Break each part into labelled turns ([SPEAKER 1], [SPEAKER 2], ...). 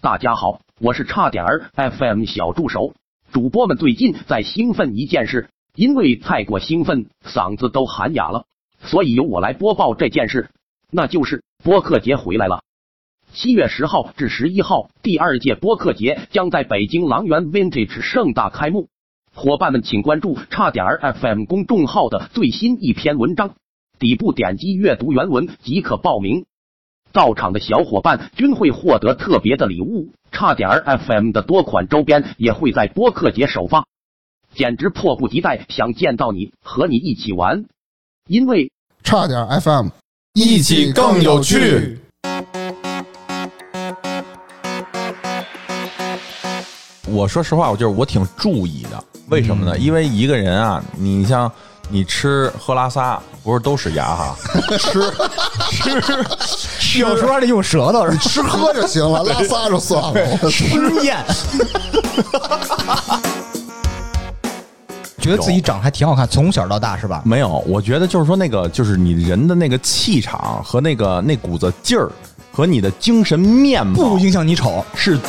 [SPEAKER 1] 大家好，我是差点儿 FM 小助手。主播们最近在兴奋一件事，因为太过兴奋，嗓子都喊哑了，所以由我来播报这件事，那就是播客节回来了。七月十号至十一号，第二届播客节将在北京狼园 Vintage 盛大开幕。伙伴们请关注差点儿 FM 公众号的最新一篇文章，底部点击阅读原文即可报名。到场的小伙伴均会获得特别的礼物，差点儿 FM 的多款周边也会在播客节首发，简直迫不及待想见到你，和你一起玩。因为
[SPEAKER 2] 差点 FM，
[SPEAKER 3] 一起更有趣。我说实话，我就是我挺注意的，为什么
[SPEAKER 4] 嗯
[SPEAKER 3] 呢？因为一个人啊，你像你吃喝拉撒，不是都是牙哈， 吃吃吃，
[SPEAKER 4] 有时候还得用舌头，是吧
[SPEAKER 2] 吃喝就行了，拉撒就算了。
[SPEAKER 4] 吞咽。觉得自己长得还挺好看，从小到大是吧？
[SPEAKER 3] 没有，我觉得就是说那个，就是你人的那个气场和那个那股子劲儿和你的精神面
[SPEAKER 4] 不
[SPEAKER 3] 貌
[SPEAKER 4] 影响你丑，
[SPEAKER 3] 是 综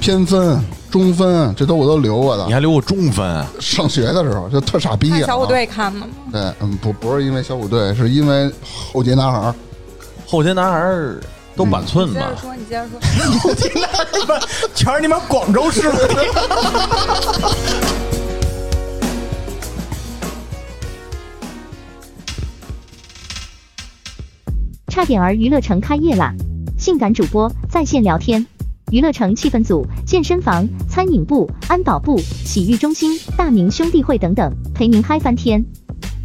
[SPEAKER 2] 偏分、中分，这都我都留过
[SPEAKER 3] 你
[SPEAKER 2] 的。
[SPEAKER 3] 还留过中分，
[SPEAKER 2] 上学的时候就特傻逼
[SPEAKER 5] 看
[SPEAKER 2] 啊。
[SPEAKER 5] 小虎队看的吗？
[SPEAKER 2] 对，嗯，不不是因为小虎队，是因为后街男孩儿。
[SPEAKER 3] 后街男孩儿都板寸
[SPEAKER 5] 接
[SPEAKER 3] 嘛
[SPEAKER 5] 着，说，嗯你接着说。
[SPEAKER 4] 全是你们广州 市的。
[SPEAKER 6] 差点儿娱乐城开业啦！性感主播在线聊天，娱乐城气氛组、健身房、餐饮部、安保部、洗浴中心、大明兄弟会等等，陪您嗨翻天。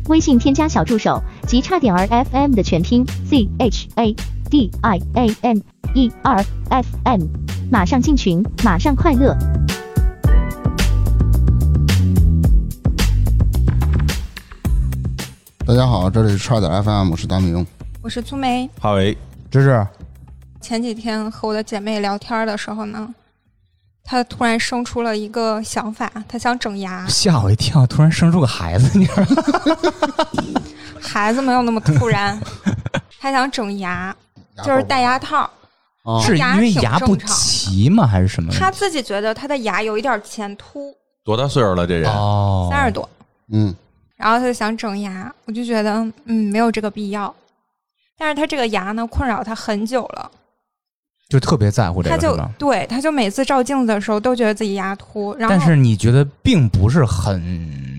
[SPEAKER 6] 微信添加小助手及差点儿 FM 的全拼 Z H A D I A M E R F M，马上进群，马上快乐。
[SPEAKER 2] 大家好，这里是差点 FM，我是大明。
[SPEAKER 5] 我是粗梅。
[SPEAKER 3] 哈维
[SPEAKER 4] 芝芝，
[SPEAKER 5] 前几天和我的姐妹聊天的时候呢，她突然生出了一个想法，她想整牙。
[SPEAKER 4] 吓我一跳，突然生出个孩子，你知道吗？
[SPEAKER 5] 孩子没有那么突 然，她想整牙，就是戴牙套。
[SPEAKER 2] 啊，
[SPEAKER 4] 哦是
[SPEAKER 5] 牙
[SPEAKER 4] 因为
[SPEAKER 5] 挺
[SPEAKER 4] 牙
[SPEAKER 5] 正
[SPEAKER 4] 不
[SPEAKER 5] 常的
[SPEAKER 4] 齐吗？还是什么问题？
[SPEAKER 5] 她自己觉得她的牙有一点前凸，
[SPEAKER 3] 多大岁数了？这人
[SPEAKER 4] 哦，
[SPEAKER 5] 三十多，
[SPEAKER 2] 嗯，
[SPEAKER 5] 然后她就想整牙。我就觉得，嗯，没有这个必要。但是她这个牙呢，困扰她很久了。
[SPEAKER 4] 就特别在乎这
[SPEAKER 5] 她
[SPEAKER 4] 个，
[SPEAKER 5] 就是
[SPEAKER 4] 吧？
[SPEAKER 5] 对，她就每次照镜子的时候都觉得自己牙凸，然后
[SPEAKER 4] 但是你觉得并不是很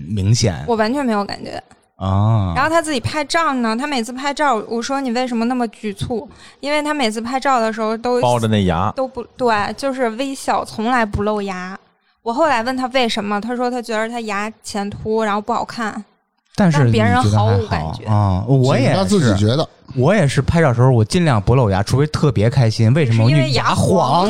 [SPEAKER 4] 明显
[SPEAKER 5] 我完全没有感觉。
[SPEAKER 4] 啊
[SPEAKER 5] 然？后他自己拍照呢，他每次拍照，我说你为什么那么局促？因为他每次拍照的时候都
[SPEAKER 3] 包着那牙，
[SPEAKER 5] 都不对，就是微笑，从来不露牙。我后来问他为什么，他说他觉得他牙前凸，然后不好看。
[SPEAKER 4] 但是
[SPEAKER 5] 让别人
[SPEAKER 4] 你觉得
[SPEAKER 5] 毫
[SPEAKER 4] 还
[SPEAKER 5] 无感觉
[SPEAKER 4] 啊！我也
[SPEAKER 2] 他自己
[SPEAKER 4] 是
[SPEAKER 2] 觉得
[SPEAKER 4] 我也是拍照时候，我尽量不露牙，除非特别开心。为什么？
[SPEAKER 5] 是因
[SPEAKER 4] 因
[SPEAKER 5] 为
[SPEAKER 4] 为牙
[SPEAKER 5] 牙
[SPEAKER 4] 黄，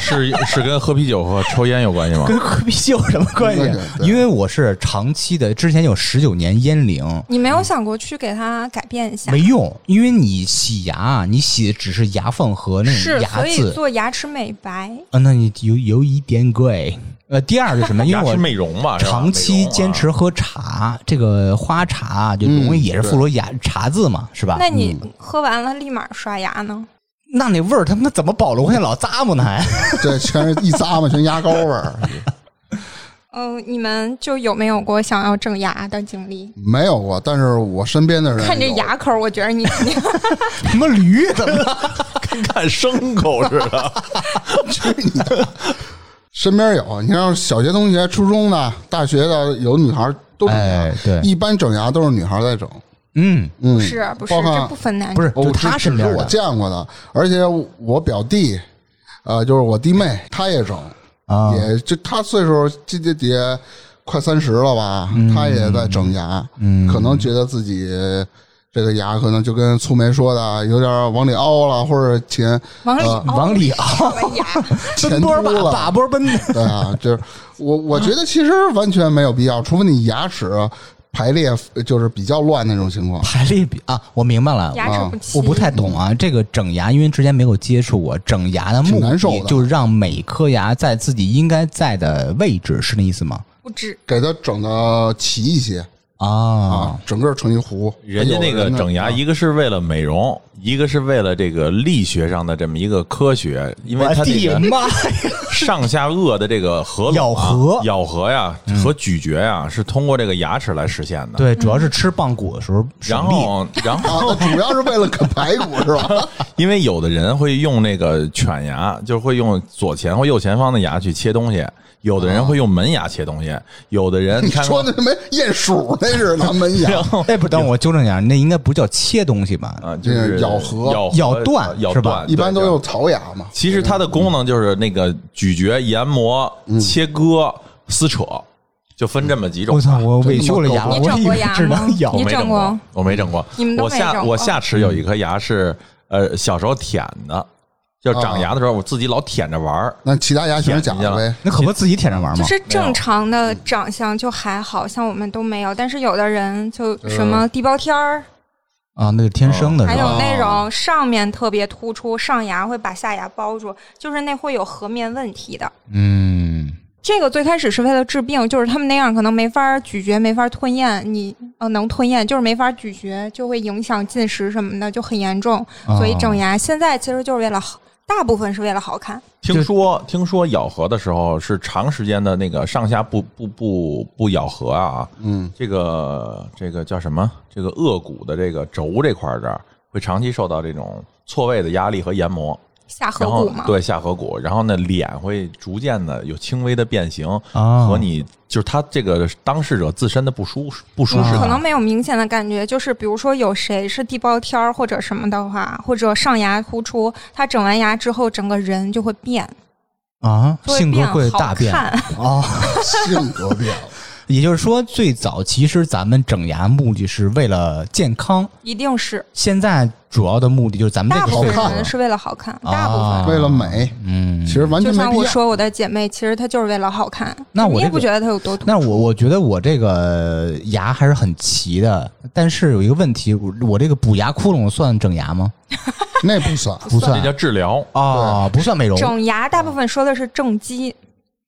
[SPEAKER 3] 是是跟喝啤酒和抽烟有关系 吗？
[SPEAKER 4] 跟喝啤酒 有什么关
[SPEAKER 2] 对
[SPEAKER 4] 系
[SPEAKER 2] 对？对
[SPEAKER 4] 因为我是长期的，之前有十九年烟龄，
[SPEAKER 5] 你没有想过去给他改变一下？
[SPEAKER 4] 嗯没用，因为你洗牙，你洗的只是牙缝和那种，
[SPEAKER 5] 是
[SPEAKER 4] 牙
[SPEAKER 5] 所以
[SPEAKER 4] 渍，
[SPEAKER 5] 做牙齿美白。
[SPEAKER 4] 啊，那你有有一点贵。呃，第二是 什么？因
[SPEAKER 3] 牙
[SPEAKER 4] 为
[SPEAKER 3] 是
[SPEAKER 4] 我
[SPEAKER 3] 美容嘛，是吧
[SPEAKER 4] 长期坚。
[SPEAKER 3] 美容啊
[SPEAKER 4] 持喝茶，这个花茶就容易也
[SPEAKER 2] 嗯
[SPEAKER 4] 是附着牙茶渍嘛，是吧？嗯
[SPEAKER 5] 那你喝完了立马刷牙呢？
[SPEAKER 4] 那那味儿他妈怎么保留？我现在老咂摸呢还。
[SPEAKER 2] 这全是一咂巴，全牙膏味儿。
[SPEAKER 5] 嗯、你们就有没有过想要整牙的经历？
[SPEAKER 2] 没有过，但是我身边
[SPEAKER 4] 嗯
[SPEAKER 2] 的人
[SPEAKER 5] 看这
[SPEAKER 2] 有
[SPEAKER 5] 牙口，我觉得你肯定
[SPEAKER 4] 什么驴怎么了？
[SPEAKER 3] 啊看牲口似的，
[SPEAKER 2] 身边有，你像小学同学、初中的、大学的，有女孩儿都整牙，
[SPEAKER 4] 哎对
[SPEAKER 2] 一般整牙都是女孩儿在整，
[SPEAKER 4] 嗯，
[SPEAKER 2] 嗯，
[SPEAKER 5] 不是，不是，
[SPEAKER 2] 包
[SPEAKER 5] 这
[SPEAKER 2] 括
[SPEAKER 5] 不分男女。
[SPEAKER 4] 不是，
[SPEAKER 2] 哦
[SPEAKER 4] 就他
[SPEAKER 2] 这
[SPEAKER 4] 身边
[SPEAKER 2] 这是我
[SPEAKER 4] 的
[SPEAKER 2] 见过的，而且我表弟，呃，就是我弟妹，她也整，
[SPEAKER 4] 啊，
[SPEAKER 2] 也就她岁数这这也快三十了吧，她也在整牙，
[SPEAKER 4] 嗯
[SPEAKER 2] 可能觉得自己这个牙可能就跟粗梅说的有点往里凹了，或者 前
[SPEAKER 5] 往里
[SPEAKER 2] 呃
[SPEAKER 5] 凹
[SPEAKER 4] 往里啊，
[SPEAKER 5] 什么牙？
[SPEAKER 2] 前凸了，
[SPEAKER 4] 波奔。
[SPEAKER 2] 对啊，就是我我觉得其实完全没有必要，除非你牙齿排列就是比较乱那种情况。
[SPEAKER 4] 排列比啊，我明白了，
[SPEAKER 5] 牙齿不齐，
[SPEAKER 4] 我不太懂啊。这个整牙，因为之前没有接触过，整牙的
[SPEAKER 2] 挺
[SPEAKER 4] 目
[SPEAKER 2] 难受
[SPEAKER 4] 的
[SPEAKER 2] 的
[SPEAKER 4] 就是让每颗牙在自己应该在的位置，是那意思吗？
[SPEAKER 5] 不止。
[SPEAKER 2] 给它整的齐一些
[SPEAKER 4] 啊，
[SPEAKER 2] 啊，整个成一弧。
[SPEAKER 3] 人家那
[SPEAKER 2] 有的
[SPEAKER 3] 个
[SPEAKER 2] 呢
[SPEAKER 3] 整牙，
[SPEAKER 2] 啊
[SPEAKER 3] 一个是为了美容，一个是为了这个力学上的这么一个科学，因为它
[SPEAKER 4] 我
[SPEAKER 3] 这
[SPEAKER 4] 的
[SPEAKER 3] 个
[SPEAKER 4] 哎妈呀！
[SPEAKER 3] 上下颚的这个合拢啊
[SPEAKER 4] 咬合
[SPEAKER 3] 咬合呀和咀嚼呀是通过这个牙齿来实现的。，
[SPEAKER 4] 对，主要是吃棒骨的时候省
[SPEAKER 3] 然
[SPEAKER 4] 力，
[SPEAKER 3] 后然后
[SPEAKER 2] 啊，主要是为了啃排骨是 吧？
[SPEAKER 3] 因为有的人会用那个犬牙，就是会用左前或右前方的牙去切东西；有的人会用门牙切东西；有的人
[SPEAKER 2] 你
[SPEAKER 3] 看
[SPEAKER 2] 说
[SPEAKER 3] 过
[SPEAKER 2] 那什么鼹鼠那是咱们
[SPEAKER 3] 然
[SPEAKER 2] 养，
[SPEAKER 3] 后
[SPEAKER 4] 哎，不，等我纠正一下，那应该不叫切东西吧？
[SPEAKER 3] 啊，就是
[SPEAKER 2] 咬合
[SPEAKER 3] 咬
[SPEAKER 4] 咬断
[SPEAKER 3] 咬
[SPEAKER 4] 是吧
[SPEAKER 3] 断
[SPEAKER 2] 一般
[SPEAKER 3] 对
[SPEAKER 2] 都用槽牙嘛。
[SPEAKER 3] 其实它的功能就是那个咀嚼、研磨、
[SPEAKER 4] 嗯
[SPEAKER 3] 切割、撕扯，就分这么几种。
[SPEAKER 4] 我操，我委屈了牙了，
[SPEAKER 5] 你
[SPEAKER 4] 我
[SPEAKER 5] 整
[SPEAKER 4] 以
[SPEAKER 5] 过
[SPEAKER 4] 为
[SPEAKER 5] 牙
[SPEAKER 4] 只
[SPEAKER 5] 吗
[SPEAKER 4] 能咬
[SPEAKER 3] 我。没
[SPEAKER 5] 你整
[SPEAKER 3] 过
[SPEAKER 5] 过，
[SPEAKER 3] 我没整过。
[SPEAKER 5] 你们都
[SPEAKER 3] 我
[SPEAKER 5] 没
[SPEAKER 3] 下
[SPEAKER 5] 整
[SPEAKER 3] 我
[SPEAKER 5] 过
[SPEAKER 3] 下齿有一颗牙是呃小时候舔的，就长牙的时候我自己老舔着玩
[SPEAKER 4] 啊
[SPEAKER 3] 儿。
[SPEAKER 2] 那其他牙全是假
[SPEAKER 3] 啊
[SPEAKER 2] 的 呗？
[SPEAKER 4] 那可不自己舔着玩
[SPEAKER 5] 就
[SPEAKER 4] 吗？
[SPEAKER 5] 是正常的长相就还好像我们都没有，但是有的人就
[SPEAKER 4] 呃
[SPEAKER 5] 什么地包天儿，
[SPEAKER 4] 啊，那是天生的
[SPEAKER 5] 还
[SPEAKER 4] 是吧？
[SPEAKER 5] 有那种上面特别突出，上牙会把下牙包住，就是那会有颌面问题的。
[SPEAKER 4] 嗯，
[SPEAKER 5] 这个最开始是为了治病，就是他们那样可能没法咀嚼，没法吞咽，你呃能吞咽，就是没法咀嚼，就会影响进食什么的，就很严重。
[SPEAKER 4] 哦
[SPEAKER 5] 所以整牙现在其实就是为了好，大部分是为了好看。
[SPEAKER 3] 听说听说咬合的时候是长时间的那个上下不不不不咬合啊，
[SPEAKER 2] 嗯，
[SPEAKER 3] 这个这个叫什么？这个颚骨的这个轴这块儿这儿会长期受到这种错位的压力和研磨。
[SPEAKER 5] 下颌
[SPEAKER 3] 然后
[SPEAKER 5] 骨嘛，嗯
[SPEAKER 3] 对下颌骨，然后呢，脸会逐渐的有轻微的变形，
[SPEAKER 4] 啊
[SPEAKER 3] 和你就是他这个当事者自身的不舒适不舒适
[SPEAKER 5] 嗯可
[SPEAKER 3] 感。
[SPEAKER 5] 能没有明显的感觉，就是比如说有谁是地包天儿或者什么的话，或者上牙突出，他整完牙之后整个人就会变，
[SPEAKER 4] 啊，
[SPEAKER 5] 就
[SPEAKER 4] 性格
[SPEAKER 5] 变
[SPEAKER 4] 会
[SPEAKER 5] 好
[SPEAKER 4] 大变
[SPEAKER 5] 看。
[SPEAKER 4] 哦。
[SPEAKER 2] 性格变了，
[SPEAKER 4] 也就是说，最早其实咱们整牙目的是为了健康，
[SPEAKER 5] 一定是
[SPEAKER 4] 现在主要的目的就是咱们
[SPEAKER 5] 大
[SPEAKER 4] 这
[SPEAKER 5] 部
[SPEAKER 4] 个
[SPEAKER 5] 分
[SPEAKER 4] 社会
[SPEAKER 5] 人是为了好看，大部
[SPEAKER 4] 啊
[SPEAKER 5] 分。
[SPEAKER 2] 为了美，
[SPEAKER 4] 嗯
[SPEAKER 2] 其，实完
[SPEAKER 5] 就
[SPEAKER 2] 啊全没
[SPEAKER 5] 像
[SPEAKER 2] 必
[SPEAKER 5] 我
[SPEAKER 2] 要。
[SPEAKER 5] 说我的姐妹，其实她就是为了好看，
[SPEAKER 4] 那我
[SPEAKER 5] 你也
[SPEAKER 4] 这个
[SPEAKER 5] 不觉得她有多突出。
[SPEAKER 4] 那我我觉得我这个牙还是很齐的，但是有一个问题，我我这个补牙窟窿算整牙吗？
[SPEAKER 2] 那不算，
[SPEAKER 4] 不
[SPEAKER 3] 这
[SPEAKER 4] 算
[SPEAKER 3] 叫治疗。
[SPEAKER 4] 啊，不算美容。
[SPEAKER 5] 整牙大部分说的是正畸，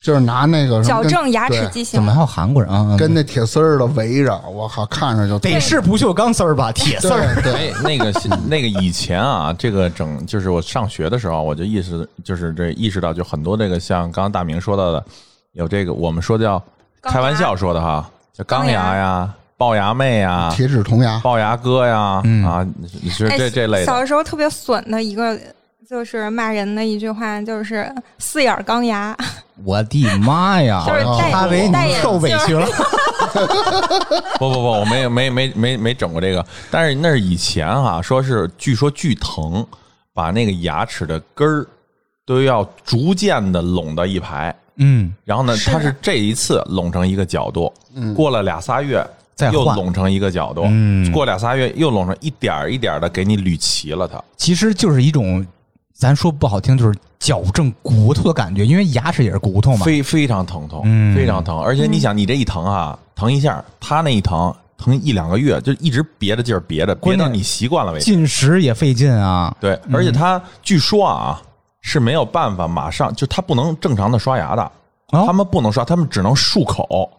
[SPEAKER 2] 就是拿那个什么
[SPEAKER 5] 矫
[SPEAKER 2] 跟
[SPEAKER 5] 正牙齿
[SPEAKER 2] 对
[SPEAKER 4] 怎
[SPEAKER 5] 畸形
[SPEAKER 4] 么。还有韩国人啊？嗯
[SPEAKER 2] 跟那铁丝儿的围着，我靠，看着就
[SPEAKER 4] 得是不锈钢丝儿吧，铁丝儿。
[SPEAKER 2] 对对
[SPEAKER 3] 哎，那个那个以前啊，这个整就是我上学的时候，我就意识就是这意识到，就很多这个像刚刚大明说到的，有这个我们说叫
[SPEAKER 5] 钢
[SPEAKER 3] 开玩
[SPEAKER 5] 牙
[SPEAKER 3] 笑说的哈，叫钢
[SPEAKER 5] 钢牙
[SPEAKER 3] 牙呀、龅牙妹
[SPEAKER 4] 啊
[SPEAKER 3] 呀、
[SPEAKER 2] 铁齿铜牙，
[SPEAKER 3] 龅牙哥呀啊，你是
[SPEAKER 5] 哎
[SPEAKER 3] 这这类的
[SPEAKER 5] 小。的时候特别损的一个，就是骂人的一句话，就是四眼儿钢牙，
[SPEAKER 4] 我的妈呀！
[SPEAKER 5] 就是戴
[SPEAKER 4] 哈维，
[SPEAKER 5] 戴
[SPEAKER 4] 你
[SPEAKER 5] 眼
[SPEAKER 4] 受委
[SPEAKER 5] 镜儿
[SPEAKER 4] 屈了。
[SPEAKER 3] 不不不，我没没没没没整过这个，但是那是以前哈、说是据说巨疼，把那个牙齿的根儿都要逐渐的拢到一排，
[SPEAKER 4] 嗯，
[SPEAKER 3] 然后呢，
[SPEAKER 5] 是
[SPEAKER 3] 它是这一次拢成一个角度，过了俩仨月
[SPEAKER 4] 再
[SPEAKER 3] 又
[SPEAKER 4] 换
[SPEAKER 3] 拢成一个角度，
[SPEAKER 4] 嗯
[SPEAKER 3] 过俩仨月又拢成一点儿一点的给你捋齐了它。
[SPEAKER 4] 其实就是一种，咱说不好听，就是矫正骨头的感觉，因为牙齿也是骨头嘛。
[SPEAKER 3] 非非常疼痛，
[SPEAKER 4] 嗯
[SPEAKER 3] 非常疼。而且你想，你这一疼啊，疼一下，它那一疼疼一两个月，就一直别着劲儿别着，别
[SPEAKER 4] 关键
[SPEAKER 3] 到你习惯了为止。
[SPEAKER 4] 进食也费劲啊。
[SPEAKER 3] 对，而且它据说啊是没有办法马上就它不能正常的刷牙的，
[SPEAKER 4] 哦
[SPEAKER 3] 他们不能刷，他们只能漱口，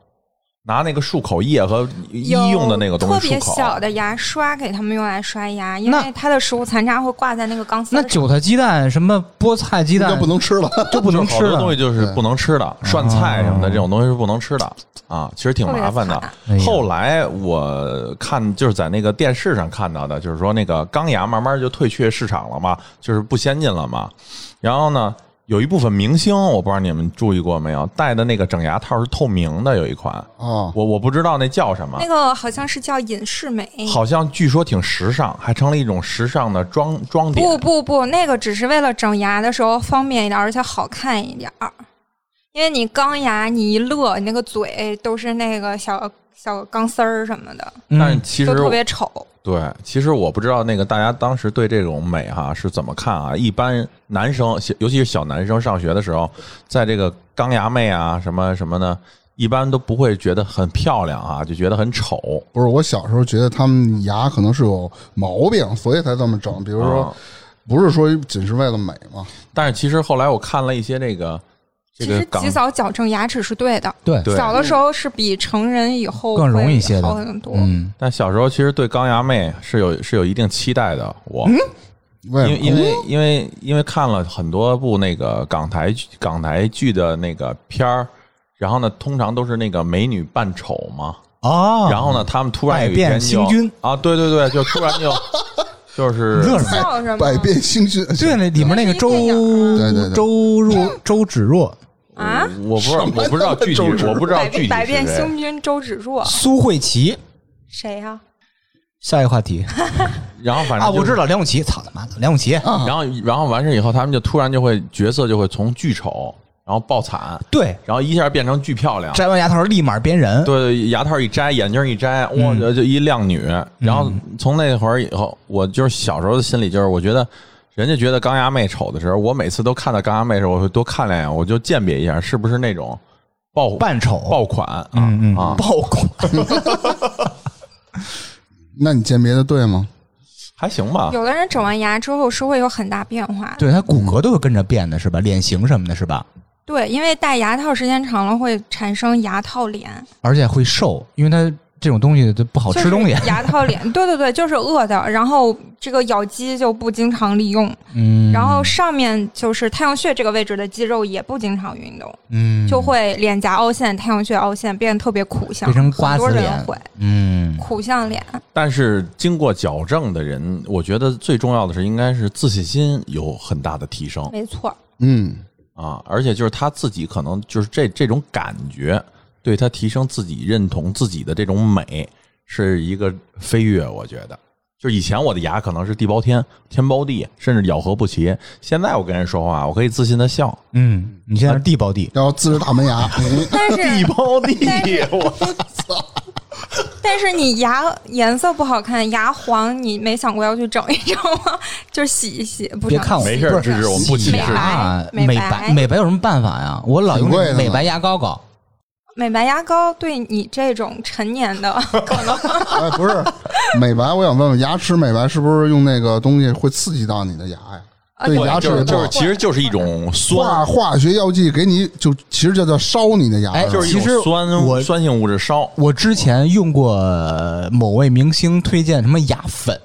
[SPEAKER 3] 拿那个漱口液和医
[SPEAKER 5] 有
[SPEAKER 3] 用的那个东
[SPEAKER 5] 特
[SPEAKER 3] 西漱
[SPEAKER 5] 别
[SPEAKER 3] 口。啊
[SPEAKER 5] 小的牙刷给他们用来刷牙，因
[SPEAKER 4] 那
[SPEAKER 5] 为它的食物残渣会挂在那个钢丝
[SPEAKER 4] 那
[SPEAKER 5] 上。
[SPEAKER 4] 韭菜鸡蛋、什么菠菜鸡
[SPEAKER 2] 就
[SPEAKER 4] 蛋
[SPEAKER 2] 不能吃了。
[SPEAKER 4] 就 不能
[SPEAKER 3] 好
[SPEAKER 4] 吃啊
[SPEAKER 3] 多东
[SPEAKER 4] 了
[SPEAKER 3] 西。就是不能吃的，涮菜什么的这种东西是不能吃的啊，其实挺麻烦
[SPEAKER 5] 特
[SPEAKER 3] 的
[SPEAKER 5] 别惨
[SPEAKER 4] 哎。呀
[SPEAKER 3] 后来我看就是在那个电视上看到的，就是说那个钢牙慢慢就退却市场了嘛，就是不先进了嘛。然后呢，有一部分明星，我不知道你们注意过没有，戴的那个整牙套是透明的，有一款，
[SPEAKER 2] 哦，
[SPEAKER 3] 我我不知道那叫什么
[SPEAKER 5] 那，个好像是叫隐适美，
[SPEAKER 3] 好像据说挺时尚，还成了一种时尚的装装点。
[SPEAKER 5] 不不不，那个只是为了整牙的时候方便一点，而且好看一点儿。因为你钢牙，你一乐，你那个嘴都是那个小小钢丝儿什么的，
[SPEAKER 3] 但是
[SPEAKER 4] 嗯，
[SPEAKER 3] 其实
[SPEAKER 5] 就特别丑。
[SPEAKER 3] 对，其实我不知道那个大家当时对这种美哈、是怎么看啊？一般男生，小尤其是小男生上学的时候，在这个钢牙妹啊什么什么呢，一般都不会觉得很漂亮啊，就觉得很丑。
[SPEAKER 2] 不是，我小时候觉得他们牙可能是有毛病，所以才这么整。比如说，
[SPEAKER 3] 啊
[SPEAKER 2] 不是说仅是为了美嘛？
[SPEAKER 3] 但是其实后来我看了一些那个这
[SPEAKER 5] 其
[SPEAKER 3] 个
[SPEAKER 5] 实
[SPEAKER 3] 港
[SPEAKER 5] 及早矫正牙齿是对的，
[SPEAKER 4] 对，
[SPEAKER 3] 对
[SPEAKER 5] 小的时候是比成人以后
[SPEAKER 4] 更容易一些
[SPEAKER 5] 会好
[SPEAKER 4] 的
[SPEAKER 5] 很，多。
[SPEAKER 4] 嗯，
[SPEAKER 3] 但小时候其实对钢牙妹是有是有一定期待的，我。
[SPEAKER 2] 为
[SPEAKER 3] 因为
[SPEAKER 2] 什
[SPEAKER 3] 因
[SPEAKER 2] 么？
[SPEAKER 3] 为因为因为看了很多部那个港台剧港台剧的那个片儿，然后呢，通常都是那个美女扮丑嘛，
[SPEAKER 4] 哦，
[SPEAKER 3] 然后呢，他们突然
[SPEAKER 4] 百
[SPEAKER 3] 有一天
[SPEAKER 4] 变
[SPEAKER 3] 就
[SPEAKER 4] 星君
[SPEAKER 3] 啊，对对对，就突然 就就是
[SPEAKER 4] 乐什么？
[SPEAKER 5] 笑什么？
[SPEAKER 2] 百变星君，
[SPEAKER 4] 对，那里面那个周
[SPEAKER 5] 对
[SPEAKER 2] 对对
[SPEAKER 4] 周 若周芷若、
[SPEAKER 5] 啊！
[SPEAKER 3] 我不知道我不知道具体
[SPEAKER 2] 什么周芷
[SPEAKER 3] 我不知道
[SPEAKER 5] 百
[SPEAKER 3] 具体
[SPEAKER 5] 变百变
[SPEAKER 3] 是谁
[SPEAKER 5] 星君周芷 若
[SPEAKER 4] 苏慧琪，
[SPEAKER 5] 谁啊呀？
[SPEAKER 4] 下一个话题
[SPEAKER 3] 然后反正
[SPEAKER 4] 啊，我知
[SPEAKER 3] 道，
[SPEAKER 4] 道梁咏琪，操他妈的，梁咏琪，
[SPEAKER 3] 然后然后完事以后，他们就突然就会角色就会从巨丑，然后爆惨，
[SPEAKER 4] 对，
[SPEAKER 3] 然后一下变成巨漂亮，
[SPEAKER 4] 摘完牙套立马变人，
[SPEAKER 3] 对对，牙套一摘，眼镜一摘，哇，
[SPEAKER 4] 嗯
[SPEAKER 3] 就一靓女。然后从那会儿以后，我就是小时候的心理就是，我觉得人家觉得钢牙妹丑的时候，我每次都看到钢牙妹的时候，我会多看两眼，我就鉴别一下是不是那种爆
[SPEAKER 4] 扮丑，
[SPEAKER 3] 爆款啊、
[SPEAKER 4] 嗯嗯
[SPEAKER 3] 啊！
[SPEAKER 4] 爆款，
[SPEAKER 2] 那你鉴别的对吗？
[SPEAKER 3] 还行吧。
[SPEAKER 5] 有的人整完牙之后是会有很大变化的，
[SPEAKER 4] 对他骨骼都会跟着变的是吧？脸型什么的是吧？
[SPEAKER 5] 对，因为戴牙套时间长了会产生牙套脸，
[SPEAKER 4] 而且会瘦，因为他这种东西都不好
[SPEAKER 5] 就
[SPEAKER 4] 吃
[SPEAKER 5] 是
[SPEAKER 4] 东西，
[SPEAKER 5] 牙套脸，对对对，就是饿的，然后这个咬肌就不经常利用，
[SPEAKER 4] 嗯，
[SPEAKER 5] 然后上面就是太阳穴这个位置的肌肉也不经常运动，
[SPEAKER 4] 嗯
[SPEAKER 5] 就会脸颊凹陷、太阳穴凹陷，变得特别苦相，
[SPEAKER 4] 变成瓜
[SPEAKER 5] 很
[SPEAKER 4] 子
[SPEAKER 5] 多人
[SPEAKER 4] 脸
[SPEAKER 5] 会，
[SPEAKER 4] 嗯
[SPEAKER 5] 苦相脸。
[SPEAKER 3] 但是经过矫正的人，我觉得最重要的是应该是自信心有很大的提升
[SPEAKER 5] 没 错，
[SPEAKER 2] 嗯，
[SPEAKER 3] 啊，而且就是他自己可能就是这这种感觉，对他提升自己认同自己的这种美是一个飞跃，我觉得。就是以前我的牙可能是地包天、天包地，甚至咬合不齐。现在我跟人说话，我可以自信 的笑。
[SPEAKER 4] 嗯，你现在是地包地，
[SPEAKER 2] 然后自制大门 牙，嗯
[SPEAKER 5] 但是
[SPEAKER 3] 包地
[SPEAKER 5] 但是
[SPEAKER 3] 我
[SPEAKER 5] 但是你牙颜色不好看，牙黄，你没想过要去整一整吗？就是洗一洗，不
[SPEAKER 4] 别
[SPEAKER 5] 整
[SPEAKER 4] 看我
[SPEAKER 3] 没事
[SPEAKER 4] 不是
[SPEAKER 3] 芝芝我们不歧视
[SPEAKER 4] 洗牙啊
[SPEAKER 5] 美
[SPEAKER 4] 美
[SPEAKER 5] 白
[SPEAKER 4] 白美白有什么办法呀？我老用
[SPEAKER 2] 挺贵的
[SPEAKER 4] 那
[SPEAKER 2] 呢
[SPEAKER 4] 美白牙膏膏，
[SPEAKER 5] 美白牙膏对你这种成年的 可能
[SPEAKER 2] 哎，不是美白，我想问问，牙齿美白是不是用那个东西会刺激到你的牙呀？
[SPEAKER 5] 啊
[SPEAKER 2] 对
[SPEAKER 5] 对
[SPEAKER 2] 牙齿
[SPEAKER 3] 就是
[SPEAKER 2] 不
[SPEAKER 3] 就是，
[SPEAKER 2] 好
[SPEAKER 3] 其实就是一种
[SPEAKER 2] 化
[SPEAKER 3] 酸，
[SPEAKER 2] 化学药剂给你就其实就叫烧你的牙
[SPEAKER 4] 哎，
[SPEAKER 2] 是吧
[SPEAKER 3] 就是一
[SPEAKER 4] 其实
[SPEAKER 3] 种
[SPEAKER 4] 我
[SPEAKER 3] 酸酸性物质烧。
[SPEAKER 4] 我之前用过呃某位明星推荐什么牙粉，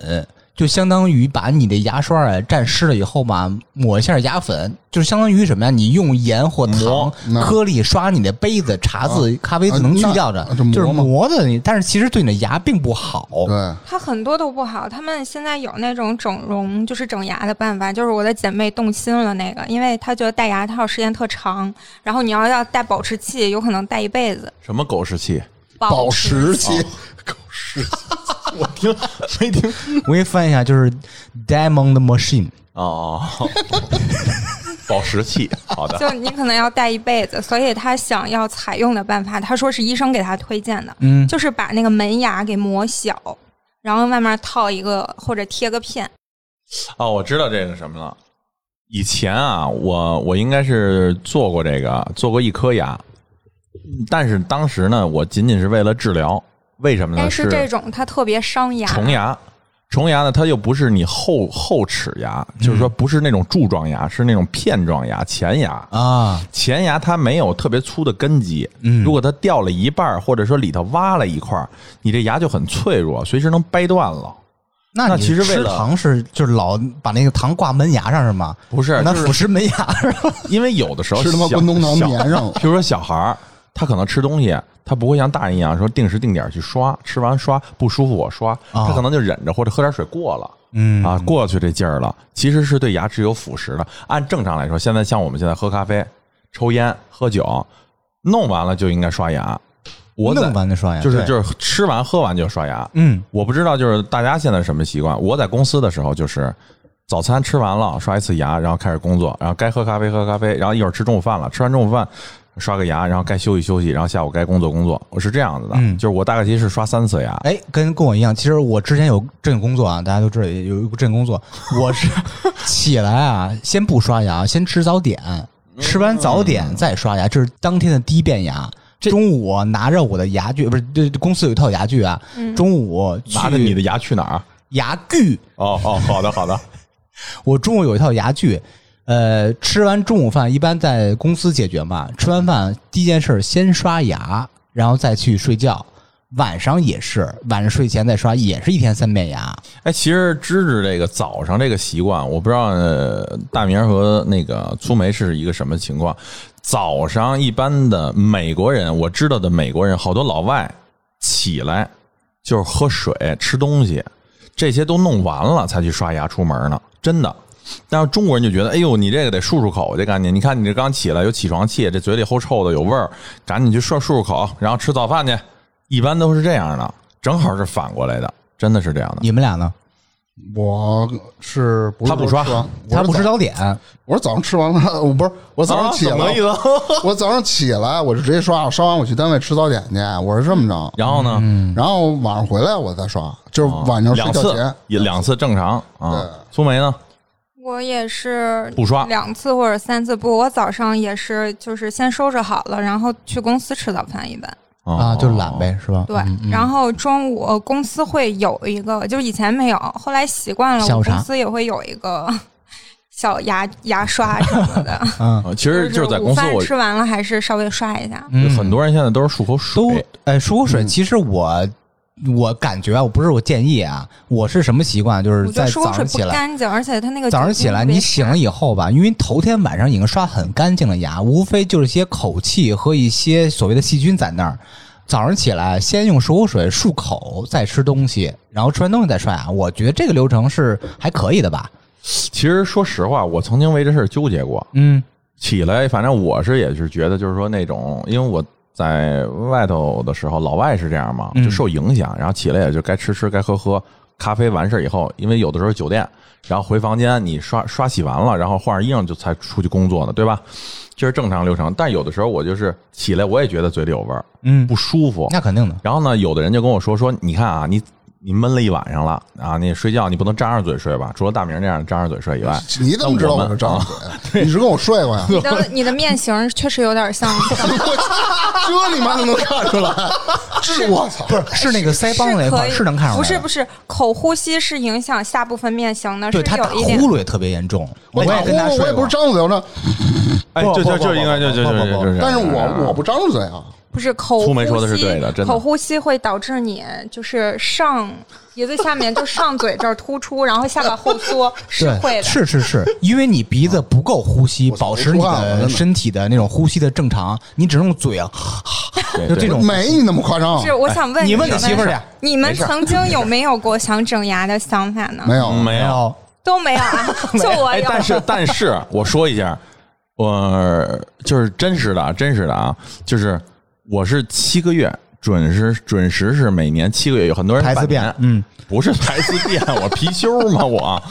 [SPEAKER 4] 就相当于把你的牙刷啊蘸湿了以后吧，抹一下牙粉，就相当于什么呀？你用盐或糖
[SPEAKER 3] 磨
[SPEAKER 2] 那
[SPEAKER 4] 颗粒刷你的杯子、茶渍、咖啡渍能去掉的
[SPEAKER 2] 啊，那
[SPEAKER 4] 就是
[SPEAKER 2] 就磨
[SPEAKER 4] 磨的你，但是其实对你的牙并不好。
[SPEAKER 2] 对，
[SPEAKER 5] 它很多都不好。他们现在有那种整容，就是整牙的办法，就是我的姐妹动心了那个，因为她觉得戴牙套时间特长，然后你要要戴保持器，有可能戴一辈子。
[SPEAKER 3] 什么狗屎气？
[SPEAKER 2] 保时
[SPEAKER 5] 器
[SPEAKER 3] 哦
[SPEAKER 2] 期
[SPEAKER 3] 我听 没听？
[SPEAKER 4] 我给你翻译一下，就是 Diamond Machine。
[SPEAKER 3] 哦， 保石器，好的。
[SPEAKER 5] 就你可能要戴一辈子，所以他想要采用的办法，他说是医生给他推荐的，
[SPEAKER 4] 嗯
[SPEAKER 5] 就是把那个门牙给磨小，然后外面套一个或者贴个片，
[SPEAKER 3] 哦，我知道这个什么了。以前啊，我我应该是做过这个，做过一颗牙，但是当时呢，我仅仅是为了治疗。为什么呢？
[SPEAKER 5] 但是这种它特别伤牙，
[SPEAKER 3] 虫牙。虫牙呢，它又不是你后后齿牙，就是说不是那种柱状牙，是那种片状牙、前牙。
[SPEAKER 4] 啊，
[SPEAKER 3] 前牙它没有特别粗的根基，
[SPEAKER 4] 嗯
[SPEAKER 3] 如果它掉了一半儿，或者说里头挖了一块儿，你这牙就很脆弱，随时能掰断了。
[SPEAKER 4] 那
[SPEAKER 3] 那
[SPEAKER 4] 你
[SPEAKER 3] 其实为
[SPEAKER 4] 吃
[SPEAKER 3] 了
[SPEAKER 4] 糖是就是老把那个糖挂门牙上是吗？
[SPEAKER 3] 不是
[SPEAKER 4] 那
[SPEAKER 3] 就是
[SPEAKER 4] 腐蚀门牙是吧？
[SPEAKER 3] 因为有的时候
[SPEAKER 2] 吃他妈
[SPEAKER 3] 小
[SPEAKER 2] 关东糖
[SPEAKER 3] 小
[SPEAKER 2] 粘上了
[SPEAKER 3] 比如说小孩儿，他可能吃东西，他不会像大人一样说定时定点去刷，吃完刷不舒服我刷，
[SPEAKER 4] 啊
[SPEAKER 3] 他可能就忍着或者喝点水过了。
[SPEAKER 4] 嗯
[SPEAKER 3] 啊，过去这劲儿了，其实是对牙齿有腐蚀的。按正常来说，现在像我们现在喝咖啡、抽烟、喝酒，弄完了就应该刷牙。我在
[SPEAKER 4] 弄完就刷牙，
[SPEAKER 3] 就是
[SPEAKER 4] 哎对
[SPEAKER 3] 就是吃完喝完就刷牙。
[SPEAKER 4] 嗯
[SPEAKER 3] 我不知道就是大家现在什么习惯。我在公司的时候就是早餐吃完了刷一次牙，然后开始工作，然后该喝咖啡喝咖啡，然后一会儿吃中午饭了，吃完中午饭刷个牙，然后该休息休息，然后下午该工作工作。我是这样子的，
[SPEAKER 4] 嗯
[SPEAKER 3] 就是我大概其实是刷 三次牙。
[SPEAKER 4] 哎，跟跟我一样，其实我之前有正经工作啊，大家都知道有有正经工作，我是 起来啊，先不刷牙，先吃早点，
[SPEAKER 3] 嗯
[SPEAKER 4] 吃完早点再刷牙，这是当天的第一遍牙。中午我拿着我的牙具，不是对公司有一套牙具啊，中午去
[SPEAKER 3] 拿着你的牙去哪儿？
[SPEAKER 4] 牙具，
[SPEAKER 3] 哦哦，好的好的，
[SPEAKER 4] 我中午有一套牙具，呃，吃完中午饭一般在公司解决嘛，吃完饭第一件事儿先刷牙，然后再去睡觉。晚上也是，晚上睡前再刷，也是一天三遍牙。
[SPEAKER 3] 哎，其实芝芝这个早上这个习惯，我不知道呃大明儿和那个粗梅是一个什么情况。早上一般的美国人，我知道的美国人，好多老外起来就是喝水、吃东西，这些都弄完了才去刷牙出门呢，真的。但是中国人就觉得，哎呦，你这个得漱漱口，这赶紧，你看你这刚起来有起床气，这嘴里齁臭的有味儿，赶紧去漱漱漱口，然后吃早饭去。一般都是这样的，正好是反过来的，真的是这样的。
[SPEAKER 4] 你们俩呢？
[SPEAKER 2] 我是不是
[SPEAKER 3] 他不啊刷
[SPEAKER 2] 我是
[SPEAKER 4] 他不吃
[SPEAKER 2] 早，
[SPEAKER 4] 早点，
[SPEAKER 3] 哦
[SPEAKER 2] 我是早上吃完了， 我不是我早上起来，
[SPEAKER 3] 思？
[SPEAKER 2] 我早上起来我就直接刷，刷完我去单位吃早点去，我是这么着。
[SPEAKER 3] 然后呢？
[SPEAKER 2] 然后晚上回来我再刷，就是嗯晚上睡
[SPEAKER 3] 嗯哦两
[SPEAKER 2] 觉前
[SPEAKER 3] 次，也两次正常啊
[SPEAKER 2] 对。
[SPEAKER 3] 苏梅呢？
[SPEAKER 5] 我也是
[SPEAKER 3] 不刷
[SPEAKER 5] 两次或者三次，不，我早上也是，就是先收拾好了，然后去公司吃早饭一般。
[SPEAKER 4] 啊，就是懒。呗，是吧？
[SPEAKER 5] 对，
[SPEAKER 4] 嗯嗯
[SPEAKER 5] 然后中午呃公司会有一个，就是以前没有，后来习惯了，
[SPEAKER 4] 下午
[SPEAKER 5] 我
[SPEAKER 4] 茶
[SPEAKER 5] 公司也会有一个 小牙牙刷什么 的。
[SPEAKER 4] 嗯
[SPEAKER 3] 啊其实就是在公司，
[SPEAKER 5] 午饭
[SPEAKER 3] 我
[SPEAKER 5] 吃完了还是稍微刷一下。
[SPEAKER 4] 嗯，
[SPEAKER 3] 很多人现在都是漱口
[SPEAKER 4] 都
[SPEAKER 3] 水。嗯
[SPEAKER 4] 哎，漱口水，其实我我感觉啊，我不是我建议啊，我是什么习惯？就是
[SPEAKER 5] 我觉
[SPEAKER 4] 在
[SPEAKER 5] 得漱
[SPEAKER 4] 早
[SPEAKER 5] 口水
[SPEAKER 4] 上起
[SPEAKER 5] 不
[SPEAKER 4] 来，
[SPEAKER 5] 干净，而且它那个
[SPEAKER 4] 早上
[SPEAKER 5] 酒
[SPEAKER 4] 起
[SPEAKER 5] 精
[SPEAKER 4] 来
[SPEAKER 5] 呃特别
[SPEAKER 4] 你醒了以后吧，因为头天晚上已经刷很干净了牙，无非就是一些口气和一些所谓的细菌在那儿。早上起来先用漱口水漱口，再吃东西，然后吃完东西再刷牙。我觉得这个流程是还可以的吧？
[SPEAKER 3] 其实说实话，我曾经为这事儿纠结过。
[SPEAKER 4] 嗯
[SPEAKER 3] 起来，反正我是也是觉得，就是说那种，因为我在外头的时候，老外是这样嘛，
[SPEAKER 4] 嗯
[SPEAKER 3] 就受影响，然后起来也就该吃吃，该喝喝。咖啡完事儿以后，因为有的时候酒店，然后回房间，你刷刷洗完了，然后换上衣裳就才出去工作呢，对吧？这是正常流程。但有的时候我就是起来，我也觉得嘴里有味儿，
[SPEAKER 4] 嗯，
[SPEAKER 3] 不舒服。
[SPEAKER 4] 那肯定的。
[SPEAKER 3] 然后呢，有的人就跟我说说，你看啊，你你闷了一晚上了啊，你睡觉你不能张着嘴睡吧？除了大明这样张着嘴睡以外，
[SPEAKER 2] 你怎么知道我是
[SPEAKER 3] 啊
[SPEAKER 2] 张嘴？啊你是跟我睡过呀？
[SPEAKER 5] 你的你的面型确实有点 像
[SPEAKER 2] 这你妈都能看出来？这我操！
[SPEAKER 4] 不是，是那个腮帮子那块
[SPEAKER 5] 可
[SPEAKER 4] 儿
[SPEAKER 5] 以
[SPEAKER 4] 是能看出来的，
[SPEAKER 5] 不是不是，口呼吸是影响下部分面型的，
[SPEAKER 4] 对
[SPEAKER 5] 是
[SPEAKER 4] 他打
[SPEAKER 5] 有一点
[SPEAKER 4] 呼。噜也特别严重，我也跟他
[SPEAKER 2] 我
[SPEAKER 4] 说，
[SPEAKER 2] 我也不是张嘴，我张，
[SPEAKER 3] 哎，
[SPEAKER 4] 不
[SPEAKER 3] 就
[SPEAKER 4] 不
[SPEAKER 3] 就
[SPEAKER 4] 不
[SPEAKER 3] 就
[SPEAKER 4] 不
[SPEAKER 3] 应该就就
[SPEAKER 4] 不
[SPEAKER 3] 就
[SPEAKER 4] 不不
[SPEAKER 3] 就就这样，啊
[SPEAKER 2] 但是
[SPEAKER 3] 这样
[SPEAKER 2] 我我不张嘴啊，
[SPEAKER 5] 不是口
[SPEAKER 3] 粗
[SPEAKER 5] 呼
[SPEAKER 3] 梅
[SPEAKER 5] 吸，
[SPEAKER 3] 说的是对的真的
[SPEAKER 5] 口呼吸会导致你就是上鼻子下面就上嘴这儿突出，然后下巴后缩，是会
[SPEAKER 4] 对，
[SPEAKER 5] 的。
[SPEAKER 4] 是是是，因为你鼻子不够呼吸，
[SPEAKER 2] 我操
[SPEAKER 4] 保持你
[SPEAKER 2] 我出汗了真
[SPEAKER 4] 的
[SPEAKER 2] 的
[SPEAKER 4] 身体的那种呼吸的正常，你只用嘴啊，
[SPEAKER 3] 对
[SPEAKER 4] 就
[SPEAKER 3] 对
[SPEAKER 4] 这种。
[SPEAKER 2] 没你那么夸张
[SPEAKER 5] 是，，我想问
[SPEAKER 4] 你问
[SPEAKER 5] 们
[SPEAKER 4] 你媳妇儿去，
[SPEAKER 5] 你们曾经有没有过想整牙的想法呢？
[SPEAKER 2] 没有
[SPEAKER 3] 没
[SPEAKER 4] 没
[SPEAKER 3] 有。
[SPEAKER 4] 有，
[SPEAKER 5] 都没有啊，就我
[SPEAKER 3] 哎，
[SPEAKER 5] 有。
[SPEAKER 3] 但是但是我说一下，我就是真实的啊，真实的啊，就是我是七个月。准时准时是每年七个月，有很多人
[SPEAKER 4] 排
[SPEAKER 3] 半
[SPEAKER 4] 次变
[SPEAKER 3] 年
[SPEAKER 4] 嗯，
[SPEAKER 3] 不是排次变，我貔貅嘛，我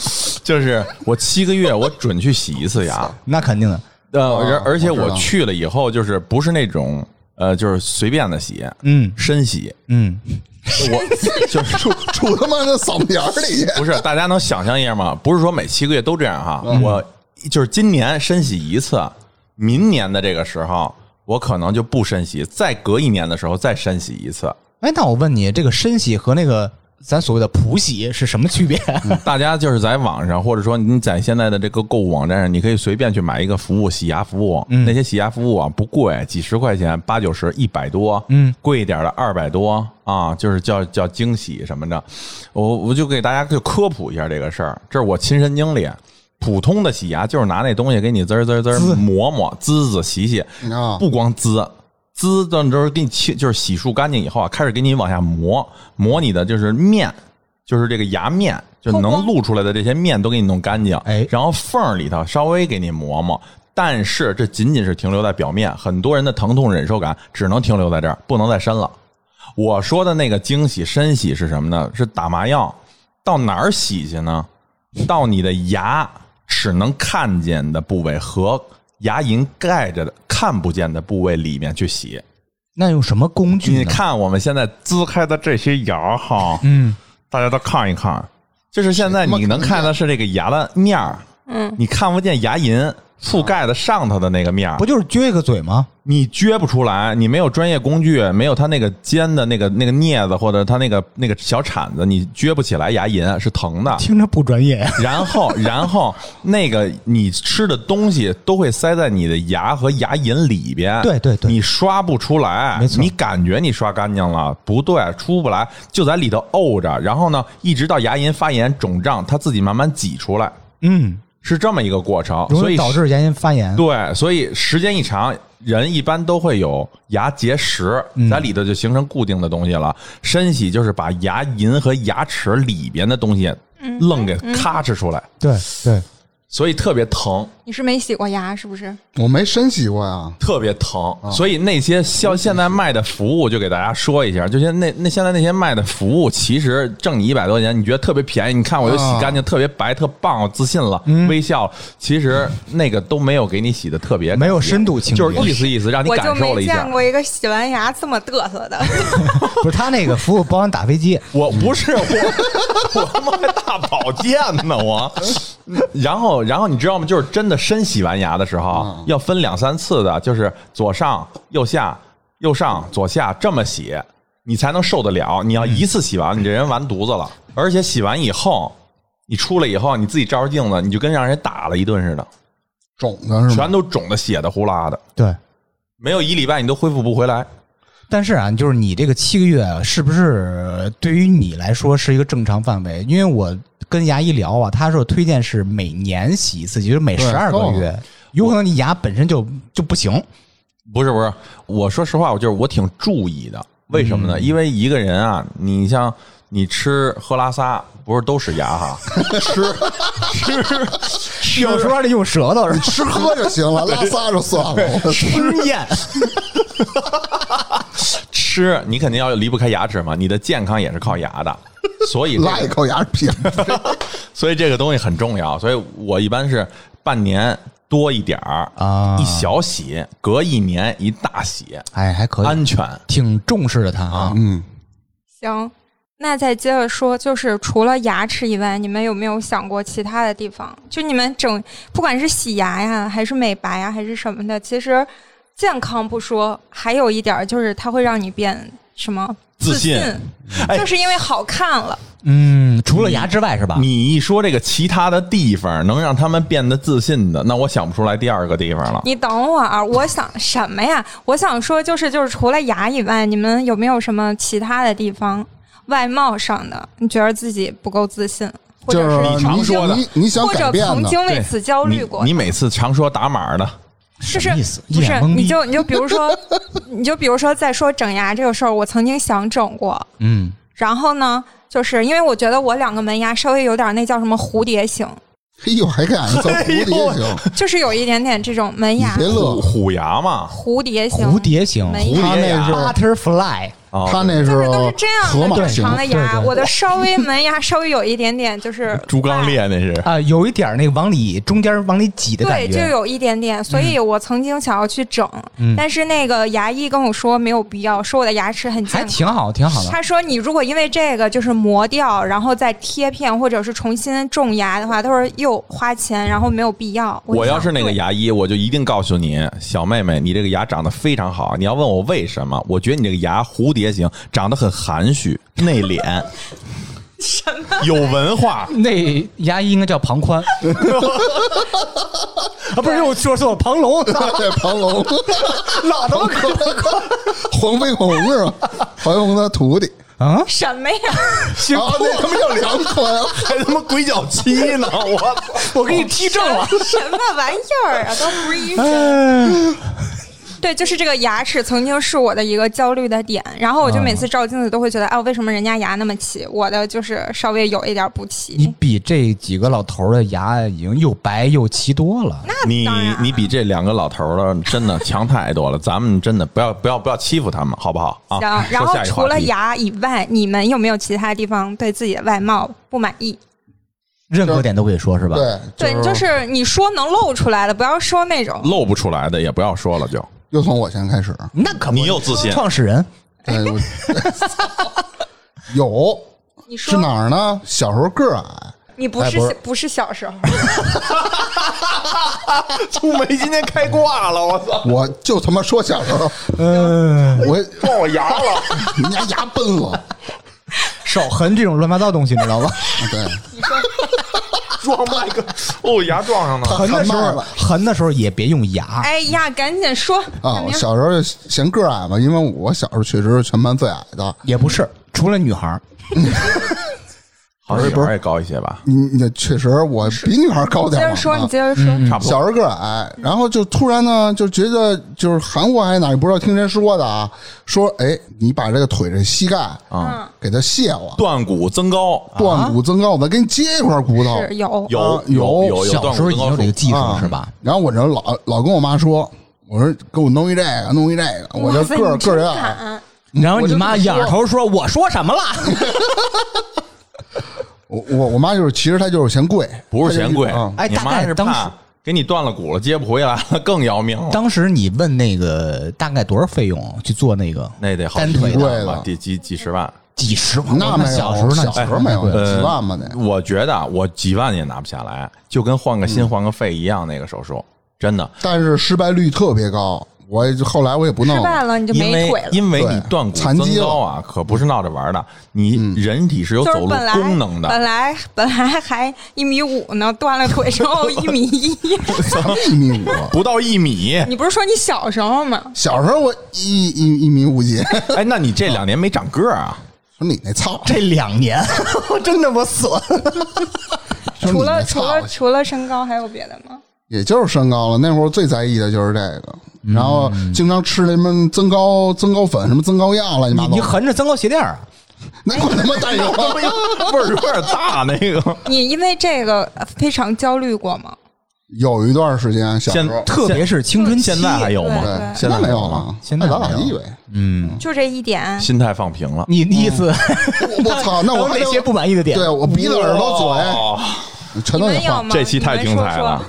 [SPEAKER 3] 就是我七个月我准去洗一次牙，
[SPEAKER 4] 那肯定的。
[SPEAKER 3] 呃，而而且
[SPEAKER 2] 我知
[SPEAKER 3] 我
[SPEAKER 2] 道
[SPEAKER 3] 去了以后，就是不是那种呃，就是随便的洗，
[SPEAKER 4] 嗯
[SPEAKER 3] 深洗，
[SPEAKER 4] 嗯，
[SPEAKER 3] 我就是
[SPEAKER 2] 杵 杵他妈的嗓子眼儿里去。
[SPEAKER 3] 不是大家能想象一下吗？不是说每七个月都这样哈，我就是今年深洗一次，明年的这个时候我可能就不深洗，再隔一年的时候再深洗一次。
[SPEAKER 4] 哎，那我问你，这个深洗和那个咱所谓的普洗是什么区别？
[SPEAKER 3] 大家就是在网上，或者说你在现在的这个购物网站上，你可以随便去买一个服务，洗牙服务。那些洗牙服务啊，不贵，几十块钱，八九十、一百多，
[SPEAKER 4] 嗯，
[SPEAKER 3] 贵一点的二百多啊，就是叫叫惊喜什么的。我我就给大家就科普一下这个事儿，这是我亲身经历。普通的洗牙就是拿那东西给你滋儿滋儿滋儿磨磨、滋滋、洗洗，
[SPEAKER 2] 你看啊，
[SPEAKER 3] 不光滋滋的时候给你清，就是洗漱干净以后啊，开始给你往下磨磨你的就是面，就是这个牙面，就能露出来的这些面都给你弄干净，
[SPEAKER 4] 哎
[SPEAKER 3] 然后缝儿里头稍微给你磨磨。但是这仅仅是停留在表面，很多人的疼痛忍受感只能停留在这儿，不能再深了。我说的那个惊喜、深喜是什么呢？是打麻药，到哪儿洗去呢？到你的牙只能看见的部位和牙龈盖着的看不见的部位里面去洗。
[SPEAKER 4] 那用什么工具呢？
[SPEAKER 3] 你，看我们现在滋开的这些牙哈，
[SPEAKER 4] 嗯，
[SPEAKER 3] 大家都看一看，就是现在你能看的是这个牙的面儿，
[SPEAKER 5] 嗯，
[SPEAKER 3] 你看不见牙龈，覆盖的上头的那个面儿
[SPEAKER 4] 不，就是撅一个嘴吗？
[SPEAKER 3] 你撅不出来，你没有专业工具，没有它那个尖的那个那个镊子或者它那个那个小铲子，你撅不起来牙龈是疼的。
[SPEAKER 4] 听着不专业呀。
[SPEAKER 3] 然后，然后那个你吃的东西都会塞在你的牙和牙龈里边，
[SPEAKER 4] 对对对
[SPEAKER 3] 你刷不出来，
[SPEAKER 4] 没错
[SPEAKER 3] 你感觉你刷干净了，不对，出不来，就在里头沤着，然后呢，一直到牙龈发炎肿胀，它自己慢慢挤出来，
[SPEAKER 4] 嗯，
[SPEAKER 3] 是这么一个过程，
[SPEAKER 4] 容
[SPEAKER 3] 所以
[SPEAKER 4] 易导致牙龈发炎。
[SPEAKER 3] 对，所以时间一长，人一般都会有牙结石，
[SPEAKER 4] 嗯
[SPEAKER 3] 在里头就形成固定的东西了。深洗就是把牙龈和牙齿里边的东西愣给咔哧出来，
[SPEAKER 4] 对对，
[SPEAKER 3] 所以特别疼，
[SPEAKER 5] 你是没洗过牙是不是？
[SPEAKER 2] 我没深洗过呀。
[SPEAKER 3] 特别疼。
[SPEAKER 4] 啊
[SPEAKER 3] 所以那些像现在卖的服务，就给大家说一下，就像那那现在那些卖的服务，其实挣你一百多块钱，你觉得特别便宜，你看我就洗干净，特别白，特棒，我自信了，
[SPEAKER 4] 嗯
[SPEAKER 3] 微笑。其实那个都没有给你洗的特别
[SPEAKER 4] 没有
[SPEAKER 3] 干净
[SPEAKER 4] 深度清洁
[SPEAKER 3] 就是意思意思，让你
[SPEAKER 5] 我
[SPEAKER 3] 感
[SPEAKER 5] 就
[SPEAKER 3] 受了
[SPEAKER 5] 没
[SPEAKER 3] 一下
[SPEAKER 5] 见。过一个洗完牙这么嘚瑟的。
[SPEAKER 4] 不是他那个服务包含打飞机，
[SPEAKER 3] 我不是我，我他妈还大保健呢我。然后，然后你知道吗？就是真的深洗完牙的时候，啊要分两三次的，就是左上、右下、右上、左下这么洗，你才能受得了。你要一次洗完，你这人完犊子了。而且洗完以后，你出来以后，你自己照照镜子，你就跟让人打了一顿似的，
[SPEAKER 2] 肿的是吗？
[SPEAKER 3] 全都肿的、血的、呼啦的，
[SPEAKER 4] 对。
[SPEAKER 3] 没有一礼拜你都恢复不回来。
[SPEAKER 4] 但是啊，就是你这个七个月啊是不是对于你来说是一个正常范围？因为我跟牙医聊啊，他说推荐是每年洗一次，就是每
[SPEAKER 2] 对
[SPEAKER 4] 十二
[SPEAKER 2] 够
[SPEAKER 4] 个
[SPEAKER 2] 了
[SPEAKER 4] 月，有可能你牙本身就就不行。
[SPEAKER 3] 不是不是，我说实话，我就是我挺注意的。为什么
[SPEAKER 4] 嗯
[SPEAKER 3] 呢？因为一个人啊，你像你吃喝拉撒，不是都是牙哈， 吃吃吃
[SPEAKER 4] 有时候还得用舌头是吧
[SPEAKER 2] 吃喝就行了，拉撒就算了。我
[SPEAKER 4] 吃咽，
[SPEAKER 3] 吃，你肯定要离不开牙齿嘛，你的健康也是靠牙的，所以这个
[SPEAKER 2] 拉一口牙撇。
[SPEAKER 3] 所以这个东西很重要，所以我一般是半年多一点儿
[SPEAKER 4] 啊
[SPEAKER 3] 一小洗，隔一年一大洗，
[SPEAKER 4] 哎，还可以，
[SPEAKER 3] 安全。
[SPEAKER 4] 挺重视的他啊。
[SPEAKER 2] 嗯，
[SPEAKER 5] 行，那再接着说，就是除了牙齿以外，你们有没有想过其他的地方？就你们整，不管是洗牙呀，还是美白呀，还是什么的，其实健康不说，还有一点儿就是它会让你变什么
[SPEAKER 3] 自信哎
[SPEAKER 5] 就是因为好看了。
[SPEAKER 4] 嗯，除了牙之外是吧？
[SPEAKER 3] 你一说这个其他的地方能让他们变得自信的，那我想不出来第二个地方了。
[SPEAKER 5] 你等会儿，我想什么呀？我想说，就是就是除了牙以外，你们有没有什么其他的地方？外貌上的，你觉得自己不够自信，或
[SPEAKER 2] 就
[SPEAKER 5] 者
[SPEAKER 2] 是
[SPEAKER 5] 是
[SPEAKER 3] 你常说的
[SPEAKER 2] 你你想
[SPEAKER 5] 或
[SPEAKER 2] 改
[SPEAKER 5] 者
[SPEAKER 2] 变
[SPEAKER 5] 曾
[SPEAKER 2] 的，
[SPEAKER 5] 经为
[SPEAKER 3] 对
[SPEAKER 5] 此焦虑过
[SPEAKER 3] 你。你每次常说打码的，
[SPEAKER 5] 就
[SPEAKER 4] 什
[SPEAKER 5] 是
[SPEAKER 4] 么意思
[SPEAKER 5] 不
[SPEAKER 4] 一
[SPEAKER 5] 是
[SPEAKER 4] 脸懵逼
[SPEAKER 5] 你就你就比如说， 你就比如说再说整牙这个事儿，我曾经想整过，
[SPEAKER 4] 嗯，
[SPEAKER 5] 然后呢，就是因为我觉得我两个门牙稍微有点那叫什么蝴蝶形，
[SPEAKER 2] 哎呦，还敢走蝴蝶形？
[SPEAKER 5] 就是有一点点这种门
[SPEAKER 2] 你
[SPEAKER 5] 牙
[SPEAKER 2] 别
[SPEAKER 3] 虎
[SPEAKER 2] 乐，
[SPEAKER 3] 虎牙嘛，
[SPEAKER 5] 蝴蝶形，
[SPEAKER 4] 蝴蝶形，
[SPEAKER 5] 没
[SPEAKER 2] 他那是
[SPEAKER 4] 那是 butterfly，
[SPEAKER 3] 啊，
[SPEAKER 2] 他那
[SPEAKER 5] 就是都是这
[SPEAKER 2] 河
[SPEAKER 5] 样的
[SPEAKER 2] 马
[SPEAKER 5] 正
[SPEAKER 2] 型
[SPEAKER 5] 常的牙，
[SPEAKER 4] 对对
[SPEAKER 5] 我的稍微 门牙稍微有一点点就是
[SPEAKER 3] 猪刚鬣那是。
[SPEAKER 4] 啊，有一点儿那个往里中间往里挤的感
[SPEAKER 5] 对，
[SPEAKER 4] 觉，
[SPEAKER 5] 就有一点点，所以我曾经想要去整，
[SPEAKER 4] 嗯
[SPEAKER 5] 但是那个牙医跟我说没有必要，说我的牙齿很健
[SPEAKER 4] 还
[SPEAKER 5] 康。
[SPEAKER 4] 挺好，挺好的。
[SPEAKER 5] 他说：“你如果因为这个就是磨掉，然后再贴片或者是重新种牙的话，他说又花钱，然后没有必要。就想”
[SPEAKER 3] 我要是那个
[SPEAKER 5] 对，
[SPEAKER 3] 牙医，我就一定告诉你，小妹妹，你这个牙长得非常好。你要问我为什么，我觉得你这个牙蝴蝶形，长得很含蓄、内敛，什么有文化。
[SPEAKER 4] 那牙医应该叫庞 宽，啊，不是我说错，庞龙，
[SPEAKER 2] 对，庞龙，
[SPEAKER 4] 老他妈可
[SPEAKER 2] 黄飞鸿是吧？黄飞鸿他徒弟，
[SPEAKER 4] 啊，
[SPEAKER 5] 什 么呀？
[SPEAKER 4] 行，
[SPEAKER 2] 啊，那他妈叫梁宽，啊
[SPEAKER 3] 还他妈鬼脚七呢！我操！
[SPEAKER 4] 我给你踢正了。
[SPEAKER 5] 什么玩意儿啊？都不 是一人。
[SPEAKER 3] 哎
[SPEAKER 5] 对，就是这个牙齿曾经是我的一个焦虑的点，然后我就每次照镜子都会觉得，哎、为什么人家牙那么齐，我的就是稍微有一点不
[SPEAKER 4] 你
[SPEAKER 5] 齐。
[SPEAKER 4] 比这几个老头儿的牙已经又白又齐多了，
[SPEAKER 3] 你
[SPEAKER 5] 当然啊
[SPEAKER 3] 你比这两个老头儿的真的强太多了，咱们真的不要不要不要欺负他们，好不好啊？
[SPEAKER 5] 行，然
[SPEAKER 3] 说
[SPEAKER 5] 后
[SPEAKER 3] 下一个话
[SPEAKER 5] 除了
[SPEAKER 3] 题
[SPEAKER 5] 牙以外，你们有没有其他地方对自己的外貌不满意？
[SPEAKER 4] 任何点都可以说是吧？
[SPEAKER 2] 对，
[SPEAKER 5] 对，就是你说能露出来的，不要说那种。
[SPEAKER 3] 露不出来的也不要说了就，
[SPEAKER 2] 又从我先开 始，
[SPEAKER 4] 那可不
[SPEAKER 3] 你有自信
[SPEAKER 4] 创始人
[SPEAKER 2] 对，我 有
[SPEAKER 5] 你说
[SPEAKER 2] 是哪儿呢？小时候个儿矮，
[SPEAKER 5] 你不
[SPEAKER 2] 哎不
[SPEAKER 5] 是
[SPEAKER 2] 是啊
[SPEAKER 5] 小不是小时候，
[SPEAKER 3] 粗眉今天开挂了，我操，
[SPEAKER 2] 我就他妈说小时候，
[SPEAKER 4] 嗯，
[SPEAKER 2] 我
[SPEAKER 3] 撞我牙了。
[SPEAKER 2] 你们家牙崩 了，
[SPEAKER 4] 手痕这种乱七八糟东西，你 知道吧？
[SPEAKER 2] 对，
[SPEAKER 4] 啊
[SPEAKER 3] 撞麦克，哦，牙撞上了。
[SPEAKER 4] 痕的时
[SPEAKER 2] 太慢
[SPEAKER 4] 候，
[SPEAKER 2] 了
[SPEAKER 4] 痕的时候也别用牙，
[SPEAKER 5] 哎呀，赶紧说
[SPEAKER 2] 啊，
[SPEAKER 5] 小
[SPEAKER 2] 我
[SPEAKER 5] 明
[SPEAKER 2] 小时候就嫌个儿矮嘛，因为我小时候确实是全班最矮的。
[SPEAKER 4] 也不是，除了女孩儿，
[SPEAKER 3] 好像女孩也高一些吧？
[SPEAKER 2] 你你确实我比女孩高
[SPEAKER 5] 接
[SPEAKER 2] 点儿
[SPEAKER 5] 着
[SPEAKER 2] 嘛
[SPEAKER 5] 说，
[SPEAKER 2] 啊
[SPEAKER 5] 你接着说，
[SPEAKER 3] 差不多。
[SPEAKER 2] 小时候个儿矮，然后就突然呢，就觉得就是韩国还是哪儿也不知道听谁说的啊，说哎，你把这个腿这膝盖
[SPEAKER 4] 啊
[SPEAKER 5] 嗯，
[SPEAKER 2] 给它卸了，
[SPEAKER 3] 断骨增高
[SPEAKER 2] 断骨增高，我再给你接一块骨头。
[SPEAKER 5] 是有
[SPEAKER 3] 有
[SPEAKER 2] 啊
[SPEAKER 3] 有
[SPEAKER 2] 有
[SPEAKER 3] 有
[SPEAKER 4] 小时候已经有这个技术
[SPEAKER 2] 啊
[SPEAKER 4] 是吧？
[SPEAKER 2] 然后我这老老跟我妈说，我说给我弄一这个，弄一这个，我这
[SPEAKER 5] 哇塞
[SPEAKER 2] 个儿个
[SPEAKER 5] 你
[SPEAKER 2] 儿
[SPEAKER 5] 真
[SPEAKER 2] 也矮，
[SPEAKER 5] 敢
[SPEAKER 4] 然后你妈
[SPEAKER 2] 我就这么
[SPEAKER 4] 仰
[SPEAKER 2] 说
[SPEAKER 4] 着头说：“我说什么了
[SPEAKER 2] 我我我妈就是其实她就是嫌贵，
[SPEAKER 3] 不是嫌贵
[SPEAKER 2] 啊，
[SPEAKER 4] 哎
[SPEAKER 3] 你
[SPEAKER 4] 大
[SPEAKER 3] 妈
[SPEAKER 4] 概
[SPEAKER 3] 是
[SPEAKER 4] 当时
[SPEAKER 3] 怕给你断了骨了，接不回来了，更要命了？”。
[SPEAKER 4] 当时你问那个大概多少费用去做那个
[SPEAKER 3] 那得好
[SPEAKER 4] 单腿
[SPEAKER 2] 挺贵
[SPEAKER 4] 的，
[SPEAKER 2] 对了
[SPEAKER 3] 几几几十万。
[SPEAKER 4] 几十万？
[SPEAKER 2] 那
[SPEAKER 4] 我
[SPEAKER 2] 没有，
[SPEAKER 4] 们小时候那
[SPEAKER 2] 小时候没有
[SPEAKER 4] 几十万
[SPEAKER 2] 几
[SPEAKER 3] 呃
[SPEAKER 2] 万吧得。
[SPEAKER 3] 我觉得啊我几万也拿不下来，就跟换个
[SPEAKER 2] 嗯
[SPEAKER 3] 心换个肺一样，那个手术真的，
[SPEAKER 2] 但是失败率特别高，我就后来我也不弄
[SPEAKER 5] 失败
[SPEAKER 2] 了。
[SPEAKER 5] 了你就
[SPEAKER 3] 因
[SPEAKER 5] 没
[SPEAKER 3] 为
[SPEAKER 5] 腿了，
[SPEAKER 3] 因为
[SPEAKER 2] 对
[SPEAKER 3] 你断骨
[SPEAKER 2] 残
[SPEAKER 3] 增
[SPEAKER 2] 疾嗯
[SPEAKER 3] 高啊，可不是闹着玩的，你人体是有
[SPEAKER 5] 就
[SPEAKER 3] 走
[SPEAKER 5] 是
[SPEAKER 3] 路
[SPEAKER 5] 本来
[SPEAKER 3] 功能
[SPEAKER 5] 本
[SPEAKER 3] 的。
[SPEAKER 5] 来本来还一米五呢，断了腿之后一米一。
[SPEAKER 2] 什么一米五？
[SPEAKER 3] 不到一米，
[SPEAKER 5] 你不是说你小时候吗？
[SPEAKER 2] 小时候我一一一米五几，
[SPEAKER 3] 哎，那你这两年没长个儿啊？
[SPEAKER 2] 说你那操，
[SPEAKER 4] 这两年， 我真他妈损。
[SPEAKER 2] 说你
[SPEAKER 5] 除
[SPEAKER 2] 那
[SPEAKER 5] 了除
[SPEAKER 2] 操，
[SPEAKER 5] 了除了身高还有别的吗？
[SPEAKER 2] 也就是身高了。那会儿最在意的就是这个，然后经常吃那什么增高增高粉、什么增高药了，你妈
[SPEAKER 4] 你
[SPEAKER 2] 都
[SPEAKER 4] 你横着增高鞋垫儿啊？
[SPEAKER 2] 那管他妈带有
[SPEAKER 3] 味儿有点大，啊那个
[SPEAKER 5] 你因为这个非常焦虑过吗？
[SPEAKER 2] 有一段时间小时候，
[SPEAKER 4] 特别是青春期，
[SPEAKER 3] 现在还有吗？
[SPEAKER 5] 对
[SPEAKER 2] 对，
[SPEAKER 3] 现
[SPEAKER 2] 现
[SPEAKER 3] 在
[SPEAKER 2] 嗯在没有
[SPEAKER 3] 有
[SPEAKER 2] 了
[SPEAKER 3] 吗。
[SPEAKER 4] 现在
[SPEAKER 2] 哎咱俩
[SPEAKER 4] 没有
[SPEAKER 2] 以为，
[SPEAKER 4] 嗯，
[SPEAKER 5] 就这一点，
[SPEAKER 3] 心态放平了。
[SPEAKER 4] 你的意思？
[SPEAKER 2] 我我操，那我
[SPEAKER 4] 有
[SPEAKER 2] 还
[SPEAKER 4] 哪
[SPEAKER 2] 得
[SPEAKER 4] 些不满意的点？
[SPEAKER 2] 对我鼻子、耳朵、哎
[SPEAKER 3] 哇
[SPEAKER 2] 嘴全
[SPEAKER 5] 你
[SPEAKER 2] 都
[SPEAKER 5] 们
[SPEAKER 2] 得
[SPEAKER 5] 有
[SPEAKER 2] 换。
[SPEAKER 5] 吗？
[SPEAKER 3] 哦这期太精彩了哎
[SPEAKER 5] 你们说说。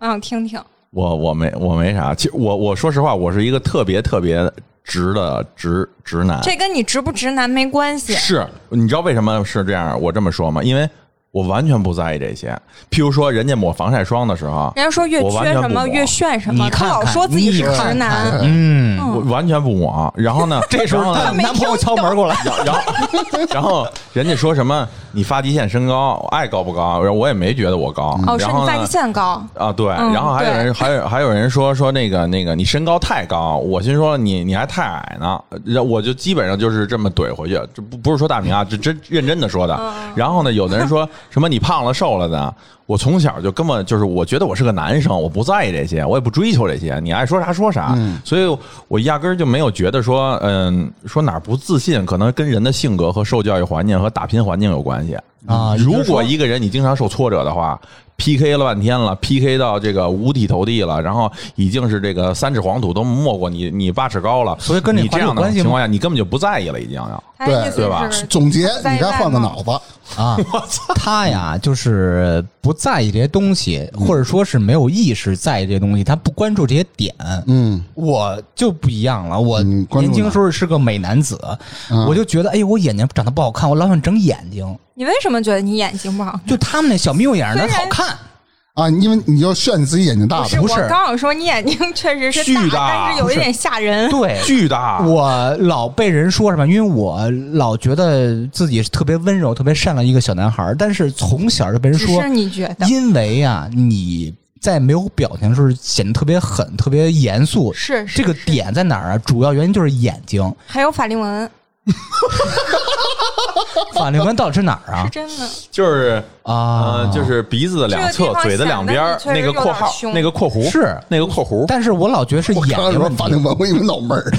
[SPEAKER 5] 我想听听。
[SPEAKER 3] 我我没我没啥，其实我我说实话，我是一个特别特别直的直直男。
[SPEAKER 5] 这跟你直不直男没关系。
[SPEAKER 3] 是，你知道为什么是这样？我这么说吗？因为我完全不在意这些。譬如说，人家抹防晒霜的时候，啊
[SPEAKER 5] 人家说越
[SPEAKER 3] 我完
[SPEAKER 5] 缺
[SPEAKER 3] 全不
[SPEAKER 5] 什么
[SPEAKER 3] 抹
[SPEAKER 5] 越炫什么，
[SPEAKER 4] 你看
[SPEAKER 5] 他老
[SPEAKER 4] 看
[SPEAKER 5] 说自己
[SPEAKER 4] 你
[SPEAKER 5] 是直
[SPEAKER 4] 看
[SPEAKER 5] 男。
[SPEAKER 4] 嗯，
[SPEAKER 3] 我完全不抹。然后 呢，这时候呢，
[SPEAKER 4] 男朋友敲门过来，
[SPEAKER 3] 然后，然后人家说什么？你发际线升高，我爱高不高？然后我也没觉得我高。
[SPEAKER 5] 哦，是
[SPEAKER 3] 然
[SPEAKER 5] 你
[SPEAKER 3] 后
[SPEAKER 5] 发际
[SPEAKER 3] 呢？
[SPEAKER 5] 线高。
[SPEAKER 3] 啊，对，
[SPEAKER 5] 嗯
[SPEAKER 3] 然后还有人，还有还有人说说那个那个，你身高太高，我心说你你还太矮呢，然后我就基本上就是这么怼回去，这不不是说大明啊，这真认真的说的。然后呢，有的人说什么你胖了瘦了的，我从小就根本就是我觉得我是个男生，我不在意这些，我也不追求这些，你爱说啥说啥，
[SPEAKER 4] 嗯
[SPEAKER 3] 所以我压根儿就没有觉得说嗯说哪儿不自信，可能跟人的性格和受教育环境和打拼环境有关系。
[SPEAKER 4] 啊，也就
[SPEAKER 3] 如
[SPEAKER 4] 是
[SPEAKER 3] 果
[SPEAKER 4] 说
[SPEAKER 3] 一个人你经常受挫折的话，PK 了半天了，PK 到这个五体投地了，然后已经是这个三尺黄土都没过你，你八尺高了，
[SPEAKER 4] 所以跟这
[SPEAKER 3] 你这
[SPEAKER 4] 话题有
[SPEAKER 3] 样的
[SPEAKER 4] 关系
[SPEAKER 3] 情
[SPEAKER 4] 吗
[SPEAKER 3] 况下，你根本就不在意了，已经啊要。
[SPEAKER 5] 他
[SPEAKER 2] 对
[SPEAKER 5] 意思
[SPEAKER 3] 对吧
[SPEAKER 5] 是
[SPEAKER 2] 总结，
[SPEAKER 5] 嗯在
[SPEAKER 2] 你该换个脑子。
[SPEAKER 4] 啊，他呀就是不在意这些东西，或者说是没有意识在意这些东西，他不关注这些点。
[SPEAKER 2] 嗯，
[SPEAKER 4] 我就不一样了，我
[SPEAKER 2] 嗯关注
[SPEAKER 4] 年轻时候是个美男子，
[SPEAKER 2] 嗯
[SPEAKER 4] 我就觉得哎，我眼睛长得不好看，我老想整眼睛，
[SPEAKER 5] 你为什么觉得你眼睛不好？
[SPEAKER 4] 就他们那小迷糊眼儿的
[SPEAKER 5] 虽然
[SPEAKER 4] 好看。
[SPEAKER 2] 啊，因为你就炫你自己眼睛大
[SPEAKER 5] 不是，
[SPEAKER 2] 呗。
[SPEAKER 4] 啊不是
[SPEAKER 5] 我刚想说你眼睛确实是
[SPEAKER 3] 巨大
[SPEAKER 5] 但是有一点吓人。
[SPEAKER 4] 对，
[SPEAKER 3] 巨大，
[SPEAKER 4] 我老被人说什么，因为我老觉得自己是特别温柔、特别善良一个小男孩儿，但是从小就被人
[SPEAKER 5] 只
[SPEAKER 4] 说
[SPEAKER 5] 是，你觉得
[SPEAKER 4] 因为啊，你在没有表情的时候显得特别狠、特别严肃。
[SPEAKER 5] 是是
[SPEAKER 4] 这个点在哪儿啊？主要原因就是眼 睛。
[SPEAKER 5] 还有法令纹
[SPEAKER 4] 法令纹到底是哪儿
[SPEAKER 5] 是
[SPEAKER 4] 啊？
[SPEAKER 5] 真的，
[SPEAKER 3] 就是
[SPEAKER 4] 啊
[SPEAKER 3] 呃，，就是鼻子的两
[SPEAKER 5] 这个地
[SPEAKER 3] 侧、
[SPEAKER 5] 方
[SPEAKER 3] 嘴的两边儿，
[SPEAKER 5] 显得
[SPEAKER 3] 那
[SPEAKER 5] 你
[SPEAKER 3] 个
[SPEAKER 5] 确实
[SPEAKER 3] 括号
[SPEAKER 5] 有点凶、
[SPEAKER 3] 那个括弧
[SPEAKER 4] 是
[SPEAKER 3] 那个括弧，
[SPEAKER 4] 但是我老觉得是
[SPEAKER 2] 我
[SPEAKER 4] 眼
[SPEAKER 2] 刚才
[SPEAKER 4] 睛
[SPEAKER 2] 说
[SPEAKER 4] 问题
[SPEAKER 2] 法令纹，我以为脑门儿，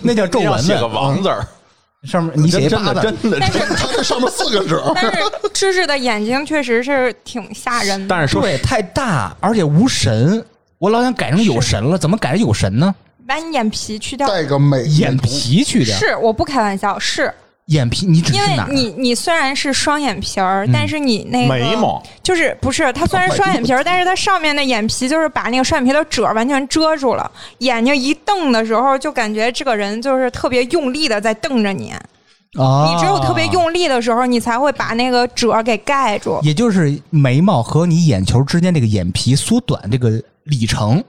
[SPEAKER 4] 那叫皱
[SPEAKER 3] 要
[SPEAKER 4] 纹
[SPEAKER 3] 写个
[SPEAKER 4] 纹，
[SPEAKER 3] 王字儿，
[SPEAKER 4] 上面你写一
[SPEAKER 3] 真
[SPEAKER 4] 八
[SPEAKER 3] 的
[SPEAKER 4] 字，
[SPEAKER 3] 真的
[SPEAKER 5] 但
[SPEAKER 3] 真的。
[SPEAKER 5] 是
[SPEAKER 2] 它这上面四个褶儿。
[SPEAKER 5] 但 是芝芝的眼睛确实是挺吓人的。
[SPEAKER 3] 但是说
[SPEAKER 4] 对，太大，而且无神。我老想改成有神了，怎么改成有神呢？
[SPEAKER 5] 把你眼皮去掉，
[SPEAKER 2] 带个美
[SPEAKER 4] 眼
[SPEAKER 2] 瞳
[SPEAKER 4] 皮去掉，
[SPEAKER 5] 是我不开玩笑，是
[SPEAKER 4] 眼皮，你指
[SPEAKER 5] 因
[SPEAKER 4] 是
[SPEAKER 5] 为
[SPEAKER 4] 哪儿？啊嗯
[SPEAKER 5] 你你虽然是双眼皮儿，但是你那个
[SPEAKER 3] 眉毛
[SPEAKER 5] 就是不是它虽然双眼皮儿，但是它上面的眼皮就是把那个双眼皮的褶儿完全遮住了，眼睛一瞪的时候就感觉这个人就是特别用力的在瞪着你，
[SPEAKER 4] 啊，
[SPEAKER 5] 你只有特别。用力的时候，你才会把那个褶儿给盖住。
[SPEAKER 4] 也就是眉毛和你眼球之间这个眼皮缩短这个里程，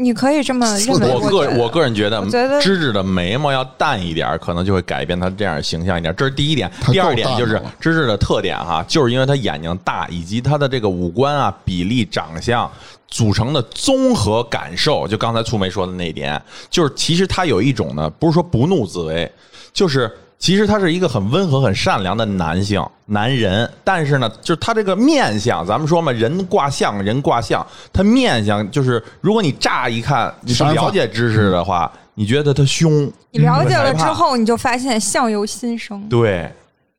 [SPEAKER 5] 你可以这么认为。
[SPEAKER 3] 我
[SPEAKER 5] 觉
[SPEAKER 3] 个
[SPEAKER 5] 得
[SPEAKER 3] 我个人觉得
[SPEAKER 5] 我觉得，
[SPEAKER 3] 芝芝的眉毛要淡一点儿，可能就会改变她这样形象一点儿。这是第一点
[SPEAKER 2] 她，
[SPEAKER 3] 第二
[SPEAKER 2] 够
[SPEAKER 3] 点
[SPEAKER 2] 淡
[SPEAKER 3] 就是
[SPEAKER 2] 了
[SPEAKER 3] 芝芝的特点哈，就是因为她眼睛大，以及她的这个五官啊、比例、长相组成的综合感受。就刚才粗梅说的那一点，就是其实她有一种呢，不是说不怒自威，就是。其实他是一个很温和、很善良的男性男人，但是呢，就是他这个面相，咱们说嘛，人卦相，人卦相，他面相就是，如果你乍一看，你不
[SPEAKER 2] 闪
[SPEAKER 3] 了
[SPEAKER 2] 法
[SPEAKER 3] 解知识的话，你觉得他凶，
[SPEAKER 5] 你了解了
[SPEAKER 3] 嗯
[SPEAKER 5] 之后，你就发现相由心生。
[SPEAKER 3] 对，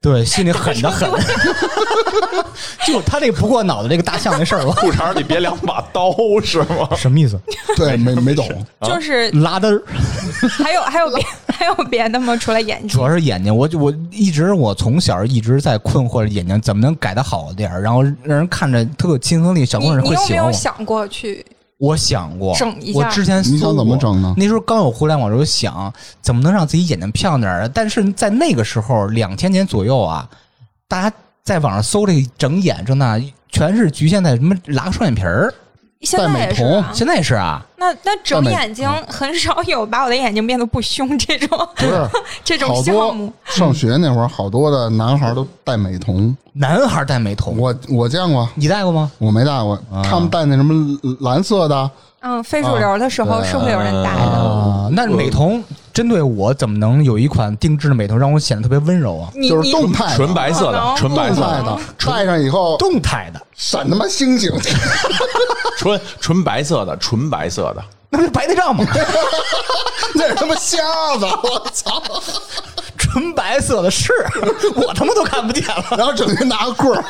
[SPEAKER 4] 对，心里狠的 很。就他这不过脑子这个大象那事儿吧？
[SPEAKER 3] 裤衩里别两把刀是吗？
[SPEAKER 4] 什么意思？
[SPEAKER 2] 对，没没 懂，
[SPEAKER 5] 就是
[SPEAKER 4] 拉的，
[SPEAKER 5] 还有还有别还有别的吗？除了眼 睛
[SPEAKER 4] 主，要是眼睛，我就我一直我从小一直在困惑着眼睛怎么能改的好点儿，然后让人看着特有亲和力，小
[SPEAKER 5] 你
[SPEAKER 4] 姑娘
[SPEAKER 5] 你
[SPEAKER 4] 会
[SPEAKER 5] 有
[SPEAKER 4] 喜
[SPEAKER 5] 没
[SPEAKER 4] 欢我
[SPEAKER 5] 有。想过去？
[SPEAKER 4] 我想过
[SPEAKER 5] 整一下
[SPEAKER 4] 我之前搜
[SPEAKER 2] 你想怎么
[SPEAKER 4] 过
[SPEAKER 2] 整呢
[SPEAKER 4] 那时候刚有互联网，时候想怎么能让自己眼睛漂亮点儿。但是在那个时候，两千年左右啊，大家在网上搜这个整眼这那，全是局限在什么拉个双眼皮儿。
[SPEAKER 5] 现
[SPEAKER 2] 戴
[SPEAKER 5] 在
[SPEAKER 2] 美
[SPEAKER 5] 也是
[SPEAKER 2] 瞳
[SPEAKER 5] 啊。
[SPEAKER 4] 现在也是啊，
[SPEAKER 5] 那那整
[SPEAKER 2] 戴美
[SPEAKER 5] 眼睛很少有把我的眼睛变得不凶这种
[SPEAKER 2] 不是
[SPEAKER 5] 这种
[SPEAKER 2] 好
[SPEAKER 5] 项
[SPEAKER 2] 多
[SPEAKER 5] 目。
[SPEAKER 2] 上学那会儿，好多的男孩都戴美瞳，
[SPEAKER 4] 男孩戴美瞳，
[SPEAKER 2] 我我见过，
[SPEAKER 4] 你戴过吗？
[SPEAKER 2] 我没戴过，
[SPEAKER 4] 啊
[SPEAKER 2] 他们戴那什么蓝色的，
[SPEAKER 5] 嗯，非主流的时
[SPEAKER 2] 啊
[SPEAKER 5] 候是会有人戴
[SPEAKER 2] 呃
[SPEAKER 5] 的。
[SPEAKER 4] 啊、那美瞳针对我，怎么能有一款定制的美瞳让我显得特别温柔啊？
[SPEAKER 5] 你
[SPEAKER 2] 就是
[SPEAKER 5] 你
[SPEAKER 2] 动态的
[SPEAKER 3] 纯白色
[SPEAKER 5] 可
[SPEAKER 3] 的，
[SPEAKER 5] 能
[SPEAKER 3] 纯白
[SPEAKER 2] 动
[SPEAKER 3] 色
[SPEAKER 2] 态
[SPEAKER 3] 的，
[SPEAKER 2] 的，戴上以后
[SPEAKER 4] 动态的，
[SPEAKER 2] 闪他妈星星，
[SPEAKER 3] 纯纯白色的，纯白色的，
[SPEAKER 4] 那不就白内 障吗？
[SPEAKER 2] 那是他妈瞎子， 我操！
[SPEAKER 4] 纯白色的是，我他妈都看不见了。
[SPEAKER 2] 然后整天拿个棍儿，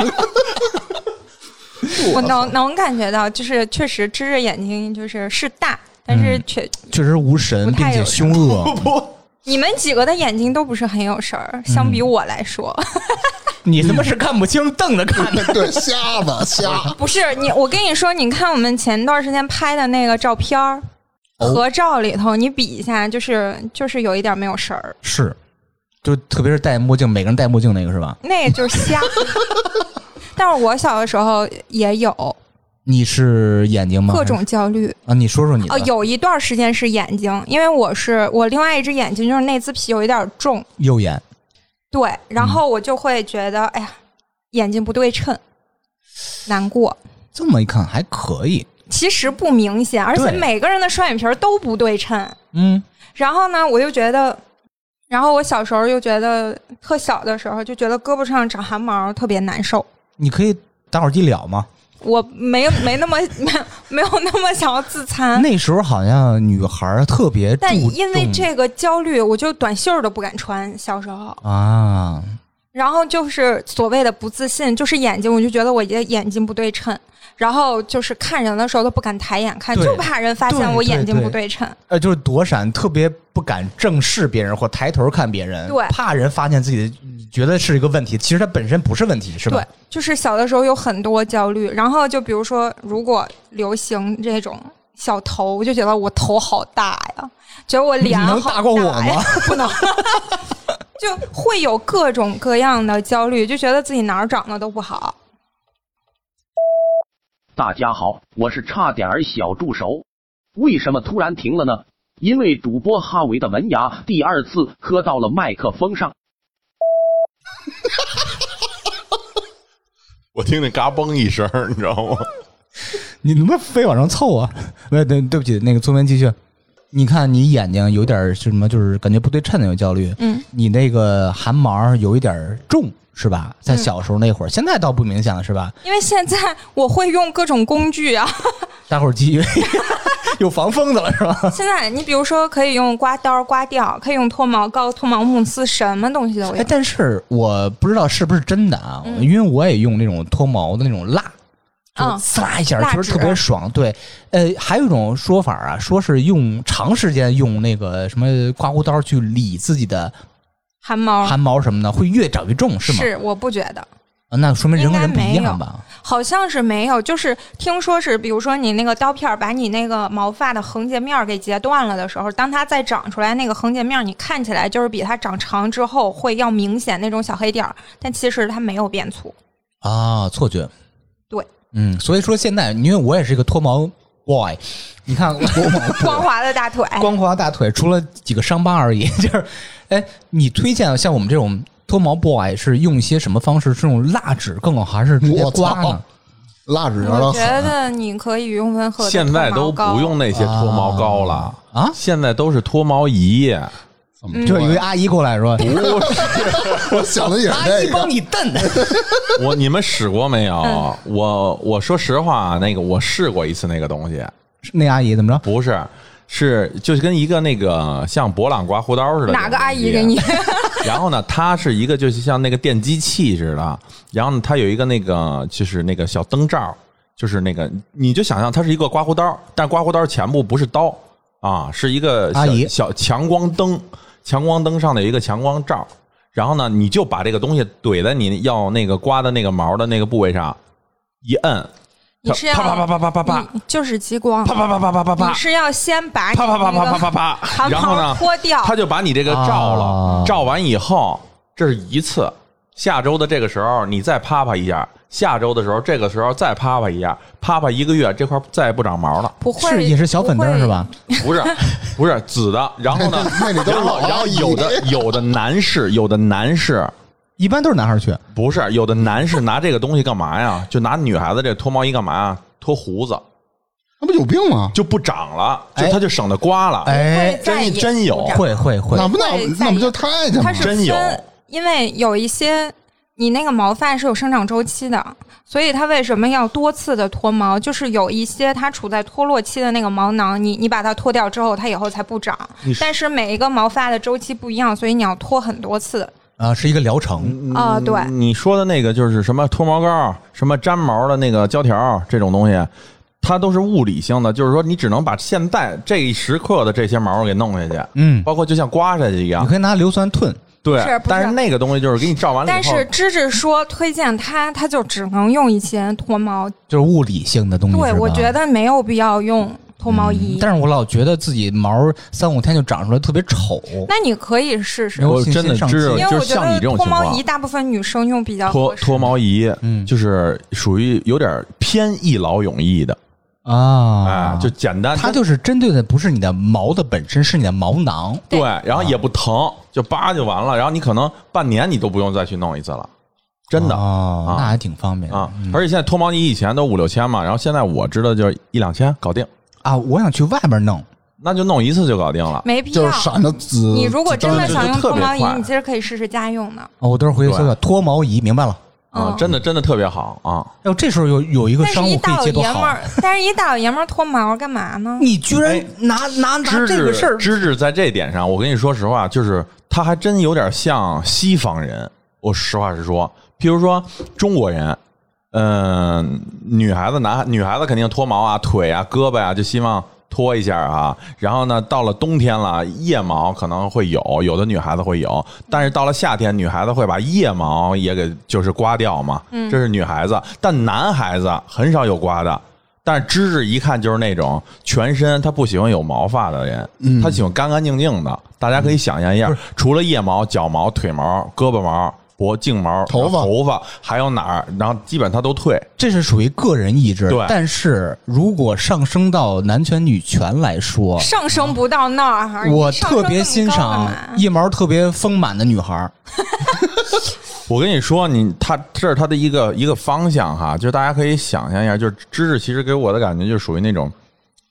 [SPEAKER 5] 我能能感觉到，就是确实支着眼睛就是是大，但
[SPEAKER 2] 嗯
[SPEAKER 5] 是确、
[SPEAKER 4] 确实无神，
[SPEAKER 5] 不
[SPEAKER 4] 并
[SPEAKER 5] 太
[SPEAKER 4] 且
[SPEAKER 5] 有
[SPEAKER 4] 凶恶。嗯
[SPEAKER 5] 你们几个的眼睛都不是很有神儿，相
[SPEAKER 2] 嗯
[SPEAKER 5] 比我来说，
[SPEAKER 4] 你他妈是看不清，瞪着看的。
[SPEAKER 2] 对，瞎 子瞎，
[SPEAKER 5] 不是你。我跟你说，你看我们前段时间拍的那个照片儿。
[SPEAKER 2] 哦
[SPEAKER 5] 合照里头，你比一下，就是就是有一点没有神儿，
[SPEAKER 4] 是，就特别是戴墨镜，每个人戴墨镜那个是吧？
[SPEAKER 5] 那就 是瞎。但是我小的时候也有
[SPEAKER 4] 你是眼睛吗？
[SPEAKER 5] 各种焦虑，
[SPEAKER 4] 啊，你说说你的。
[SPEAKER 5] 哦，有一段时间是眼睛，因为我是我另外一只眼睛就是内眦皮有一点重，
[SPEAKER 4] 右眼，
[SPEAKER 5] 对，
[SPEAKER 4] 嗯
[SPEAKER 5] 然后我就会觉得，哎呀，眼睛不对称，难过。
[SPEAKER 4] 这么一看还可以。
[SPEAKER 5] 其实不明显，而且
[SPEAKER 4] 对
[SPEAKER 5] 每个人的双眼皮儿都不对称。
[SPEAKER 4] 嗯，
[SPEAKER 5] 然后呢，我就觉得，然后我小时候又觉得，特小的时候就觉得胳膊上长汗毛特别难受。
[SPEAKER 4] 你可以打火机燎吗？
[SPEAKER 5] 我没没那么 没没有那么想要自残，
[SPEAKER 4] 那时候好像女孩儿特别注
[SPEAKER 5] 啊但
[SPEAKER 4] 重
[SPEAKER 5] 因为这个焦虑，我就短袖儿都不敢穿。小时候，
[SPEAKER 4] 啊，
[SPEAKER 5] 然后就是所谓的不自信，就是眼睛，我就觉得我的眼睛不对称，然后就是看人的时候都不敢抬眼看，
[SPEAKER 4] 对
[SPEAKER 5] 就怕人发现我眼睛不对称。
[SPEAKER 4] 呃，就是躲闪，特别不敢正视别人或抬头看别人，
[SPEAKER 5] 对
[SPEAKER 4] 怕人发现自己的，觉得是一个问题，其实它本身不是问题，是吧？
[SPEAKER 5] 对，就是小的时候有很多焦虑，然后就比如说，如果流行这种小头，我就觉得我头好大呀，觉得我脸
[SPEAKER 4] 你能
[SPEAKER 5] 好
[SPEAKER 4] 大过我
[SPEAKER 5] 呀
[SPEAKER 4] 吗？
[SPEAKER 5] 不能，就会有各种各样的焦虑，就觉得自己哪儿长得都不好。
[SPEAKER 1] 大家好，我是差点儿小助手。为什么突然停了呢？因为主播哈维的门牙第二次磕到了麦克风上。
[SPEAKER 3] 我听见嘎嘣一声，你知道吗？
[SPEAKER 4] 你他妈非往上凑啊！ 没有对，对不起，那个聪明继续。你看你眼睛有点儿是什么，就是感觉不对称的有焦虑。
[SPEAKER 5] 嗯，
[SPEAKER 4] 你那个汗毛有一点儿重是吧？
[SPEAKER 5] 嗯
[SPEAKER 4] 在小时候那会儿，现在倒不明显了是吧？
[SPEAKER 5] 因为现在我会用各种工具啊，
[SPEAKER 4] 待会儿继续， 有防风的了是吧？
[SPEAKER 5] 现在你比如说可以用刮刀刮掉，可以用脱毛膏、脱毛慕斯，什么东西都
[SPEAKER 4] 哎
[SPEAKER 5] 有，。
[SPEAKER 4] 但是我不知道是不是真的啊，
[SPEAKER 5] 嗯
[SPEAKER 4] 因为我也用那种脱毛的那种蜡，就
[SPEAKER 3] 呃
[SPEAKER 5] 嗯
[SPEAKER 4] 刺啦一下，
[SPEAKER 5] 蜡
[SPEAKER 4] 确实
[SPEAKER 5] 纸
[SPEAKER 4] 特别爽。对，呃，还有一种说法啊，说是用长时间用那个什么刮胡刀去理自己的
[SPEAKER 5] 汗毛啊
[SPEAKER 4] 汗毛什么的，会越长越重，是吗？
[SPEAKER 5] 我不觉得，
[SPEAKER 4] 啊那说明人跟人不一
[SPEAKER 5] 应该
[SPEAKER 4] 样
[SPEAKER 5] 没
[SPEAKER 4] 吧？
[SPEAKER 5] 好像是没有，就是听说是，比如说你那个刀片儿把你那个毛发的横截面儿给截断了的时候，当它再长出来，那个横截面儿你看起来就是比它长长之后会要明显那种小黑点儿，但其实它没有变 粗。
[SPEAKER 4] 啊，错觉。
[SPEAKER 5] 对，
[SPEAKER 4] 嗯，所以说现在，因为我也是一个脱毛 boy，你看我
[SPEAKER 5] 光滑的大腿，
[SPEAKER 4] 光滑大腿，除了几个伤疤而已。 就是，哎，你推荐像我们这种脱毛 boy 是用一些什么方式？是用蜡纸更好，还是直接
[SPEAKER 2] 我操
[SPEAKER 4] 刮呢？
[SPEAKER 2] 蜡纸有
[SPEAKER 5] 我觉
[SPEAKER 2] 点狠。
[SPEAKER 5] 得你可以用温和的
[SPEAKER 3] 现在
[SPEAKER 5] 脱毛
[SPEAKER 3] 都
[SPEAKER 5] 膏
[SPEAKER 3] 不用那些脱毛膏了
[SPEAKER 4] 啊
[SPEAKER 3] 现在都是脱毛仪。
[SPEAKER 2] 怎
[SPEAKER 5] 嗯
[SPEAKER 2] 么
[SPEAKER 4] 就
[SPEAKER 2] 说
[SPEAKER 4] 是有一
[SPEAKER 2] 呀
[SPEAKER 4] 阿姨过来说，
[SPEAKER 2] 我想的也是
[SPEAKER 4] 阿
[SPEAKER 2] 这
[SPEAKER 4] 姨
[SPEAKER 2] 个
[SPEAKER 4] 帮你蹬。
[SPEAKER 3] 我你们使过没有？
[SPEAKER 5] 嗯
[SPEAKER 3] 我我说实话，啊那个我试过一次那个东西，
[SPEAKER 4] 那阿姨怎么着？
[SPEAKER 3] 不是，是就是跟一个那个像博朗刮胡刀似的。
[SPEAKER 5] 哪个阿 姨给你？？
[SPEAKER 3] 然后呢，它是一个就是像那个电击器似的，然后呢，它有一个那个就是那个小灯罩，就是那个你就想象它是一个刮胡刀，但刮胡刀前部不是刀啊，是一个小
[SPEAKER 4] 阿姨
[SPEAKER 3] 小强光灯，强光灯上的有一个强光罩，然后呢，你就把这个东西怼在你要那个刮的那个毛的那个部位上，一摁，
[SPEAKER 5] 你是要
[SPEAKER 3] 啪啪啪啪啪啪啪，
[SPEAKER 5] 你就是激光，
[SPEAKER 3] 啪啪啪啪啪啊啪啪
[SPEAKER 5] 你，是要先把你
[SPEAKER 3] 啪啪啪啪啪啪啪
[SPEAKER 5] 那
[SPEAKER 3] 啪，
[SPEAKER 5] 个
[SPEAKER 3] 然
[SPEAKER 5] 汗
[SPEAKER 3] 后
[SPEAKER 5] 毛
[SPEAKER 3] 呢，
[SPEAKER 5] 脱掉，
[SPEAKER 3] 他就把你这个照
[SPEAKER 4] 啊
[SPEAKER 3] 了，照完以后，这是一次。下周的这个时候，你再啪啪一下；下周的时候，这个时候再啪啪一下，啪啪一个月，这块再也不长毛了。
[SPEAKER 5] 不会
[SPEAKER 4] 是也是小粉灯是？吧？
[SPEAKER 3] 不是，不是紫的。然后呢
[SPEAKER 2] 那里，都是
[SPEAKER 3] 然后
[SPEAKER 2] 老
[SPEAKER 3] 然后有的有的男士，有的男士
[SPEAKER 4] 一般都是男孩去。
[SPEAKER 3] 不是，有的男士拿这个东西干嘛呀？就拿女孩子这脱毛仪干嘛呀？脱胡子
[SPEAKER 2] 那不有病吗？
[SPEAKER 3] 就不长了，就
[SPEAKER 4] 哎
[SPEAKER 3] 他就省得刮了。
[SPEAKER 5] 会
[SPEAKER 4] 哎，
[SPEAKER 5] 再也不
[SPEAKER 3] 真有
[SPEAKER 5] 长
[SPEAKER 4] 会会会
[SPEAKER 2] 那，不那
[SPEAKER 5] 会在
[SPEAKER 2] 那不
[SPEAKER 5] 意
[SPEAKER 2] 就太监
[SPEAKER 5] 它
[SPEAKER 2] 吗？
[SPEAKER 5] 是
[SPEAKER 3] 真有
[SPEAKER 5] 分，因为有一些你那个毛发是有生长周期的，所以它为什么要多次的脱毛？就是有一些它处在脱落期的那个毛囊，你你把它脱掉之后，它以后才不长。但是每一个毛发的周期不一样，所以你要脱很多次。
[SPEAKER 4] 啊，是一个疗程。
[SPEAKER 5] 啊、对，
[SPEAKER 3] 嗯你说的那个就是什么脱毛膏、什么粘毛的那个胶条这种东西，它都是物理性的，就是说你只能把现在这一时刻的这些毛给弄下去，
[SPEAKER 4] 嗯，
[SPEAKER 3] 包括就像刮下去一样
[SPEAKER 4] 你。可以拿硫酸褪。
[SPEAKER 3] 对，
[SPEAKER 5] 是不是
[SPEAKER 3] 但是那个东西就是给你照完了
[SPEAKER 5] 但
[SPEAKER 3] 以后，
[SPEAKER 5] 是芝芝说推荐它，它就只能用以前脱毛。
[SPEAKER 4] 就是物理性的东西。
[SPEAKER 5] 对，
[SPEAKER 4] 是吧
[SPEAKER 5] 我觉得没有必要用
[SPEAKER 3] 嗯
[SPEAKER 5] 脱毛仪。
[SPEAKER 4] 但是我老觉得自己毛三五天就长出来，特别丑。
[SPEAKER 5] 那你可以试试
[SPEAKER 4] 没，有
[SPEAKER 3] 我真的知道，
[SPEAKER 5] 因为
[SPEAKER 3] 就
[SPEAKER 5] 我
[SPEAKER 3] 是
[SPEAKER 5] 觉
[SPEAKER 3] 像你
[SPEAKER 5] 得
[SPEAKER 3] 这种
[SPEAKER 5] 脱
[SPEAKER 3] 情
[SPEAKER 5] 毛
[SPEAKER 3] 况
[SPEAKER 5] 仪，大部分女生用比较
[SPEAKER 3] 脱
[SPEAKER 5] 合适
[SPEAKER 3] 脱毛仪，
[SPEAKER 4] 嗯
[SPEAKER 3] 就是属于有点偏一劳永逸的，
[SPEAKER 4] 啊
[SPEAKER 3] 哎，，就简单，
[SPEAKER 4] 它就是针对的不是你的毛的本身，是你的毛囊。
[SPEAKER 3] 对，然后也不疼，就叭就完了，然后你可能半年你都不用再去弄一次了，真的。
[SPEAKER 4] 哦
[SPEAKER 3] 啊，
[SPEAKER 4] 那还挺方便的
[SPEAKER 3] 啊，而且现在脱毛仪以前都五六千嘛，然后现在我知道就是一两千搞定，
[SPEAKER 4] 啊！我想去外边弄，啊
[SPEAKER 3] 那就弄一次就搞定了。
[SPEAKER 5] 没必
[SPEAKER 2] 就
[SPEAKER 5] 要。
[SPEAKER 2] 是闪着紫。
[SPEAKER 5] 你如果真的
[SPEAKER 3] 就
[SPEAKER 5] 想
[SPEAKER 3] 就
[SPEAKER 5] 用
[SPEAKER 3] 特
[SPEAKER 5] 脱
[SPEAKER 3] 别
[SPEAKER 5] 毛仪
[SPEAKER 3] 快，
[SPEAKER 5] 你其实可以试试家用的。
[SPEAKER 4] 哦我等会儿回去搜搜
[SPEAKER 3] 对
[SPEAKER 4] 脱毛仪，明白了。
[SPEAKER 3] 啊
[SPEAKER 5] 嗯，
[SPEAKER 3] 真的真的特别好啊！
[SPEAKER 4] 要这时候有有一个
[SPEAKER 5] 但是
[SPEAKER 4] 商
[SPEAKER 5] 一
[SPEAKER 4] 务
[SPEAKER 5] 大
[SPEAKER 4] 可以接
[SPEAKER 5] 老
[SPEAKER 4] 多
[SPEAKER 5] 爷们
[SPEAKER 4] 好。
[SPEAKER 5] 儿，但是一大老爷们儿脱毛干嘛呢？
[SPEAKER 4] 你居然
[SPEAKER 3] 哎
[SPEAKER 4] 拿拿拿
[SPEAKER 3] 芝
[SPEAKER 4] 这个事
[SPEAKER 3] 芝
[SPEAKER 4] 儿，
[SPEAKER 3] 芝芝在这点上，我跟你说实话，就是他还真有点像西方人。我实话实说，譬如说中国人，嗯、女孩子男女孩子肯定脱毛啊，腿啊、胳膊啊，就希望脱一下啊。然后呢，到了冬天了，腋毛可能会有，有的女孩子会有，但是到了夏天，女孩子会把腋毛也给就是刮掉嘛，
[SPEAKER 4] 嗯
[SPEAKER 3] 这是女孩子。但男孩子很少有刮的。但是芝芝一看就是那种全身他不喜欢有毛发的人，
[SPEAKER 2] 嗯
[SPEAKER 3] 他喜欢干干净净的。大家可以想象一下，除了腋毛、脚毛、腿毛、胳膊毛、脖颈毛、
[SPEAKER 2] 头发
[SPEAKER 3] 头发还有哪儿，然后基本他都退。
[SPEAKER 4] 这是属于个人意志。
[SPEAKER 3] 对
[SPEAKER 4] 但是如果上升到男权女权来说，
[SPEAKER 5] 上升不到那儿哈，
[SPEAKER 4] 我
[SPEAKER 5] 你上
[SPEAKER 4] 特
[SPEAKER 5] 升
[SPEAKER 4] 别
[SPEAKER 5] 那么
[SPEAKER 4] 欣
[SPEAKER 5] 高干
[SPEAKER 4] 赏
[SPEAKER 5] 嘛
[SPEAKER 4] 腋毛特别丰满的女孩儿。
[SPEAKER 3] 我跟你说，你他这是他的一个一个方向哈，就是大家可以想象一下，就是芝芝其实给我的感觉就属于那种，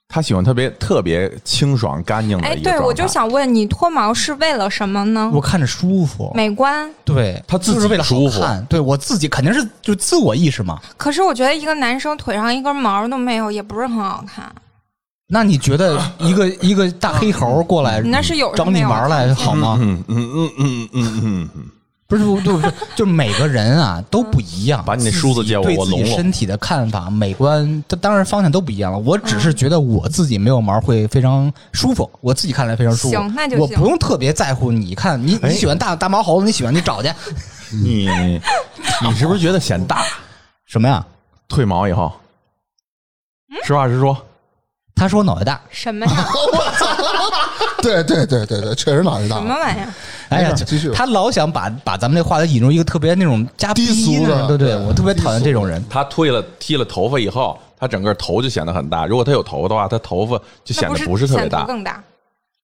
[SPEAKER 3] 他喜欢特别特别清爽干净的
[SPEAKER 5] 哎，
[SPEAKER 3] 一个状态。
[SPEAKER 5] 对，我就想问你，脱毛是为了什么呢
[SPEAKER 4] 我？看着舒服。
[SPEAKER 5] 美观。
[SPEAKER 4] 对
[SPEAKER 3] 他自己
[SPEAKER 4] 就是为了好
[SPEAKER 3] 舒服
[SPEAKER 4] 看，对我自己肯定是就自我意识嘛。
[SPEAKER 5] 可是我觉得一个男生腿上一根毛都没有，也不是很好看。
[SPEAKER 4] 那你觉得一 个一个大黑猴过来，
[SPEAKER 5] 嗯你那是有
[SPEAKER 4] 找
[SPEAKER 5] 没
[SPEAKER 4] 你
[SPEAKER 5] 有
[SPEAKER 4] 玩儿来好吗？
[SPEAKER 3] 嗯嗯嗯嗯嗯嗯嗯，
[SPEAKER 4] 不是，不不不，就是每个人 啊都不一样。
[SPEAKER 3] 把你那梳子借我
[SPEAKER 4] 自己对
[SPEAKER 3] 我
[SPEAKER 4] 自
[SPEAKER 3] 拢
[SPEAKER 4] 己
[SPEAKER 3] 拢
[SPEAKER 4] 身体的看法、美观，它当然方向都不一样了。我只
[SPEAKER 5] 嗯
[SPEAKER 4] 是觉得我自己没有毛会非常舒服，我自己看来非常舒服。
[SPEAKER 5] 行那就行
[SPEAKER 4] 我
[SPEAKER 3] 哎
[SPEAKER 4] 不用特别在乎你看你你喜欢大大毛猴子，你喜欢你找去。
[SPEAKER 3] 你你是不是觉得显大？
[SPEAKER 4] 什么呀？
[SPEAKER 3] 褪毛以后，
[SPEAKER 5] 嗯
[SPEAKER 3] 实话实说，
[SPEAKER 4] 他说我脑袋大，
[SPEAKER 5] 什么 呀？
[SPEAKER 2] 对对对对对，确实脑袋大
[SPEAKER 5] 什么
[SPEAKER 2] 了。
[SPEAKER 5] 玩意儿？
[SPEAKER 4] 哎呀
[SPEAKER 2] 没事，继续吧
[SPEAKER 4] 他老想把把咱们这话题引入一个特别那种加
[SPEAKER 2] 低俗
[SPEAKER 4] 逼那种
[SPEAKER 2] 的
[SPEAKER 4] 对对，
[SPEAKER 2] 对
[SPEAKER 4] 我特别讨厌这种人。
[SPEAKER 3] 他剃了剃了头发以后，他整个头就显得很大。如果他有头发的话，他头发就显
[SPEAKER 5] 那
[SPEAKER 3] 得
[SPEAKER 5] 是
[SPEAKER 3] 不是特别
[SPEAKER 5] 显
[SPEAKER 3] 大
[SPEAKER 5] 头。更大。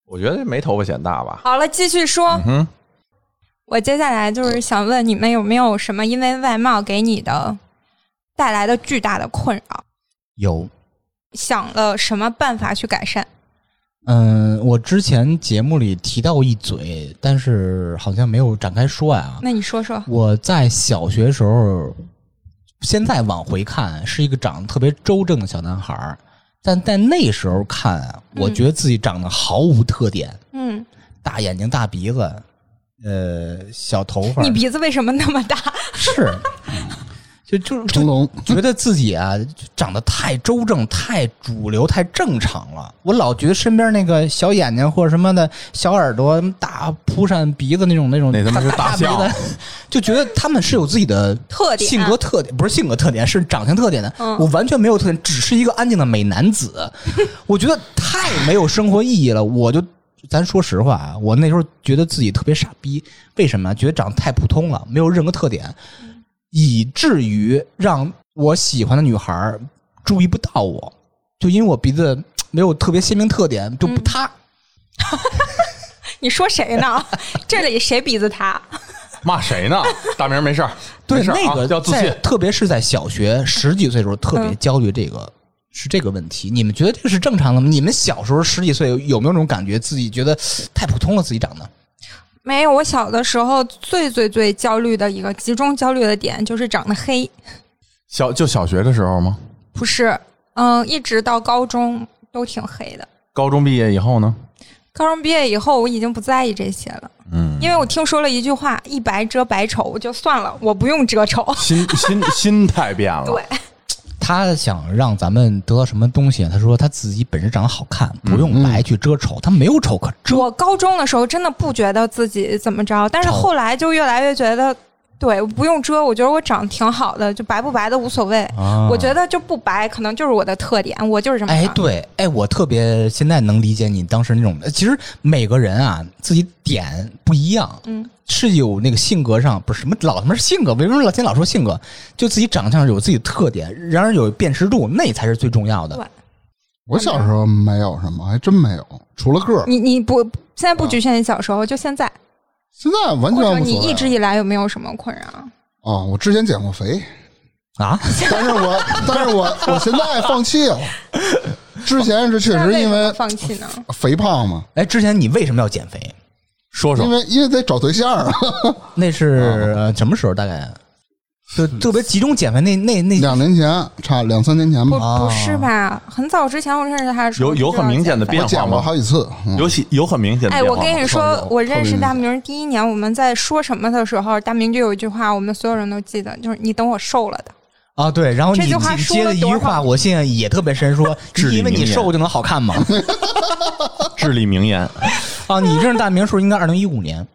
[SPEAKER 3] 我觉得没头发显大吧。
[SPEAKER 5] 好了，继续说。
[SPEAKER 3] 嗯哼，
[SPEAKER 5] 我接下来就是想问你们有没有什么因为外貌给你的带来的巨大的困扰？
[SPEAKER 4] 有，
[SPEAKER 5] 想了什么办法去改善？
[SPEAKER 4] 嗯，我之前节目里提到过一嘴，但是好像没有展开说呀。
[SPEAKER 5] 那你说说。
[SPEAKER 4] 我在小学时候，现在往回看，是一个长得特别周正的小男孩儿，但在那时候看啊，我觉得自己长得毫无特点，
[SPEAKER 5] 嗯，
[SPEAKER 4] 大眼睛、大鼻子，呃，小头发儿，
[SPEAKER 5] 嗯你鼻子为什么那么大？
[SPEAKER 4] 是，嗯就就
[SPEAKER 2] 成
[SPEAKER 4] 就
[SPEAKER 2] 龙，
[SPEAKER 4] 觉得自己啊长得太周正、太主流、太正常了。我老觉得身边那个小眼睛或者什么的小耳朵、大扑扇鼻子那种那种，
[SPEAKER 3] 那他妈是大
[SPEAKER 4] 大鼻
[SPEAKER 3] 象
[SPEAKER 4] 子， 就觉得他们是有自己的
[SPEAKER 5] 特点啊
[SPEAKER 4] 性格特点不是性格特点，是长相特点的。
[SPEAKER 5] 嗯
[SPEAKER 4] 我完全没有特点，只是一个安静的美男 子。我觉得太没有生活意义了。我就咱说实话啊，我那时候觉得自己特别傻逼，为什么？觉得长得太普通了，没有任何特点，以至于让我喜欢的女孩儿注意不到我，就因为我鼻子没有特别鲜明特点，就不
[SPEAKER 3] 嗯
[SPEAKER 4] 塌。
[SPEAKER 5] 你说谁呢？这里谁鼻子塌？
[SPEAKER 3] 骂谁呢？ 大明没事儿，
[SPEAKER 4] 对，
[SPEAKER 3] 没事儿
[SPEAKER 4] 那个
[SPEAKER 3] 啊、要自
[SPEAKER 4] 在
[SPEAKER 3] 信。嗯
[SPEAKER 4] 特别是在小学十几岁的时候，特别焦虑这个、是这个问题。你们觉得这个是正常的吗？你们小时候十几岁有有没有那种感觉，自己觉得太普通了，自己长得？
[SPEAKER 5] 没有，我小的时候最最最焦虑的一个集中焦虑的点就是长得黑，
[SPEAKER 3] 小就小学的时候吗？
[SPEAKER 5] 不是，嗯，一直到高中都挺黑的。
[SPEAKER 3] 高中毕业以后呢？
[SPEAKER 5] 高中毕业以后，我已经不在意这些了，
[SPEAKER 3] 嗯，
[SPEAKER 5] 因为我听说了一句话：“一白遮百丑”，我就算了，我不用遮丑。
[SPEAKER 3] 心心心态变了。
[SPEAKER 5] 对，
[SPEAKER 4] 他想让咱们得到什么东西？他说他自己本身长得好看，不
[SPEAKER 3] 嗯
[SPEAKER 4] 用白去遮丑，他没有丑可遮。
[SPEAKER 5] 我高中的时候真的不觉得自己怎么着，但是
[SPEAKER 4] 丑
[SPEAKER 5] 后来就越来越觉得，对，我不用遮，我觉得我长得挺好的，就白不白的无所谓。
[SPEAKER 4] 啊
[SPEAKER 5] 我觉得就不白，可能就是我的特点，我就是这么
[SPEAKER 4] 哎，
[SPEAKER 5] 长
[SPEAKER 4] 对，哎，我特别现在能理解你当时那种。呃其实每个人啊，自己点不一样，
[SPEAKER 5] 嗯，
[SPEAKER 4] 是有那个性格上不是什么老他妈是性格，为什么老天老说性格？就自己长相有自己的特点，然而有辨识度，那才是最重要的
[SPEAKER 5] 对。
[SPEAKER 2] 我小时候没有什么，还真没有，除了个儿。
[SPEAKER 5] 你你不现在不局限于小时候，就现在，
[SPEAKER 2] 现在完
[SPEAKER 5] 或
[SPEAKER 2] 全
[SPEAKER 5] 者
[SPEAKER 2] 无
[SPEAKER 5] 你
[SPEAKER 2] 所谓
[SPEAKER 5] 一直以来有没有什么困扰？
[SPEAKER 2] 啊！我之前减过肥，
[SPEAKER 4] 啊，
[SPEAKER 2] 但是我但是我我现在放弃了。之前是确
[SPEAKER 5] 那
[SPEAKER 2] 实
[SPEAKER 5] 为什
[SPEAKER 2] 因
[SPEAKER 5] 么
[SPEAKER 2] 为嗯
[SPEAKER 5] 放弃呢？
[SPEAKER 2] 肥胖嘛，
[SPEAKER 4] 哎，之前你为什么要减肥？
[SPEAKER 3] 说说
[SPEAKER 2] 因为因为得找对象啊。
[SPEAKER 4] 那是、呃什么时候？大概就特别集中减肥那那那
[SPEAKER 2] 两年前，差两三年前
[SPEAKER 5] 不
[SPEAKER 2] 吧，
[SPEAKER 4] 哦
[SPEAKER 5] 不是吧？很早之前我认识他的时候
[SPEAKER 3] 有有
[SPEAKER 5] 就知道
[SPEAKER 3] 很明显的
[SPEAKER 5] 减肥
[SPEAKER 3] 变
[SPEAKER 2] 减
[SPEAKER 3] 化
[SPEAKER 2] 过
[SPEAKER 3] 吗？
[SPEAKER 2] 好几次。嗯
[SPEAKER 3] 有喜有很明显的
[SPEAKER 5] 哎，
[SPEAKER 3] 变
[SPEAKER 5] 我
[SPEAKER 3] 化吗。
[SPEAKER 5] 跟你
[SPEAKER 2] 好
[SPEAKER 5] 说
[SPEAKER 2] 像，有
[SPEAKER 5] 我认识
[SPEAKER 2] 特别明显
[SPEAKER 5] 大明第一年，我们在说什么的时候，大明就有一句话，我们所有人都记得，就是“你等我瘦了的
[SPEAKER 4] 啊，对，然后
[SPEAKER 5] 这
[SPEAKER 4] 你
[SPEAKER 5] 句话
[SPEAKER 4] 你
[SPEAKER 5] 说
[SPEAKER 4] 接
[SPEAKER 5] 了
[SPEAKER 4] 了一
[SPEAKER 5] 多
[SPEAKER 4] 句
[SPEAKER 5] 少
[SPEAKER 4] 话，我现在也特别深说，
[SPEAKER 3] 至理
[SPEAKER 4] 因为你
[SPEAKER 3] 名言
[SPEAKER 4] 瘦就能好看吗？
[SPEAKER 3] 至理名言，
[SPEAKER 4] 啊，你认识大明时候应该二零一五年，”。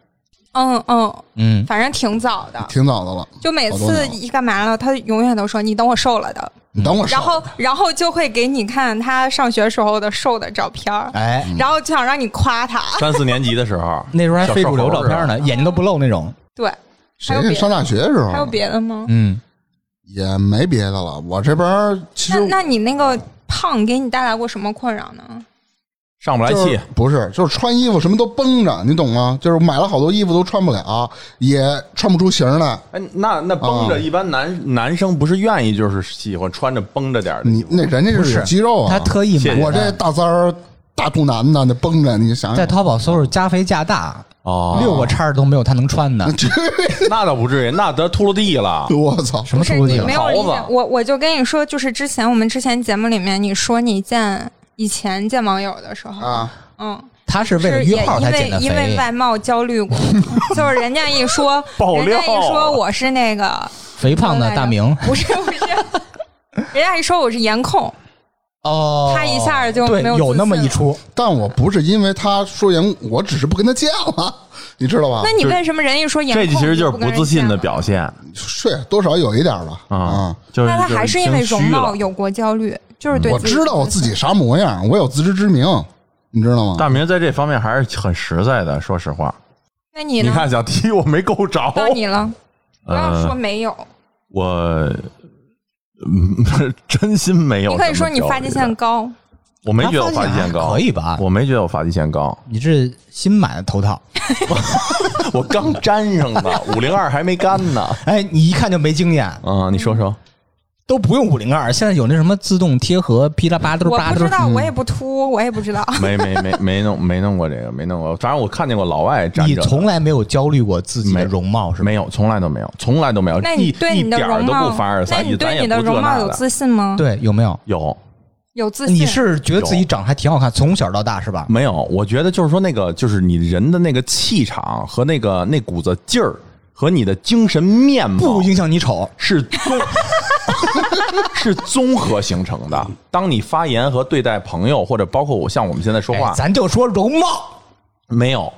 [SPEAKER 5] 嗯嗯，
[SPEAKER 4] 嗯，
[SPEAKER 5] 反正挺早的。
[SPEAKER 2] 挺早的了，
[SPEAKER 5] 就每次一干嘛了，他永远都说“你等我瘦了的
[SPEAKER 2] 你等我”，瘦
[SPEAKER 5] 然后然后就会给你看他上学时候的瘦的照片儿，
[SPEAKER 4] 哎，
[SPEAKER 5] 然后就想让你夸他。
[SPEAKER 3] 三四年级的时 候，
[SPEAKER 4] 那时候还
[SPEAKER 3] 小
[SPEAKER 4] 非
[SPEAKER 3] 瘦
[SPEAKER 4] 主流
[SPEAKER 3] 猴
[SPEAKER 4] 照
[SPEAKER 3] 似的
[SPEAKER 4] 片呢，眼睛都不露那种，
[SPEAKER 5] 对，还有
[SPEAKER 2] 谁
[SPEAKER 5] 别
[SPEAKER 2] 上
[SPEAKER 5] 的
[SPEAKER 2] 大学的时啊候
[SPEAKER 5] 还有别的吗？
[SPEAKER 4] 嗯，
[SPEAKER 2] 也没别的了。我这边儿其
[SPEAKER 5] 那
[SPEAKER 2] 实
[SPEAKER 5] 那你那个胖给你带来过什么困扰呢？
[SPEAKER 3] 上不来
[SPEAKER 2] 就是
[SPEAKER 3] 气，
[SPEAKER 2] 不是，就是穿衣服什么都绷着，你懂吗？就是买了好多衣服都穿不了，也穿不出型来。
[SPEAKER 3] 哎，那那绷着，
[SPEAKER 2] 啊
[SPEAKER 3] 一般男男生不是愿意就是喜欢穿着绷着点儿的衣
[SPEAKER 2] 你
[SPEAKER 3] 服
[SPEAKER 2] 那人家
[SPEAKER 4] 不
[SPEAKER 2] 这
[SPEAKER 4] 是
[SPEAKER 2] 有肌肉啊，
[SPEAKER 4] 他特意买
[SPEAKER 3] 谢
[SPEAKER 4] 的。
[SPEAKER 3] 谢
[SPEAKER 2] 我这大三儿大肚腩的，那绷着，你想想，
[SPEAKER 4] 在淘宝搜索加肥加大，
[SPEAKER 3] 哦
[SPEAKER 4] 六个叉儿都没有他能穿的。
[SPEAKER 3] 那倒不至于，那得秃噜地 了。
[SPEAKER 2] 我操！
[SPEAKER 4] 什么
[SPEAKER 5] 不是
[SPEAKER 4] 秃噜地
[SPEAKER 5] 你
[SPEAKER 4] 了
[SPEAKER 5] 没有理
[SPEAKER 3] 桃
[SPEAKER 5] 解
[SPEAKER 3] 子
[SPEAKER 5] 我，我就跟你说，就是之前我们之前节目里面你说你见以前见网友的时候，
[SPEAKER 2] 啊，
[SPEAKER 5] 嗯，
[SPEAKER 4] 他是
[SPEAKER 5] 是
[SPEAKER 4] 为了
[SPEAKER 5] 也
[SPEAKER 4] 约炮
[SPEAKER 5] 因
[SPEAKER 4] 才
[SPEAKER 5] 为
[SPEAKER 4] 减的
[SPEAKER 5] 因为
[SPEAKER 4] 肥，
[SPEAKER 5] 外貌焦虑 过，就是人家一说，
[SPEAKER 3] 爆
[SPEAKER 5] 人
[SPEAKER 3] 料啊
[SPEAKER 5] 家一说我是那个
[SPEAKER 4] 肥胖的大明， 啊
[SPEAKER 5] 不是不是，人家一说我是颜控，
[SPEAKER 4] 哦，
[SPEAKER 5] 他一下就
[SPEAKER 4] 对
[SPEAKER 5] 没有
[SPEAKER 4] 有
[SPEAKER 5] 自
[SPEAKER 4] 那么
[SPEAKER 5] 信
[SPEAKER 4] 一
[SPEAKER 5] 了
[SPEAKER 4] 出，
[SPEAKER 2] 但我不是因为他说言，我只是不跟他见了， 你知道吧
[SPEAKER 5] 那？你
[SPEAKER 3] 就是
[SPEAKER 5] 为什么人一说颜控，
[SPEAKER 3] 这其实就是
[SPEAKER 5] 你不跟
[SPEAKER 3] 不
[SPEAKER 5] 人
[SPEAKER 3] 自信的
[SPEAKER 5] 讲
[SPEAKER 3] 表现
[SPEAKER 2] 是多少有一点吧
[SPEAKER 3] 啊
[SPEAKER 2] 啊。，
[SPEAKER 3] 就是
[SPEAKER 5] 那他还
[SPEAKER 3] 就是
[SPEAKER 5] 因为
[SPEAKER 3] 已经
[SPEAKER 5] 容
[SPEAKER 3] 虚
[SPEAKER 5] 貌
[SPEAKER 3] 了。
[SPEAKER 5] 有过焦虑，就是对
[SPEAKER 4] 嗯
[SPEAKER 2] 我
[SPEAKER 5] 自己
[SPEAKER 2] 知道我自己啥模样，我有自知之明，你知道吗？
[SPEAKER 3] 大明在这方面还是很实在的，说实话。
[SPEAKER 5] 那你
[SPEAKER 3] 你
[SPEAKER 5] 呢？
[SPEAKER 3] 看小 T，我没够着，
[SPEAKER 5] 到你了，不要说
[SPEAKER 3] 呃，
[SPEAKER 5] 没有，
[SPEAKER 3] 我嗯， 真心没有。
[SPEAKER 5] 你可以说你发际线，高，
[SPEAKER 3] 我没
[SPEAKER 4] 他
[SPEAKER 3] 觉得我发际线高，
[SPEAKER 4] 还可以吧？
[SPEAKER 3] 我没觉得我发际线高，
[SPEAKER 4] 你这新买的头套，
[SPEAKER 3] 我刚粘上的，五零二还没干呢。
[SPEAKER 4] 哎，你一看就没经验，
[SPEAKER 3] 嗯，你说说，
[SPEAKER 4] 都不用五零二，现在有那什么自动贴合，噼啦吧嘟
[SPEAKER 5] 我
[SPEAKER 4] 吧
[SPEAKER 5] 不
[SPEAKER 4] 嘟嗯
[SPEAKER 5] 知，道，我也不秃，我也不知 道。
[SPEAKER 3] 没没没没弄没弄过这个，没弄过。反正我看见过老外站
[SPEAKER 4] 你
[SPEAKER 3] 着的，
[SPEAKER 4] 从来没有焦虑过自己的容貌是吗？
[SPEAKER 3] 没有，从来都没有，从来都没有，
[SPEAKER 5] 那
[SPEAKER 3] 一
[SPEAKER 5] 你对
[SPEAKER 3] 一
[SPEAKER 5] 你的
[SPEAKER 3] 点儿
[SPEAKER 5] 容
[SPEAKER 3] 都
[SPEAKER 5] 貌
[SPEAKER 3] 不凡尔，
[SPEAKER 5] 那
[SPEAKER 3] 赛，
[SPEAKER 5] 你
[SPEAKER 3] 咱
[SPEAKER 5] 对
[SPEAKER 3] 也
[SPEAKER 5] 你
[SPEAKER 3] 不
[SPEAKER 5] 的
[SPEAKER 3] 这
[SPEAKER 5] 容
[SPEAKER 3] 那
[SPEAKER 5] 貌有
[SPEAKER 3] 的。
[SPEAKER 5] 自信吗？
[SPEAKER 4] 对，有没有？
[SPEAKER 3] 有
[SPEAKER 5] 有自信。
[SPEAKER 4] 你是觉得
[SPEAKER 3] 有
[SPEAKER 4] 自己长得还挺好看，从小到大是吧？
[SPEAKER 3] 没有？我觉得就是说那个，就是你人的那个气场和那个那股子劲儿和你的精神面貌
[SPEAKER 4] 不影响你丑，
[SPEAKER 3] 是综 是综合形成的。当你发言和对待朋友，或者包括我像我们现在说话
[SPEAKER 4] 哎，咱就说容貌，
[SPEAKER 3] 没有，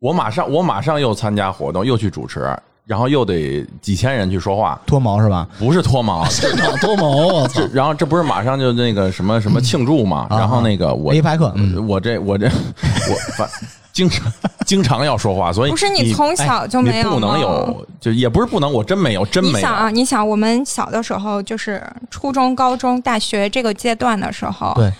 [SPEAKER 3] 我马上我马上又参加活动，又去主持，然后又得几千人去说话，
[SPEAKER 4] 脱毛是吧？
[SPEAKER 3] 不是脱毛，
[SPEAKER 2] 现场多毛， 我操！
[SPEAKER 3] 然后这不是马上就那个什么什么庆祝嘛？
[SPEAKER 4] 啊
[SPEAKER 3] 然后那个我
[SPEAKER 4] 雷派克嗯
[SPEAKER 3] 我这我这我反经常经常要说话，所以
[SPEAKER 5] 不是
[SPEAKER 3] 你
[SPEAKER 5] 你从小就
[SPEAKER 3] 你
[SPEAKER 5] 没有
[SPEAKER 3] 不能
[SPEAKER 5] 吗
[SPEAKER 3] 有，就也不是不能，我真没有，真
[SPEAKER 5] 你
[SPEAKER 3] 没有
[SPEAKER 5] 想。啊，你想，我们小的时候就是初中、高中、大学这个阶段的时候，
[SPEAKER 4] 对，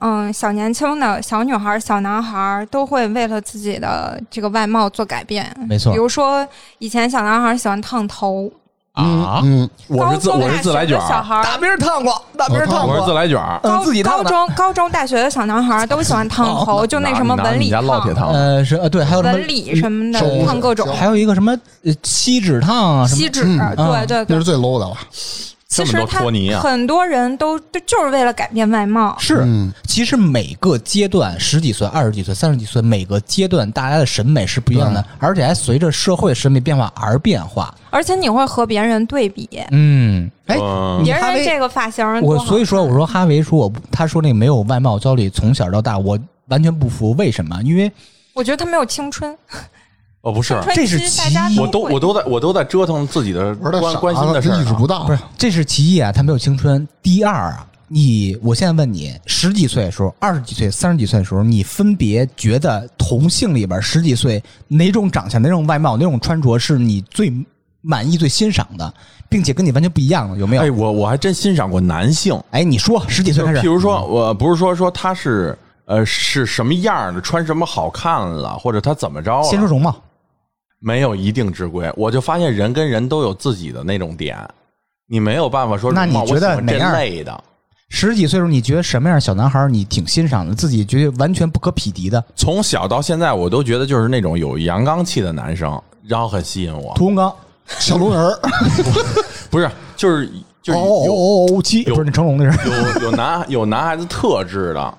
[SPEAKER 5] 嗯，小年轻的小女孩儿、小男孩儿都会为了自己的这个外貌做改变，
[SPEAKER 4] 没错
[SPEAKER 5] 比如说，以前小男孩儿喜欢烫头，
[SPEAKER 4] 啊，
[SPEAKER 2] 嗯，
[SPEAKER 3] 我是自
[SPEAKER 5] 高中
[SPEAKER 3] 我是自来卷
[SPEAKER 5] 大学的小
[SPEAKER 3] 儿，
[SPEAKER 5] 孩儿
[SPEAKER 4] 大兵烫过，大兵烫
[SPEAKER 3] 我是自
[SPEAKER 4] 过，
[SPEAKER 3] 来卷儿。
[SPEAKER 5] 高
[SPEAKER 4] 嗯，自己烫
[SPEAKER 5] 高
[SPEAKER 4] 的。
[SPEAKER 5] 中、高中、大学的小男孩儿都喜 欢烫
[SPEAKER 4] 哦
[SPEAKER 5] 头，就那什么
[SPEAKER 3] 拿
[SPEAKER 5] 纹
[SPEAKER 3] 你
[SPEAKER 5] 理
[SPEAKER 3] 家烙铁
[SPEAKER 5] 烫、
[SPEAKER 3] 烫，
[SPEAKER 4] 呃，是呃，对，还有什么嗯
[SPEAKER 5] 纹理什么
[SPEAKER 2] 手工
[SPEAKER 5] 的，烫各种
[SPEAKER 2] 手
[SPEAKER 4] 还有一个什么呃锡纸烫啊，什么
[SPEAKER 5] 锡纸，
[SPEAKER 2] 嗯
[SPEAKER 5] 对 对
[SPEAKER 2] 那
[SPEAKER 5] 对
[SPEAKER 2] 是。最 low 的了。
[SPEAKER 5] 其
[SPEAKER 3] 这
[SPEAKER 5] 实
[SPEAKER 3] 么多
[SPEAKER 5] 他
[SPEAKER 3] 托尼啊
[SPEAKER 5] 很多人都就就是为了改变外貌，
[SPEAKER 4] 是
[SPEAKER 2] 嗯，
[SPEAKER 4] 其实每个阶段，十几岁、二十几岁、三十几岁，每个阶段大家的审美是不一样的，而且还随着社会审美变化而变化。
[SPEAKER 5] 而且你会和别人对比，
[SPEAKER 4] 嗯，哎，
[SPEAKER 3] 嗯
[SPEAKER 4] 你
[SPEAKER 5] 别
[SPEAKER 4] 哈
[SPEAKER 5] 人
[SPEAKER 4] 维
[SPEAKER 5] 这个发型多
[SPEAKER 4] 我
[SPEAKER 5] 好看，
[SPEAKER 4] 所以说，我说哈维说我不他说那个没有外貌焦虑，从小到大我完全不服，为什么？因为
[SPEAKER 5] 我觉得他没有青春，
[SPEAKER 3] 哦不是
[SPEAKER 5] 青，春
[SPEAKER 4] 这是
[SPEAKER 5] 期大家
[SPEAKER 4] 其一
[SPEAKER 3] 我都我都在我都在折腾自己的
[SPEAKER 2] 玩的
[SPEAKER 3] 关
[SPEAKER 2] 傻
[SPEAKER 3] 关心
[SPEAKER 2] 了，
[SPEAKER 3] 的事儿啊
[SPEAKER 2] 真意识
[SPEAKER 3] 呢。
[SPEAKER 2] 不 到
[SPEAKER 4] 不。是这是其一啊，他没有青春。第二啊，你我现在问你，十几岁的时候、二十几岁、三十几岁的时候，你分别觉得同性里边十几岁哪种长相、哪种外貌、哪种穿着是你最满意、最欣赏的，并且跟你完全不一样的，有没有？
[SPEAKER 3] 哎，
[SPEAKER 4] 哎，
[SPEAKER 3] 我我还真欣赏过男性，
[SPEAKER 4] 你说十几岁
[SPEAKER 3] 就
[SPEAKER 4] 开
[SPEAKER 3] 是
[SPEAKER 4] 始，
[SPEAKER 3] 譬如说，我不是说说他是呃是什么样儿的，穿什么好看了，或者他怎么着了
[SPEAKER 4] 先说容貌，
[SPEAKER 3] 没有一定之规，我就发现人跟人都有自己的那种点，你没有办法说
[SPEAKER 4] 那你
[SPEAKER 3] 容貌
[SPEAKER 4] 觉得
[SPEAKER 3] 我喜欢
[SPEAKER 4] 哪样
[SPEAKER 3] 这类的？
[SPEAKER 4] 十几岁的时候你觉得什么样的小男孩你挺欣赏的，自己觉得完全不可匹敌的？
[SPEAKER 3] 从小到现在，我都觉得就是那种有阳刚气的男生，然后很吸引我。
[SPEAKER 4] 屠洪刚，
[SPEAKER 2] 小龙人儿，
[SPEAKER 3] 不是，就是就是
[SPEAKER 4] 哦
[SPEAKER 3] 有、
[SPEAKER 4] 哦哦哦，七，
[SPEAKER 3] 有
[SPEAKER 4] 不是那成龙那人，
[SPEAKER 3] 有有男有男孩子特质的，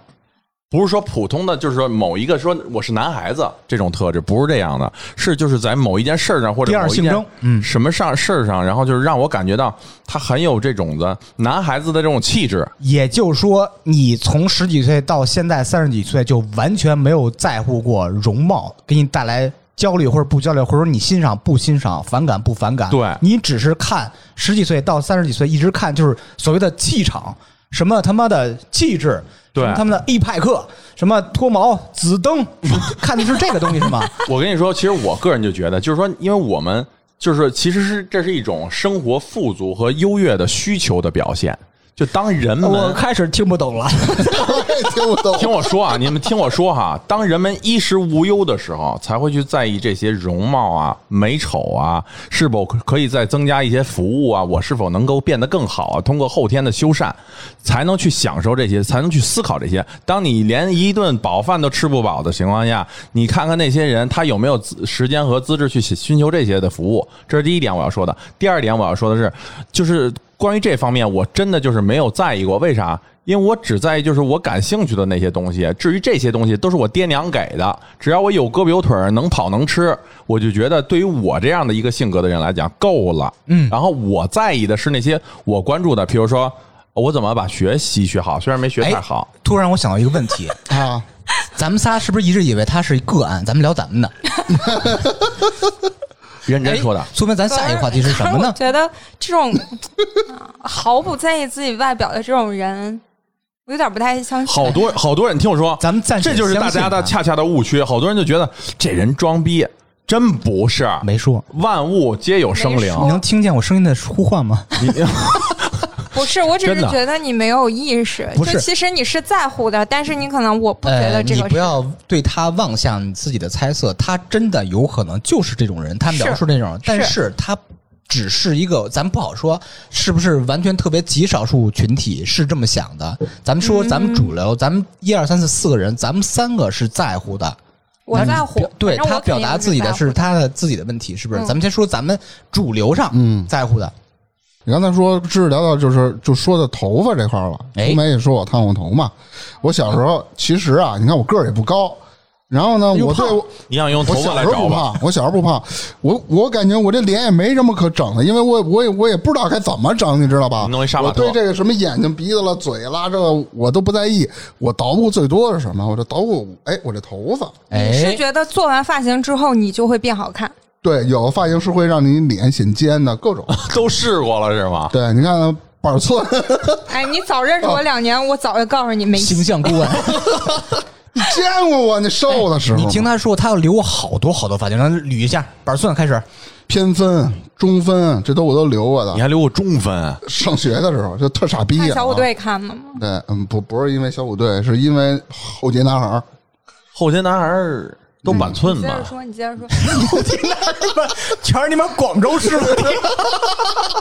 [SPEAKER 3] 不是说普通的，就是说某一个说我是男孩子这种特质，不是这样的，是就是在某一件事儿上或者
[SPEAKER 4] 第二
[SPEAKER 3] 某一件
[SPEAKER 4] 性征嗯
[SPEAKER 3] 什么上事儿上，然后就是让我感觉到他很有这种的男孩子的这种气质。
[SPEAKER 4] 也就是说，你从十几岁到现在三十几岁，就完全没有在乎过容貌给你带来焦虑或者不焦虑，或者说你欣赏不欣赏、反感不反感。
[SPEAKER 3] 对
[SPEAKER 4] 你只是看十几岁到三十几岁一直看，就是所谓的气场，什么他妈的气质，
[SPEAKER 3] 对
[SPEAKER 4] 什么他们的一派克，什么脱毛、紫灯， 看的是这个东西是吗？
[SPEAKER 3] 我跟你说，其实我个人就觉得，就是说，因为我们就是其实是这是一种生活富足和优越的需求的表现。就当人
[SPEAKER 4] 呃我
[SPEAKER 3] 们
[SPEAKER 4] 开始听不懂了，
[SPEAKER 2] 我也哎听不懂。
[SPEAKER 3] 听我说啊，你们听我说哈，当人们衣食无忧的时候，才会去在意这些容貌啊、美丑啊，是否可以再增加一些服务啊，我是否能够变得更好啊？通过后天的修缮，才能去享受这些，才能去思考这些。当你连一顿饱饭都吃不饱的情况下，你看看那些人，他有没有资时间和资质去寻求这些的服务？这是第一点我要说的。第二点我要说的是，就是关于这方面，我真的就是没有在意过。为啥？因为我只在意就是我感兴趣的那些东西，至于这些东西都是我爹娘给的，只要我有胳膊有腿儿，能跑能吃，我就觉得对于我这样的一个性格的人来讲够了。嗯，然后我在意的是那些我关注的，比如说我怎么把学习学好？虽然没学太好，
[SPEAKER 4] 哎突然我想到一个问题，
[SPEAKER 2] 啊，
[SPEAKER 4] 咱们仨是不是一直以为他是个案？咱们聊咱们的。
[SPEAKER 3] 认真说的。
[SPEAKER 4] 苏菲，咱下一个话题是什么
[SPEAKER 5] 可我
[SPEAKER 4] 呢？
[SPEAKER 5] 觉得这种 啊毫不在意自己外表的这种人，我有点不太相信。
[SPEAKER 3] 好多好多人听我说，
[SPEAKER 4] 咱们暂时
[SPEAKER 3] 这就是大家的
[SPEAKER 4] 相信
[SPEAKER 3] 恰恰的误区。好多人就觉得这人装逼，真不是。
[SPEAKER 4] 他没说，
[SPEAKER 3] 万物皆有生
[SPEAKER 5] 没
[SPEAKER 3] 灵，
[SPEAKER 5] 说
[SPEAKER 4] 你能听见我声音的呼唤吗？
[SPEAKER 5] 不是，我只
[SPEAKER 3] 真
[SPEAKER 5] 是
[SPEAKER 3] 的
[SPEAKER 5] 觉得你没有意识，
[SPEAKER 4] 不是
[SPEAKER 5] 就其实你是在乎的，但是你可能 我不觉
[SPEAKER 4] 呃，
[SPEAKER 5] 得这
[SPEAKER 4] 你
[SPEAKER 5] 个
[SPEAKER 4] 不
[SPEAKER 5] 是。
[SPEAKER 4] 要对他妄下你自己的猜测，他真的有可能就是这种人，他描述那种人，但是他只是一个，咱不好说是不是完全特别极少数群体是这么想的。咱们说，
[SPEAKER 5] 嗯
[SPEAKER 4] 咱们主流，咱们一二三四四个人，咱们三个是在乎的。
[SPEAKER 5] 我
[SPEAKER 4] 那你
[SPEAKER 5] 在乎
[SPEAKER 4] 表，嗯对
[SPEAKER 5] 反正
[SPEAKER 4] 他
[SPEAKER 5] 我肯定
[SPEAKER 4] 表达自己的
[SPEAKER 5] 在乎
[SPEAKER 4] 是他的自己的问题，是不是？
[SPEAKER 5] 嗯
[SPEAKER 4] 咱们先说咱们主流上
[SPEAKER 2] 嗯
[SPEAKER 4] 在乎的，
[SPEAKER 2] 你刚才说治疗到就是就说到头发这块儿了，
[SPEAKER 4] 哎
[SPEAKER 2] 苏梅也说我烫过头嘛。我小时候其实啊，你看我个儿也不高，然后
[SPEAKER 3] 哎
[SPEAKER 2] 呢，
[SPEAKER 4] 又
[SPEAKER 2] 我
[SPEAKER 4] 胖
[SPEAKER 2] 对我
[SPEAKER 3] 你想用头
[SPEAKER 2] 我
[SPEAKER 3] 发
[SPEAKER 2] 小
[SPEAKER 3] 来
[SPEAKER 2] 时候
[SPEAKER 3] 找
[SPEAKER 2] 不
[SPEAKER 3] 吧？
[SPEAKER 2] 胖，我小时候不胖，我我感觉我这脸也没什么可整的，因为我我也我也不知道该怎么整，你知道吧？
[SPEAKER 3] 弄一杀马
[SPEAKER 2] 我
[SPEAKER 3] 特
[SPEAKER 2] 对这个什么眼睛、鼻子了、嘴啦，这个我都不在意。我捣鼓最多的是什么？我这捣鼓，哎，我这头发，
[SPEAKER 5] 你是
[SPEAKER 4] 哎，
[SPEAKER 5] 觉得做完发型之后你就会变好看？
[SPEAKER 2] 对，有的发型是会让你脸显尖的，各种。
[SPEAKER 3] 都试过了是吗？
[SPEAKER 2] 对，你看板寸，
[SPEAKER 5] 哎，你早认识我两年，我早就告诉你没戏
[SPEAKER 4] 形象 顾问。
[SPEAKER 2] 你见过我那瘦的时候吗？
[SPEAKER 4] 哎你听他说，他要留我好多好多发型，让他捋一下，板寸开始。
[SPEAKER 2] 偏分、中分，这都我都留过
[SPEAKER 3] 你
[SPEAKER 2] 的。
[SPEAKER 3] 还留过中分，啊
[SPEAKER 2] 上学的时候就特傻逼、
[SPEAKER 5] 看
[SPEAKER 2] 啊。
[SPEAKER 5] 小虎队看了吗？
[SPEAKER 2] 对，嗯，不不是因为小虎队，是因为后街男孩儿。
[SPEAKER 3] 后街男孩儿都板寸
[SPEAKER 5] 你接
[SPEAKER 3] 吧
[SPEAKER 5] 着？说，你接着说。
[SPEAKER 4] 全是你们广州市的，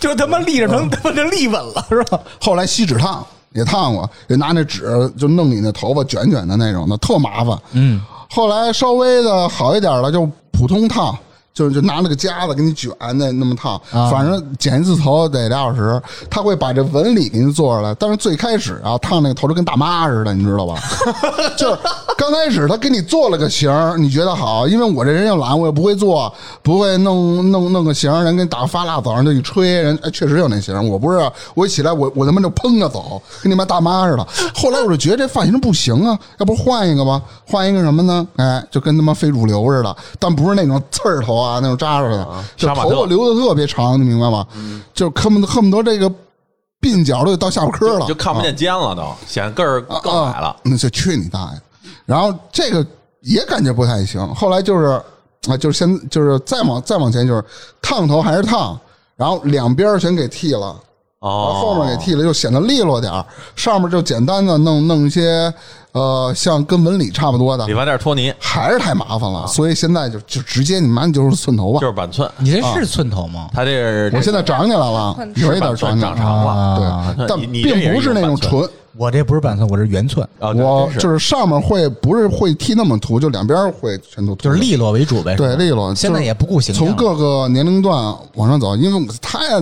[SPEAKER 4] 就他妈立着能他妈就立稳了，是吧？
[SPEAKER 2] 后来锡纸烫也烫过，也拿那纸就弄你那头发卷卷的那种的，特麻烦。嗯，后来稍微的好一点了，就普通烫，就就拿那个夹子给你卷那那么烫，
[SPEAKER 4] 啊
[SPEAKER 2] 反正剪一次头得俩小时。他会把这纹理给你做出来，但是最开始啊，烫那个头就跟大妈似的，你知道吧？ 就是刚开始他给你做了个型儿，你觉得好，因为我这人又懒，我也不会做，不会弄弄弄个型儿，人给你打个发蜡，早上就一吹，人哎确实有那型儿。我不是，我一起来我我他妈就砰着走，跟你妈大妈似的。后来我就觉得这发型不行啊，要不换一个吧？换一个什么呢？哎，就跟他妈非主流似的，但不是那种刺儿头啊，那种扎实的，就
[SPEAKER 3] 杀马
[SPEAKER 2] 头
[SPEAKER 3] 特嗯
[SPEAKER 2] 发留的特别长，你明白吗？就恨不得恨不得这个鬓角都得到下巴颏儿了，
[SPEAKER 3] 就看不
[SPEAKER 2] 啊
[SPEAKER 3] 见肩了，都显得个儿
[SPEAKER 2] 啊
[SPEAKER 3] 更矮了。
[SPEAKER 2] 那就去你大爷！然后这个也感觉不太行，后来就是啊，就是先就是再往再往前就是烫头还是烫，然后两边儿全给剃了，然后，
[SPEAKER 3] 哦
[SPEAKER 2] 啊后面给剃了，就显得利落点儿，上面就简单的弄弄一些呃，像跟纹理差不多的
[SPEAKER 3] 理，发店托尼
[SPEAKER 2] 还是太麻烦了，所以现在就就直接你妈你就是寸头吧
[SPEAKER 3] 就，是板寸，
[SPEAKER 4] 你这是寸头吗？
[SPEAKER 3] 他这是
[SPEAKER 2] 我现在长起来了，有一点啊
[SPEAKER 3] 板
[SPEAKER 2] 长
[SPEAKER 3] 寸
[SPEAKER 2] 起来
[SPEAKER 3] 长长了。
[SPEAKER 2] 了，对，但
[SPEAKER 3] 你你这也
[SPEAKER 2] 并
[SPEAKER 3] 是
[SPEAKER 2] 不是
[SPEAKER 3] 一种
[SPEAKER 2] 那种
[SPEAKER 3] 板寸
[SPEAKER 2] 纯。
[SPEAKER 4] 我这不是板寸，我这是圆寸，
[SPEAKER 3] 啊，对
[SPEAKER 2] 我
[SPEAKER 3] 真
[SPEAKER 2] 就是上面会不是会剃那么涂，就两边儿会全都涂，
[SPEAKER 4] 就是利落为主呗。
[SPEAKER 2] 对
[SPEAKER 4] 是吧
[SPEAKER 2] 利落。
[SPEAKER 4] 现在也不顾
[SPEAKER 3] 啊
[SPEAKER 4] 形象
[SPEAKER 2] 从
[SPEAKER 4] 了。
[SPEAKER 2] 各个年龄段往上走，因为我太，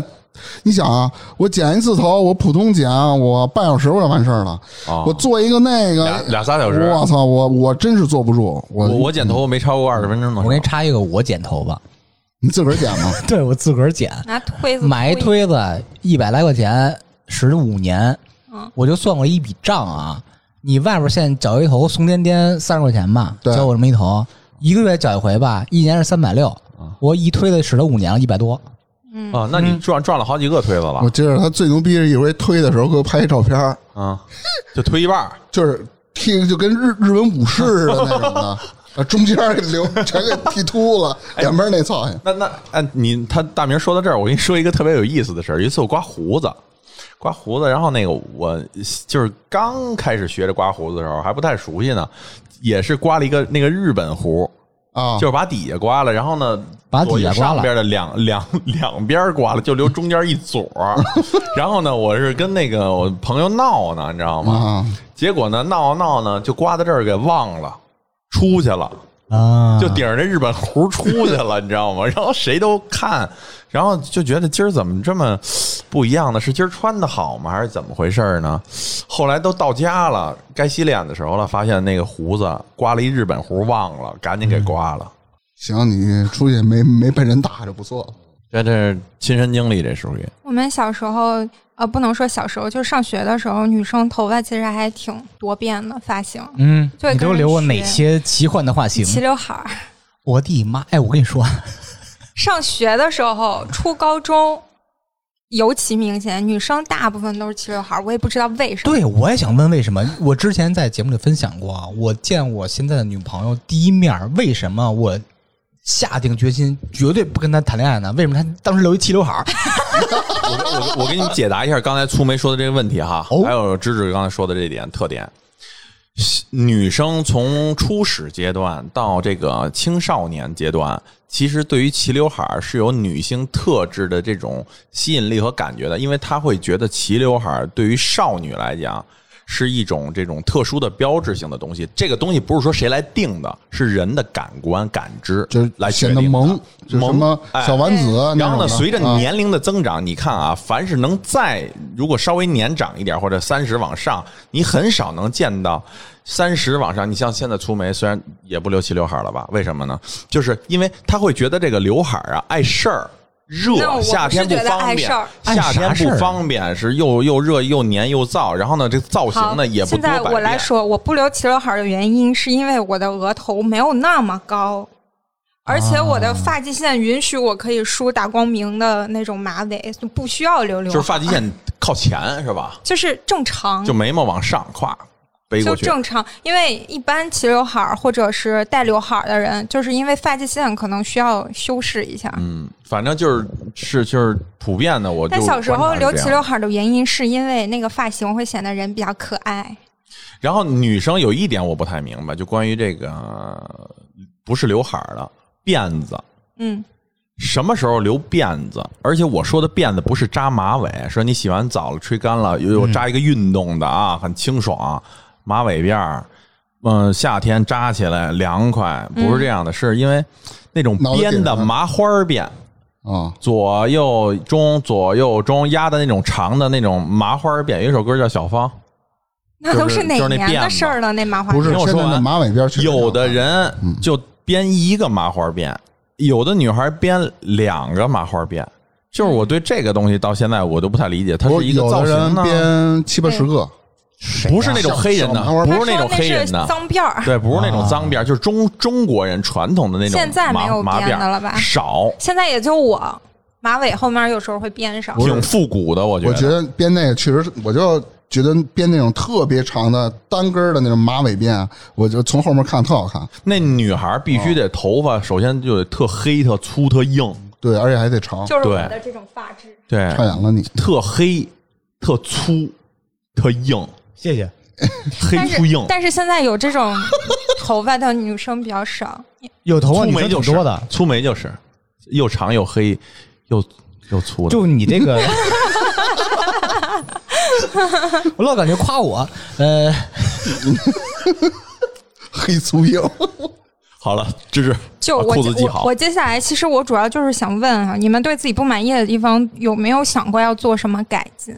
[SPEAKER 2] 你想啊，我剪一次头，我普通剪，我半小时我就完事儿了。
[SPEAKER 3] 哦
[SPEAKER 2] 我做一个那个
[SPEAKER 3] 俩俩仨小时
[SPEAKER 2] 我操，我我真是坐不住。我
[SPEAKER 3] 我我剪头发没超过二十分钟的时候，
[SPEAKER 4] 我给你插一个，我剪头发，
[SPEAKER 2] 你自个儿剪 吗？
[SPEAKER 4] 对我自个儿剪，
[SPEAKER 5] 拿推子
[SPEAKER 4] 买一推
[SPEAKER 5] 推，
[SPEAKER 4] 子一百来块钱，十五年，
[SPEAKER 5] 嗯
[SPEAKER 4] 我就算过一笔账啊。你外边现在绞一头松颠颠三十块钱吧，
[SPEAKER 2] 对
[SPEAKER 4] 绞我这么一头，一个月绞一回吧，一年是三百六，我一推子使了五年了，一百多。
[SPEAKER 3] 啊，那
[SPEAKER 2] 嗯
[SPEAKER 3] 你赚赚了好几个推子了
[SPEAKER 2] 我记着他最牛逼是一回推的时候给我拍一照片儿，
[SPEAKER 3] 啊，就推一半儿。
[SPEAKER 2] 就是剃就跟日日本武士似的那种的。啊，中间儿给留全给剃秃 了，
[SPEAKER 3] 哎
[SPEAKER 2] 两边儿那造型。
[SPEAKER 3] 那那哎，你他大明说到这儿，我跟你说一个特别有意思的事儿。有一次我刮胡子，刮胡子，然后那个我就是刚开始学着刮胡子的时候还不太熟悉呢，也是刮了一个那个日本胡，
[SPEAKER 2] 啊，
[SPEAKER 3] 就是把底下刮了，然后呢，
[SPEAKER 4] 把底下刮了
[SPEAKER 3] 左右上边的两 两两边刮了，就留中间一撮 儿。然后呢，我是跟那个我朋友闹呢，你知道吗？
[SPEAKER 2] 啊，
[SPEAKER 3] 结果呢，闹啊闹呢，就刮到这儿给忘了，出去了。
[SPEAKER 4] 啊，
[SPEAKER 3] 就顶着这日本胡出去了，你知道吗？ 然后谁都看，然后就觉得今儿怎么这么不一样呢？是今儿穿的好吗？还是怎么回事儿呢？后来都到家了，该洗脸的时候了，发现那个胡子刮了一日本胡，忘了，赶紧
[SPEAKER 4] 嗯
[SPEAKER 3] 给刮了。
[SPEAKER 2] 行，你出去没没被人打就不错了。
[SPEAKER 3] 这这是亲身经历，这属于
[SPEAKER 5] 我们小时候，嗯、呃，不能说小时候，就是上学的时候，女生头发其实还挺多变的发型，
[SPEAKER 4] 嗯，
[SPEAKER 5] 就
[SPEAKER 4] 你都
[SPEAKER 5] 跟
[SPEAKER 4] 留过
[SPEAKER 5] 学
[SPEAKER 4] 哪些奇幻的发型？
[SPEAKER 5] 齐刘海儿。
[SPEAKER 4] 我的妈！哎，我跟你说，
[SPEAKER 5] 上学的时候，初高中尤其明显，女生大部分都是齐刘海儿，我也不知道为什么。
[SPEAKER 4] 对我也想问为什么？我之前在节目里分享过啊，我见我现在的女朋友第一面儿，为什么我下定决心绝对不跟她谈恋爱呢？为什么她当时留一齐刘海儿？
[SPEAKER 3] 我给我给我给你们解答一下刚才粗梅说的这个问题哈，
[SPEAKER 4] 哦
[SPEAKER 3] 还有芝芝刚才说的这一点特点。女生从初始阶段到这个青少年阶段，其实对于齐刘海儿是有女性特质的这种吸引力和感觉的，因为她会觉得齐刘海儿对于少女来讲是一种这种特殊的标志性的东西。这个东西不是说谁来定的，是人的感官感知
[SPEAKER 2] 就是
[SPEAKER 3] 来决
[SPEAKER 2] 显
[SPEAKER 3] 定
[SPEAKER 2] 得
[SPEAKER 3] 的
[SPEAKER 2] 萌，就是什
[SPEAKER 3] 萌
[SPEAKER 2] 么
[SPEAKER 3] 哎
[SPEAKER 2] 小丸子啊那种的。
[SPEAKER 3] 然后呢，随着
[SPEAKER 2] 啊
[SPEAKER 3] 年龄的增长，你看啊，凡是能再如果稍微年长一点或者三十往上，你很少能见到三十往上。你像现在粗眉，虽然也不留齐刘海了吧？为什么呢？就是因为他会觉得这个刘海啊碍事儿。热
[SPEAKER 5] 那我，不是
[SPEAKER 3] 夏天不
[SPEAKER 5] 觉得
[SPEAKER 3] 方
[SPEAKER 5] 碍
[SPEAKER 3] 便
[SPEAKER 5] 事儿，
[SPEAKER 4] 碍
[SPEAKER 3] 夏天
[SPEAKER 4] 啥事
[SPEAKER 3] 不
[SPEAKER 4] 儿啊
[SPEAKER 3] 方便，是又又热又黏又燥。然后呢，这造型
[SPEAKER 5] 好，
[SPEAKER 3] 呢也不
[SPEAKER 5] 现
[SPEAKER 3] 多
[SPEAKER 5] 在
[SPEAKER 3] 百
[SPEAKER 5] 我来
[SPEAKER 3] 变
[SPEAKER 5] 说，我不留齐刘海儿的原因是因为我的额头没有那么高，而且我
[SPEAKER 3] 啊
[SPEAKER 5] 的发际线允许我可以梳打光明的那种马尾，就不需要留刘海
[SPEAKER 3] 就
[SPEAKER 5] 儿，
[SPEAKER 3] 是发际线靠前是吧？
[SPEAKER 5] 就是正常，
[SPEAKER 3] 就眉毛往上跨背
[SPEAKER 5] 就
[SPEAKER 3] 过去，
[SPEAKER 5] 正常。因为一般齐刘海儿或者是带刘海儿的人，就是因为发际线可能需要修饰一下。
[SPEAKER 3] 嗯，反正就是是就是普遍的，我就
[SPEAKER 5] 但小时
[SPEAKER 3] 观
[SPEAKER 5] 候
[SPEAKER 3] 察是
[SPEAKER 5] 留
[SPEAKER 3] 这样
[SPEAKER 5] 齐刘海儿的原因是因为那个发型会显得人比较可爱。
[SPEAKER 3] 然后女生有一点我不太明白，就关于这个呃不是刘海儿的辫子，
[SPEAKER 5] 嗯，
[SPEAKER 3] 什么时候留辫子？而且我说的辫子不是扎马尾，说你洗完澡了吹干了，有有扎一个运动的啊，
[SPEAKER 5] 嗯
[SPEAKER 3] 很清爽，马尾辫儿。嗯，夏天扎起来凉快，不是这
[SPEAKER 5] 嗯
[SPEAKER 3] 样的，是因为那种
[SPEAKER 2] 脑袋
[SPEAKER 3] 编
[SPEAKER 2] 顶
[SPEAKER 3] 的
[SPEAKER 2] 上
[SPEAKER 3] 麻花儿辫，
[SPEAKER 2] 啊，
[SPEAKER 3] 左右中左右中压的那种长的那种麻花辫，有一首歌叫《小芳》，
[SPEAKER 5] 那都
[SPEAKER 3] 就是
[SPEAKER 5] 哪
[SPEAKER 3] 就是那
[SPEAKER 5] 年
[SPEAKER 3] 辫
[SPEAKER 5] 的
[SPEAKER 3] 子
[SPEAKER 5] 事儿了？那麻花
[SPEAKER 2] 不是
[SPEAKER 3] 听我
[SPEAKER 2] 现
[SPEAKER 3] 说
[SPEAKER 2] 在
[SPEAKER 3] 完
[SPEAKER 2] 的马尾辫儿确实
[SPEAKER 3] 有的
[SPEAKER 2] 长
[SPEAKER 3] 人就编一个麻花辫，有的女孩编两个麻花辫。就是我对这个东西到现在我都不太理解，它
[SPEAKER 2] 不
[SPEAKER 3] 是一个
[SPEAKER 2] 有
[SPEAKER 3] 造
[SPEAKER 2] 的
[SPEAKER 3] 型
[SPEAKER 2] 人
[SPEAKER 3] 呢，
[SPEAKER 2] 编七八十个，
[SPEAKER 3] 不是那种
[SPEAKER 2] 小
[SPEAKER 3] 黑人的
[SPEAKER 2] 小麻花，辫啊
[SPEAKER 3] 不
[SPEAKER 5] 他
[SPEAKER 3] 是那种
[SPEAKER 5] 说
[SPEAKER 3] 黑人
[SPEAKER 5] 是
[SPEAKER 3] 的，
[SPEAKER 5] 脏辫儿。
[SPEAKER 3] 对，不是那种脏辫，就是中中国人传统的那种
[SPEAKER 5] 现在没
[SPEAKER 3] 麻
[SPEAKER 5] 有
[SPEAKER 3] 麻
[SPEAKER 5] 编的
[SPEAKER 3] 辫，
[SPEAKER 5] 了吧
[SPEAKER 3] 少，
[SPEAKER 5] 现在也就我马尾后面有时候会编上，
[SPEAKER 3] 挺复古的，我觉
[SPEAKER 2] 我
[SPEAKER 3] 得。
[SPEAKER 2] 觉得编那个确实是，我就觉得编那种特别长的单根儿的那种马尾辫，啊我就从后面看特好看，
[SPEAKER 3] 那女孩必须得头发，首先就得特黑、特粗、特硬，
[SPEAKER 2] 对，而且还得长，
[SPEAKER 5] 就是我
[SPEAKER 3] 对
[SPEAKER 5] 的这种发质。
[SPEAKER 3] 对，
[SPEAKER 2] 差远了你。
[SPEAKER 3] 特黑、特粗、特硬，
[SPEAKER 4] 谢谢。
[SPEAKER 3] 黑
[SPEAKER 5] 但
[SPEAKER 3] 粗硬
[SPEAKER 5] 是。但是现在有这种头发的女生比较少，
[SPEAKER 4] 有头发
[SPEAKER 3] 粗
[SPEAKER 4] 女
[SPEAKER 3] 眉
[SPEAKER 4] 生
[SPEAKER 3] 就
[SPEAKER 4] 挺
[SPEAKER 3] 是
[SPEAKER 4] 多的，，
[SPEAKER 3] 粗眉就是又长又黑又又粗的。
[SPEAKER 4] 就你这个， 我老感觉夸我，呃，
[SPEAKER 2] 黑粗硬，
[SPEAKER 3] 好了，芝芝，
[SPEAKER 5] 就
[SPEAKER 3] 把
[SPEAKER 5] 我
[SPEAKER 3] 啊裤子系
[SPEAKER 5] 我
[SPEAKER 3] 好
[SPEAKER 5] 我。接下来其实我主要就是想问啊，你们对自己不满意的地方有没有想过要做什么改进？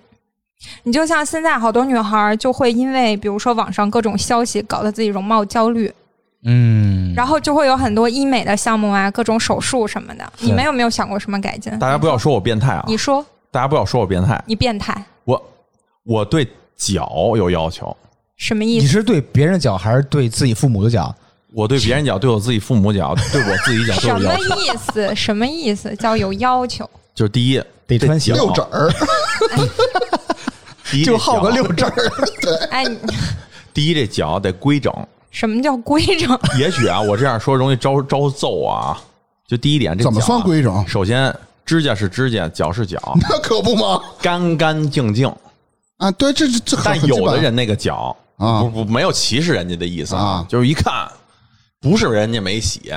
[SPEAKER 5] 你就像现在好多女孩儿就会因为比如说网上各种消息搞得自己容貌焦虑，
[SPEAKER 4] 嗯，
[SPEAKER 5] 然后就会有很多医美的项目啊，各种手术什么的。你们有没有想过什么改进？
[SPEAKER 3] 大家不要说我变态啊！
[SPEAKER 5] 你说
[SPEAKER 3] 大家不要说我变态，
[SPEAKER 5] 你变态
[SPEAKER 3] 我我对脚有要求，
[SPEAKER 5] 什么意
[SPEAKER 4] 你
[SPEAKER 5] 思？
[SPEAKER 4] 是对别人脚还是对自己父母的脚？
[SPEAKER 3] 我对别人脚、对我自己父母脚、对我自己脚都
[SPEAKER 5] 什
[SPEAKER 3] 有
[SPEAKER 5] 么
[SPEAKER 3] 要求。
[SPEAKER 5] 意思？ 什么意思？叫有要求？
[SPEAKER 3] 就是第一，
[SPEAKER 4] 得
[SPEAKER 3] 这
[SPEAKER 4] 穿鞋
[SPEAKER 3] 脚
[SPEAKER 2] 六指儿，
[SPEAKER 3] 第一
[SPEAKER 4] 就
[SPEAKER 3] 这
[SPEAKER 4] 好个
[SPEAKER 3] 脚
[SPEAKER 4] 六指儿，
[SPEAKER 5] 哎，你
[SPEAKER 3] 第一这脚得规整。
[SPEAKER 5] 什么叫规 整？
[SPEAKER 3] 也许啊，我这样说容易招招揍啊。就第一点，这
[SPEAKER 2] 怎么
[SPEAKER 3] 脚啊
[SPEAKER 2] 算规整
[SPEAKER 3] 首先，指甲是指甲，脚是脚，
[SPEAKER 2] 那可不吗？
[SPEAKER 3] 干干 净净。
[SPEAKER 2] 啊，对，这这这很
[SPEAKER 3] 但
[SPEAKER 2] 很基
[SPEAKER 3] 有
[SPEAKER 2] 本
[SPEAKER 3] 的人那个脚
[SPEAKER 2] 啊
[SPEAKER 3] 不不没有歧视人家的意思
[SPEAKER 2] 啊
[SPEAKER 3] 就是一看不是人家没洗，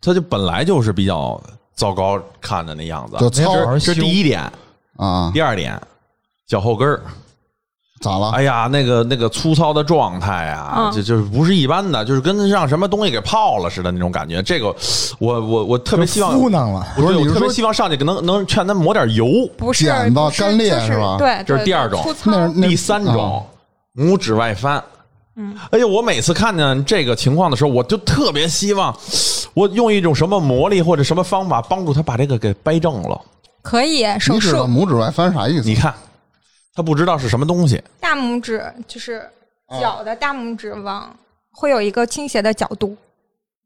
[SPEAKER 3] 他就本来就是比较糟糕看的那样子。
[SPEAKER 2] 就
[SPEAKER 4] 没有
[SPEAKER 2] 糙
[SPEAKER 4] 好好
[SPEAKER 3] 这是
[SPEAKER 4] 修
[SPEAKER 3] 第一点，
[SPEAKER 2] 啊，
[SPEAKER 3] 第二点，脚后跟儿，
[SPEAKER 2] 咋了？
[SPEAKER 3] 哎呀，那个那个粗糙的状态啊，
[SPEAKER 5] 嗯
[SPEAKER 3] 就就是不是一般的，就是跟让什么东西给泡了似的那种感觉。这个我我我特别希望，
[SPEAKER 4] 嘟囔了。
[SPEAKER 3] 我
[SPEAKER 2] 不是你
[SPEAKER 3] 对我
[SPEAKER 2] 是
[SPEAKER 3] 特别
[SPEAKER 2] 说
[SPEAKER 3] 希望上去能能劝他抹点油。
[SPEAKER 5] 不是
[SPEAKER 2] 剪吧
[SPEAKER 5] 不是
[SPEAKER 2] 干裂
[SPEAKER 5] 就是
[SPEAKER 2] 是吧
[SPEAKER 5] 对，
[SPEAKER 3] 这是
[SPEAKER 5] 对
[SPEAKER 3] 第二
[SPEAKER 5] 对
[SPEAKER 3] 种
[SPEAKER 5] 粗糙
[SPEAKER 2] 那啊是
[SPEAKER 3] 第三种，拇指外翻。嗯，哎呀，我每次看见这个情况的时候，我就特别希望我用一种什么魔力或者什么方法帮助他把这个给掰正了。
[SPEAKER 5] 可以手
[SPEAKER 2] 你指的
[SPEAKER 5] 术。
[SPEAKER 2] 拇指外翻啥意思？
[SPEAKER 3] 你看，他不知道是什么东西。
[SPEAKER 5] 大拇指就是
[SPEAKER 2] 啊
[SPEAKER 5] 脚的大拇指往会有一个倾斜的角度，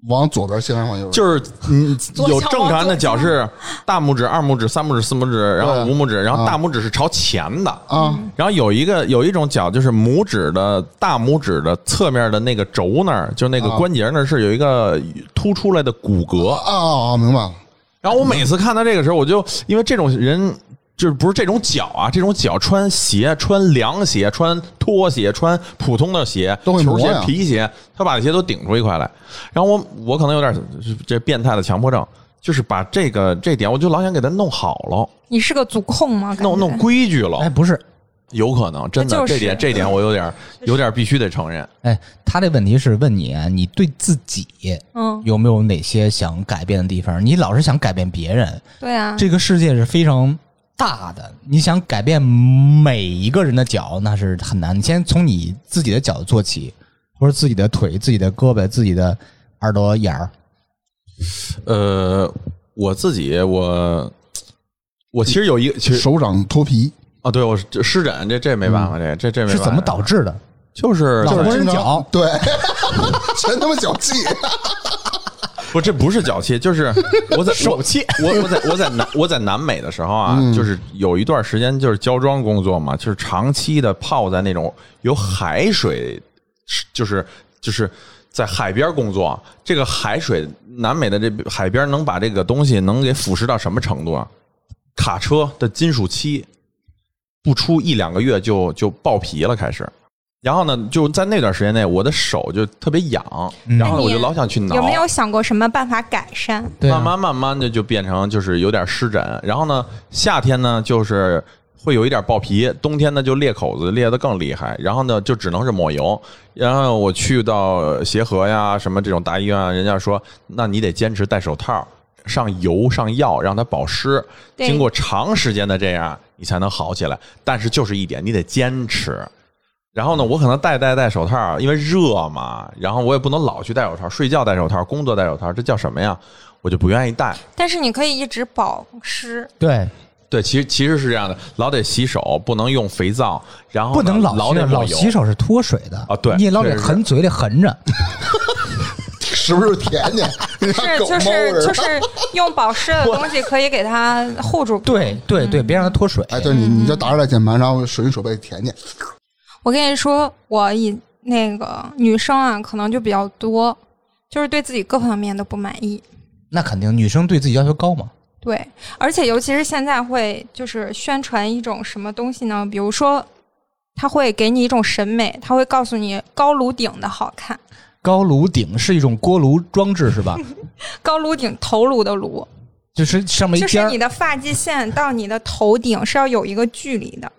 [SPEAKER 2] 往左边倾往右边，
[SPEAKER 3] 就是嗯，
[SPEAKER 5] 左
[SPEAKER 3] 有
[SPEAKER 5] 脚
[SPEAKER 3] 正常的脚是大拇指、二拇指、三拇指、四拇指，然后
[SPEAKER 2] 对
[SPEAKER 3] 五拇指，然后
[SPEAKER 2] 啊
[SPEAKER 3] 大拇指是朝前的，
[SPEAKER 2] 啊，
[SPEAKER 3] 然后有一个有一种脚就是拇指的大拇指的侧面的那个轴那儿，就那个
[SPEAKER 2] 啊
[SPEAKER 3] 关节那儿是有一个凸出来的骨骼。
[SPEAKER 2] 啊啊啊，明白了，
[SPEAKER 3] 然后我每次看到这个时候，我就因为这种人就是不是这种脚啊，这种脚穿鞋、穿凉鞋、穿拖鞋、穿普通的鞋、
[SPEAKER 2] 都会
[SPEAKER 3] 球
[SPEAKER 2] 磨
[SPEAKER 3] 鞋
[SPEAKER 2] 呀、
[SPEAKER 3] 皮鞋，他把这些都顶出一块来。然后我我可能有点这变态的强迫症，就是把这个这点，我就老想给他弄好了，
[SPEAKER 5] 你是个足控吗？感
[SPEAKER 3] 弄
[SPEAKER 5] 觉
[SPEAKER 3] 弄规矩了。
[SPEAKER 4] 哎，不是，
[SPEAKER 3] 有可能真的、
[SPEAKER 5] 就是
[SPEAKER 3] 这点这点我有点有点必须得承认。
[SPEAKER 4] 哎，他这问题是问你，啊你对自己
[SPEAKER 5] 嗯，
[SPEAKER 4] 有没有哪些想改变的地方？你老是想改变别人，
[SPEAKER 5] 对啊，
[SPEAKER 4] 这个世界是非常大的，你想改变每一个人的脚，那是很难。你先从你自己的脚做起，或者自己的腿、自己的胳膊、自己的耳朵眼儿。
[SPEAKER 3] 呃，我自己我我其实有一个其实
[SPEAKER 2] 手掌脱皮，
[SPEAKER 3] 啊，对我是这湿疹这这没办法，
[SPEAKER 2] 嗯
[SPEAKER 3] 这这这没
[SPEAKER 4] 是
[SPEAKER 3] 办法
[SPEAKER 4] 怎么导？致的？
[SPEAKER 3] 就是
[SPEAKER 4] 老
[SPEAKER 3] 就
[SPEAKER 4] 婆
[SPEAKER 3] 是
[SPEAKER 4] 人
[SPEAKER 2] 经常
[SPEAKER 4] 脚，
[SPEAKER 2] 对， 全他妈脚气，
[SPEAKER 3] 不，这不是脚气， 就是我在手气。我我在我在南我在南美的时候啊，就是有一段时间就是胶装工作嘛，就是长期的泡在那种有海水，就是就是在海边工作。这个海水，南美的这海边能把这个东西能给腐蚀到什么程度啊？卡车的金属漆不出一两个月就就爆皮了，开始。然后呢，就在那段时间内，我的手就特别痒，然后呢我就老想去挠。
[SPEAKER 5] 嗯有没有想过什么办法改善？
[SPEAKER 4] 对啊
[SPEAKER 3] 慢慢慢慢的就变成就是有点湿疹，然后呢，夏天呢就是会有一点爆皮，冬天呢就裂口子裂得更厉害，然后呢就只能是抹油。然后我去到协和呀什么这种大医院啊，人家说那你得坚持戴手套，上油上药让它保湿，
[SPEAKER 5] 对
[SPEAKER 3] 经过长时间的这样你才能好起来。但是就是一点，你得坚持。然后呢，我可能戴戴戴手套，因为热嘛，然后我也不能老去戴手套，睡觉戴手套，工作戴手套，这叫什么呀？我就不愿意戴。
[SPEAKER 5] 但是你可以一直保湿，
[SPEAKER 4] 对，
[SPEAKER 3] 对，其实其实是这样的，老得洗手，不能用肥皂，然后呢
[SPEAKER 4] 不能老
[SPEAKER 3] 老
[SPEAKER 4] 洗
[SPEAKER 3] 得
[SPEAKER 4] 老
[SPEAKER 3] 抹油
[SPEAKER 4] 洗手是脱水的
[SPEAKER 3] 啊对
[SPEAKER 4] 你也老得
[SPEAKER 3] 是是
[SPEAKER 4] 含嘴里含着。
[SPEAKER 2] 是不是舔舔？跟
[SPEAKER 5] 是
[SPEAKER 2] 俩狗
[SPEAKER 5] 就
[SPEAKER 2] 猫似
[SPEAKER 5] 是
[SPEAKER 2] 的。
[SPEAKER 5] 就是用保湿的东西可以给它护 住。
[SPEAKER 4] 对对对，别让它脱水。
[SPEAKER 2] 哎，对你，你就打着来键盘，然后手用手背舔舔，
[SPEAKER 5] 我跟你说，我以那个女生啊，可能就比较多，就是对自己各方面都不满意。
[SPEAKER 4] 那肯定，女生对自己要求高嘛。
[SPEAKER 5] 对，而且尤其是现在会就是宣传一种什么东西呢？比如说，他会给你一种审美，他会告诉你高颅顶的好看，
[SPEAKER 4] 高颅顶是一种锅炉装置 是吧？
[SPEAKER 5] 高颅顶头颅的颅，
[SPEAKER 4] 就是上面一
[SPEAKER 5] 就是
[SPEAKER 4] 尖儿
[SPEAKER 5] 你。的发际线到你的头顶是要有一个距离的。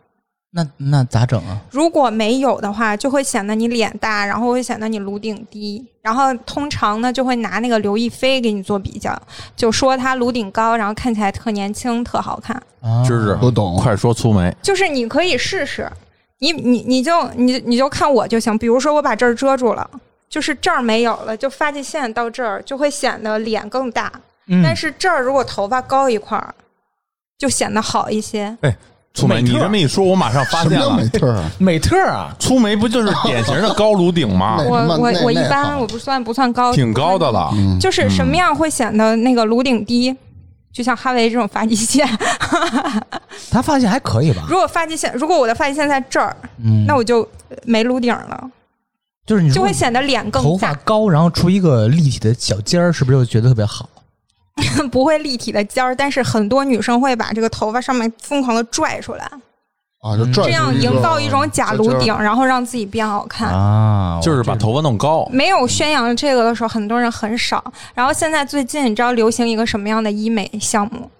[SPEAKER 4] 那那咋整啊？
[SPEAKER 5] 如果没有的话，就会显得你脸大，然后会显得你颅顶低。然后通常呢，就会拿那个刘亦菲给你做比较，就说她颅顶高，然后看起来特年轻、特好看。
[SPEAKER 4] 啊，
[SPEAKER 3] 知识
[SPEAKER 2] 都懂
[SPEAKER 3] 快说粗眉，
[SPEAKER 5] 就是你可以试试，你你你就你你就看我就行。比如说我把这儿遮住了，就是这儿没有了，就发际线到这儿就会显得脸更大。
[SPEAKER 4] 嗯
[SPEAKER 5] 但是这儿如果头发高一块儿，就显得好一些。
[SPEAKER 3] 哎粗
[SPEAKER 4] 美
[SPEAKER 3] 眉，
[SPEAKER 4] 特
[SPEAKER 3] 你这么一说，我马上发
[SPEAKER 2] 什么
[SPEAKER 3] 现
[SPEAKER 2] 叫
[SPEAKER 3] 了
[SPEAKER 2] 美，特儿啊？
[SPEAKER 4] 美特啊，
[SPEAKER 3] 粗眉不就是典型的高颅顶吗
[SPEAKER 2] 那？
[SPEAKER 5] 我
[SPEAKER 2] 什么
[SPEAKER 5] 我
[SPEAKER 2] 那
[SPEAKER 5] 我一
[SPEAKER 2] 那
[SPEAKER 5] 般
[SPEAKER 2] 好
[SPEAKER 5] 我不算不算 高，
[SPEAKER 3] 挺高的了，
[SPEAKER 2] 嗯
[SPEAKER 4] 嗯
[SPEAKER 5] 就是什么样会显得那个颅顶低？就像哈维这种发 际线，
[SPEAKER 4] 他发现还可以吧？
[SPEAKER 5] 如果发际线，如果我的发际线在这儿，
[SPEAKER 4] 嗯，
[SPEAKER 5] 那我就没颅顶了，
[SPEAKER 4] 就是你如
[SPEAKER 5] 就
[SPEAKER 4] 果
[SPEAKER 5] 会显得脸
[SPEAKER 4] 头
[SPEAKER 5] 更
[SPEAKER 4] 发
[SPEAKER 5] 大，
[SPEAKER 4] 高，然后出一个立体的小尖儿，是不是就觉得特别好？
[SPEAKER 5] 不会立体的尖儿。但是很多女生会把这个头发上面疯狂的拽出来，
[SPEAKER 2] 啊，就
[SPEAKER 5] 这
[SPEAKER 2] 转
[SPEAKER 5] 样
[SPEAKER 2] 出一个
[SPEAKER 5] 营造一种假颅顶，，然后让自己变好看。
[SPEAKER 4] 啊，
[SPEAKER 3] 就是把头发弄高。
[SPEAKER 5] 没有宣扬这个的时候，很多人很少。然后现在最近，你知道流行一个什么样的医美项目？
[SPEAKER 4] 啊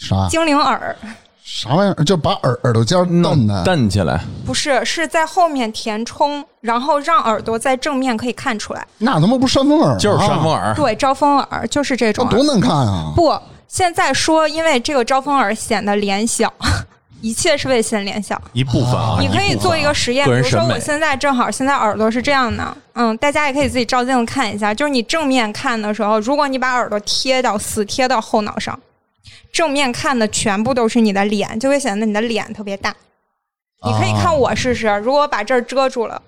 [SPEAKER 2] 啥
[SPEAKER 5] 精灵耳，
[SPEAKER 2] 啥玩意儿，就把耳耳朵尖儿瞪的，
[SPEAKER 3] 蹬起来，
[SPEAKER 5] 不是，是在后面填充，然后让耳朵在正面可以看出来。
[SPEAKER 2] 那他妈不是扇风耳吗，
[SPEAKER 3] 就是扇风耳。哦
[SPEAKER 5] 对，招风耳就是这种
[SPEAKER 2] 这
[SPEAKER 5] 耳。
[SPEAKER 2] 多难看啊！
[SPEAKER 5] 不，现在说因为这个招风耳显得脸小， 一切是为显脸小。
[SPEAKER 3] 一部分啊，
[SPEAKER 5] 你可以做一个实验，
[SPEAKER 3] 个
[SPEAKER 5] 比
[SPEAKER 3] 人
[SPEAKER 5] 如说
[SPEAKER 3] 审美
[SPEAKER 5] 我现在正好现在耳朵是这样的，嗯，大家也可以自己照镜子看一下，就是你正面看的时候，如果你把耳朵贴到死贴到后脑上，正面看的全部都是你的脸，就会显得你的脸特别大。你可以
[SPEAKER 3] 啊
[SPEAKER 5] 看我试试，如果我把这儿遮住了，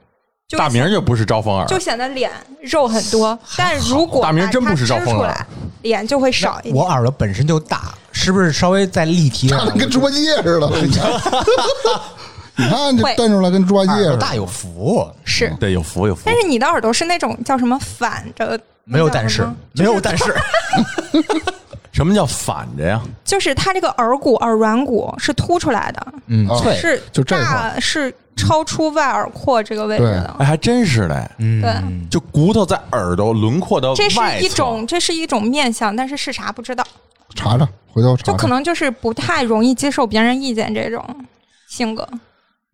[SPEAKER 5] 就
[SPEAKER 3] 大明儿就不是招风耳，
[SPEAKER 5] 就显得脸肉很多。但如果
[SPEAKER 3] 大明儿真不是赵
[SPEAKER 5] 照
[SPEAKER 3] 凤
[SPEAKER 5] 出
[SPEAKER 3] 了
[SPEAKER 5] 来，脸就会少一
[SPEAKER 4] 我
[SPEAKER 5] 点。
[SPEAKER 4] 耳朵本身就大，是不是稍微再立体点
[SPEAKER 2] 看
[SPEAKER 4] 儿？
[SPEAKER 2] 着跟猪八戒似的。 你看这
[SPEAKER 5] 会
[SPEAKER 2] 瞪出来跟猪八戒
[SPEAKER 4] 耳
[SPEAKER 2] 似
[SPEAKER 4] 朵
[SPEAKER 2] 的，
[SPEAKER 4] 大有福，
[SPEAKER 5] 是，
[SPEAKER 3] 对，有福有福
[SPEAKER 5] 但。是你的耳朵是那种叫什么反着？
[SPEAKER 4] 没有
[SPEAKER 5] 那叫
[SPEAKER 4] 但是
[SPEAKER 5] 什么，
[SPEAKER 4] 没有但是，
[SPEAKER 3] 什么叫反着呀？
[SPEAKER 5] 就是它这个耳骨、耳软骨是凸出来的，
[SPEAKER 4] 嗯，
[SPEAKER 2] 啊
[SPEAKER 4] 脆，
[SPEAKER 5] 是
[SPEAKER 2] 就这块
[SPEAKER 5] 大是超出外耳廓这个位置的。
[SPEAKER 3] 哎，还真是嘞，
[SPEAKER 4] 嗯，
[SPEAKER 3] 就骨头在耳朵轮廓的
[SPEAKER 5] 这是
[SPEAKER 3] 外
[SPEAKER 5] 一
[SPEAKER 3] 侧
[SPEAKER 5] 种，这是一种面相，但是是啥不知道，
[SPEAKER 2] 查查，回头查
[SPEAKER 5] 就可
[SPEAKER 2] 查。
[SPEAKER 5] 能就是不太容易接受别人意见这种性格。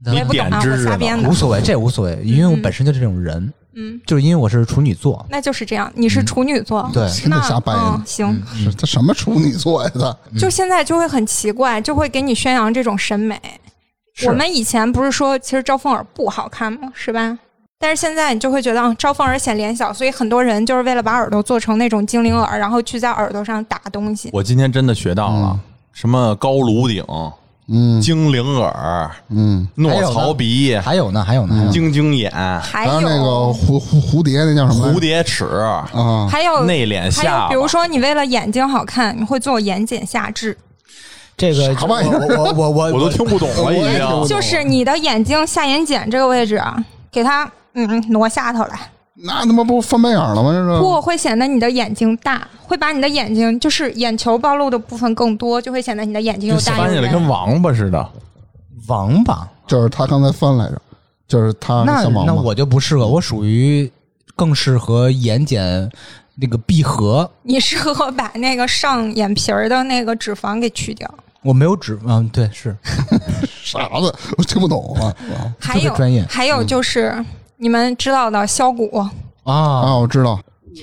[SPEAKER 5] 我也不懂啊，
[SPEAKER 3] 你点
[SPEAKER 5] 我
[SPEAKER 3] 知识
[SPEAKER 5] 瞎
[SPEAKER 3] 呢
[SPEAKER 5] 编的
[SPEAKER 4] 无。所谓，这无所谓，因为我本身就这种人，
[SPEAKER 5] 嗯，
[SPEAKER 4] 就是因为我是处女座，
[SPEAKER 5] 那就是这样。你是处女座，
[SPEAKER 4] 对
[SPEAKER 2] 真的
[SPEAKER 5] 那
[SPEAKER 2] 瞎掰
[SPEAKER 5] 嗯
[SPEAKER 2] 呢，
[SPEAKER 5] 行，
[SPEAKER 2] 是他什么处女座呀？他
[SPEAKER 3] 嗯
[SPEAKER 5] 就现在就会很奇怪，就会给你宣扬这种审美。
[SPEAKER 4] 是
[SPEAKER 5] 我们以前不是说其实招风耳不好看吗？是吧？但是现在你就会觉得，啊招风耳显脸小，所以很多人就是为了把耳朵做成那种精灵耳，然后去在耳朵上打东西。
[SPEAKER 3] 我今天真的学到
[SPEAKER 5] 嗯
[SPEAKER 3] 了什么高颅顶、
[SPEAKER 2] 嗯
[SPEAKER 3] 精灵耳、
[SPEAKER 2] 嗯，
[SPEAKER 3] 诺槽鼻、
[SPEAKER 5] 嗯
[SPEAKER 4] 还有呢，还有呢，还有呢
[SPEAKER 3] 晶晶眼、
[SPEAKER 5] 还
[SPEAKER 2] 还有
[SPEAKER 5] 有
[SPEAKER 2] 那个蝴蝴蝴蝶那叫什么来着？
[SPEAKER 3] 蝴蝶齿、
[SPEAKER 2] 啊，
[SPEAKER 5] 还有
[SPEAKER 3] 内敛
[SPEAKER 5] 嗯哦还
[SPEAKER 3] 下
[SPEAKER 5] 有
[SPEAKER 3] 巴，
[SPEAKER 5] 比如说你为了眼睛好看，你会做眼睑下至，
[SPEAKER 4] 这个
[SPEAKER 2] 啥玩意儿
[SPEAKER 4] 我我我
[SPEAKER 3] 我都听哦不懂了已
[SPEAKER 2] 我也听不
[SPEAKER 3] 经
[SPEAKER 2] 懂。
[SPEAKER 5] 就是你的眼睛下眼睑这个位置啊，给它嗯挪下头来，
[SPEAKER 2] 那他妈不翻白眼了吗？这是
[SPEAKER 5] 不会显得你的眼睛大，会把你的眼睛就是眼球暴露的部分更多，就会显得你的眼睛又大
[SPEAKER 3] 翻
[SPEAKER 5] 又
[SPEAKER 3] 起来
[SPEAKER 5] 圆。
[SPEAKER 3] 跟王八似的。
[SPEAKER 4] 王八，
[SPEAKER 2] 就是他刚才翻来着，就是
[SPEAKER 3] 啊
[SPEAKER 2] 他
[SPEAKER 4] 那
[SPEAKER 2] 像王
[SPEAKER 4] 那
[SPEAKER 2] 八
[SPEAKER 4] 我就不适合，我属于更适合眼睑那个闭合，
[SPEAKER 5] 你适合把那个上眼皮儿的那个脂肪给去掉。
[SPEAKER 4] 我没有指，嗯，对，是
[SPEAKER 2] 傻子，我听不懂啊
[SPEAKER 5] 还
[SPEAKER 4] 特
[SPEAKER 5] 有
[SPEAKER 4] 别专业
[SPEAKER 5] 还有就是、你们知道的削骨，
[SPEAKER 4] 啊，
[SPEAKER 2] 啊！我知道，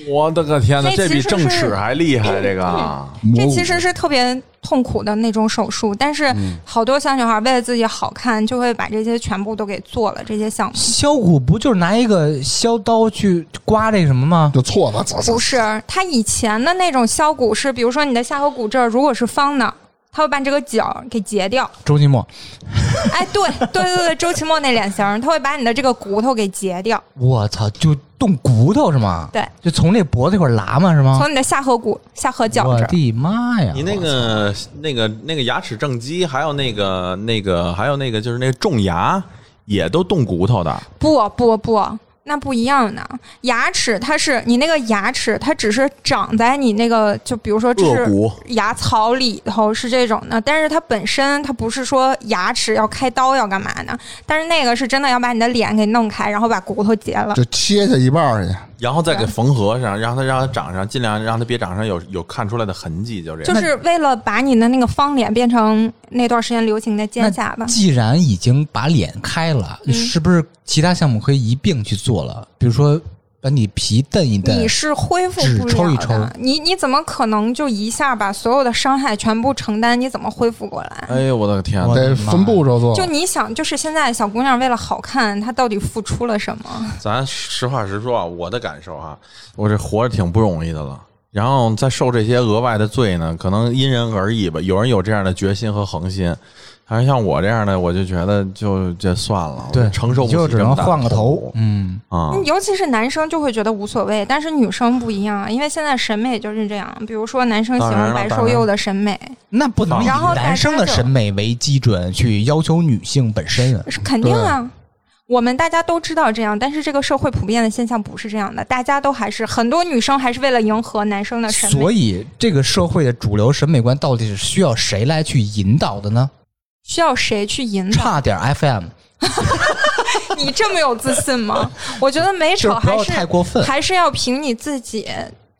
[SPEAKER 3] 我的个天哪，
[SPEAKER 5] 这
[SPEAKER 3] 这
[SPEAKER 5] 其
[SPEAKER 3] 比
[SPEAKER 5] 实
[SPEAKER 3] 正
[SPEAKER 5] 是
[SPEAKER 3] 齿还厉害！这个啊
[SPEAKER 2] 蘑
[SPEAKER 5] 这
[SPEAKER 2] 菇
[SPEAKER 5] 其实是特别痛苦的那种手术，但是好多小女孩为了自己好看，就会把这些全部都给做了这些项目。
[SPEAKER 4] 削骨不就是拿一个削刀去刮这个什么吗？
[SPEAKER 2] 就错了，走走
[SPEAKER 5] 不是，它以前的那种削骨是，比如说你的下颌骨这儿如果是方的，它会把你这个角给截掉。
[SPEAKER 4] 周奇墨，
[SPEAKER 5] 哎，对对对对，周奇墨那脸型儿，他会把你的这个骨头给截掉，
[SPEAKER 4] 我操，就动骨头是吗？
[SPEAKER 5] 对，
[SPEAKER 4] 就从那脖子这块拉嘛是吗？
[SPEAKER 5] 从你的下颌骨、下颌角
[SPEAKER 4] 啊我
[SPEAKER 5] 这儿。
[SPEAKER 4] 的妈呀！
[SPEAKER 3] 你那个那个那个牙齿正畸，还有那个那个还有那个就是那个种牙，也都动骨头的。
[SPEAKER 5] 不不不，那不一样呢。牙齿它是你那个牙齿，它只是长在你那个，就比如说这
[SPEAKER 3] 颚骨
[SPEAKER 5] 是牙槽里头是这种的，但是它本身它不是说牙齿要开刀要干嘛呢？但是那个是真的要把你的脸给弄开，然后把骨头截了。
[SPEAKER 2] 就切下一半儿去，
[SPEAKER 3] 然后再
[SPEAKER 5] 嗯
[SPEAKER 3] 给缝合上，让它让它长上，尽量让它别长上有有看出来的痕迹，就这
[SPEAKER 5] 就
[SPEAKER 3] 样。
[SPEAKER 5] 是为了把你的那个方脸变成那段时间流行的
[SPEAKER 4] 那
[SPEAKER 5] 尖下巴，
[SPEAKER 4] 既然已经把脸开了，
[SPEAKER 5] 嗯
[SPEAKER 4] 是不是其他项目可以一并去做了？比如说把你皮蹬一蹬
[SPEAKER 5] 你，是恢复
[SPEAKER 4] 只
[SPEAKER 5] 不
[SPEAKER 4] 抽
[SPEAKER 5] 了
[SPEAKER 4] 一
[SPEAKER 5] 的。你你怎么可能就一下把所有的伤害全部承担？你怎么恢复过来？
[SPEAKER 3] 哎呦我的天！
[SPEAKER 4] 我的
[SPEAKER 2] 得
[SPEAKER 4] 妈呀
[SPEAKER 2] 分步
[SPEAKER 4] 哦
[SPEAKER 2] 骤做。
[SPEAKER 5] 就你想，就是现在小姑娘为了好看，她到底付出了什么？
[SPEAKER 3] 咱实话实说啊，我的感受啊，我这活着挺不容易的了，然后再受这些额外的罪呢，可能因人而异吧。有人有这样的决心和恒心，还是像我这样的，我就觉得就这算了，我
[SPEAKER 4] 对，
[SPEAKER 3] 承受不起
[SPEAKER 4] 就只
[SPEAKER 3] 这
[SPEAKER 4] 能
[SPEAKER 3] 么大的
[SPEAKER 4] 换个头
[SPEAKER 3] 苦。
[SPEAKER 4] 嗯，
[SPEAKER 3] 啊。
[SPEAKER 5] 尤其是男生就会觉得无所谓，但是女生不一样啊，因为现在审美就是这样。比如说男生喜
[SPEAKER 3] 当然
[SPEAKER 5] 欢
[SPEAKER 3] 了
[SPEAKER 5] 白
[SPEAKER 3] 当
[SPEAKER 5] 瘦
[SPEAKER 3] 然
[SPEAKER 5] 幼的审美，
[SPEAKER 4] 那不能以
[SPEAKER 5] 然后大家
[SPEAKER 4] 男生的审美为基准去要求女性本身。
[SPEAKER 5] 是肯定啊。我们大家都知道这样，但是这个社会普遍的现象不是这样的，大家都还是很多女生还是为了迎合男生的审美，
[SPEAKER 4] 所以，这个社会的主流审美观到底是需要谁来去引导的呢？
[SPEAKER 5] 需要谁去引导？
[SPEAKER 4] 差点 FM，
[SPEAKER 5] 你这么有自信吗？我觉得美
[SPEAKER 4] 就
[SPEAKER 5] 丑
[SPEAKER 4] 是不
[SPEAKER 5] 还
[SPEAKER 4] 要
[SPEAKER 5] 是
[SPEAKER 4] 太过分。
[SPEAKER 5] 还是要凭你自己，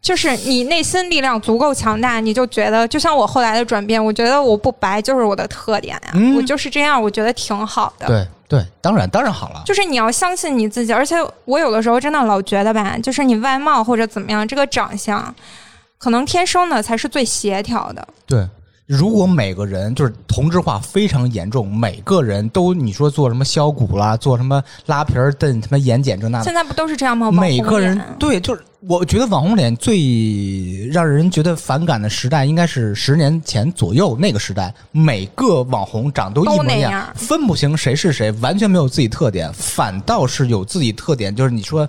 [SPEAKER 5] 就是你内心力量足够强大，你就觉得，就像我后来的转变，我觉得我不白就是我的特点呀、
[SPEAKER 4] 嗯
[SPEAKER 5] 我就是这样，我觉得挺好的。
[SPEAKER 4] 对对，当然当然好了，
[SPEAKER 5] 就是你要相信你自己，而且我有的时候真的老觉得吧，就是你外貌或者怎么样，这个长相，可能天生的才是最协调的。
[SPEAKER 4] 对，如果每个人就是同质化非常严重，每个人都你说做什么削骨啦，做什么拉皮儿、蹬他妈眼睑这那的，
[SPEAKER 5] 现在不都是这样吗？网红
[SPEAKER 4] 啊每个人
[SPEAKER 5] 哦脸
[SPEAKER 4] 对，就是我觉得网红脸最让人觉得反感的时代，应该是十年前左右那个时代，每个网红长都一模一
[SPEAKER 5] 都那样
[SPEAKER 4] 分不清谁是谁，完全没有自己特点，反倒是有自己特点，就是你说。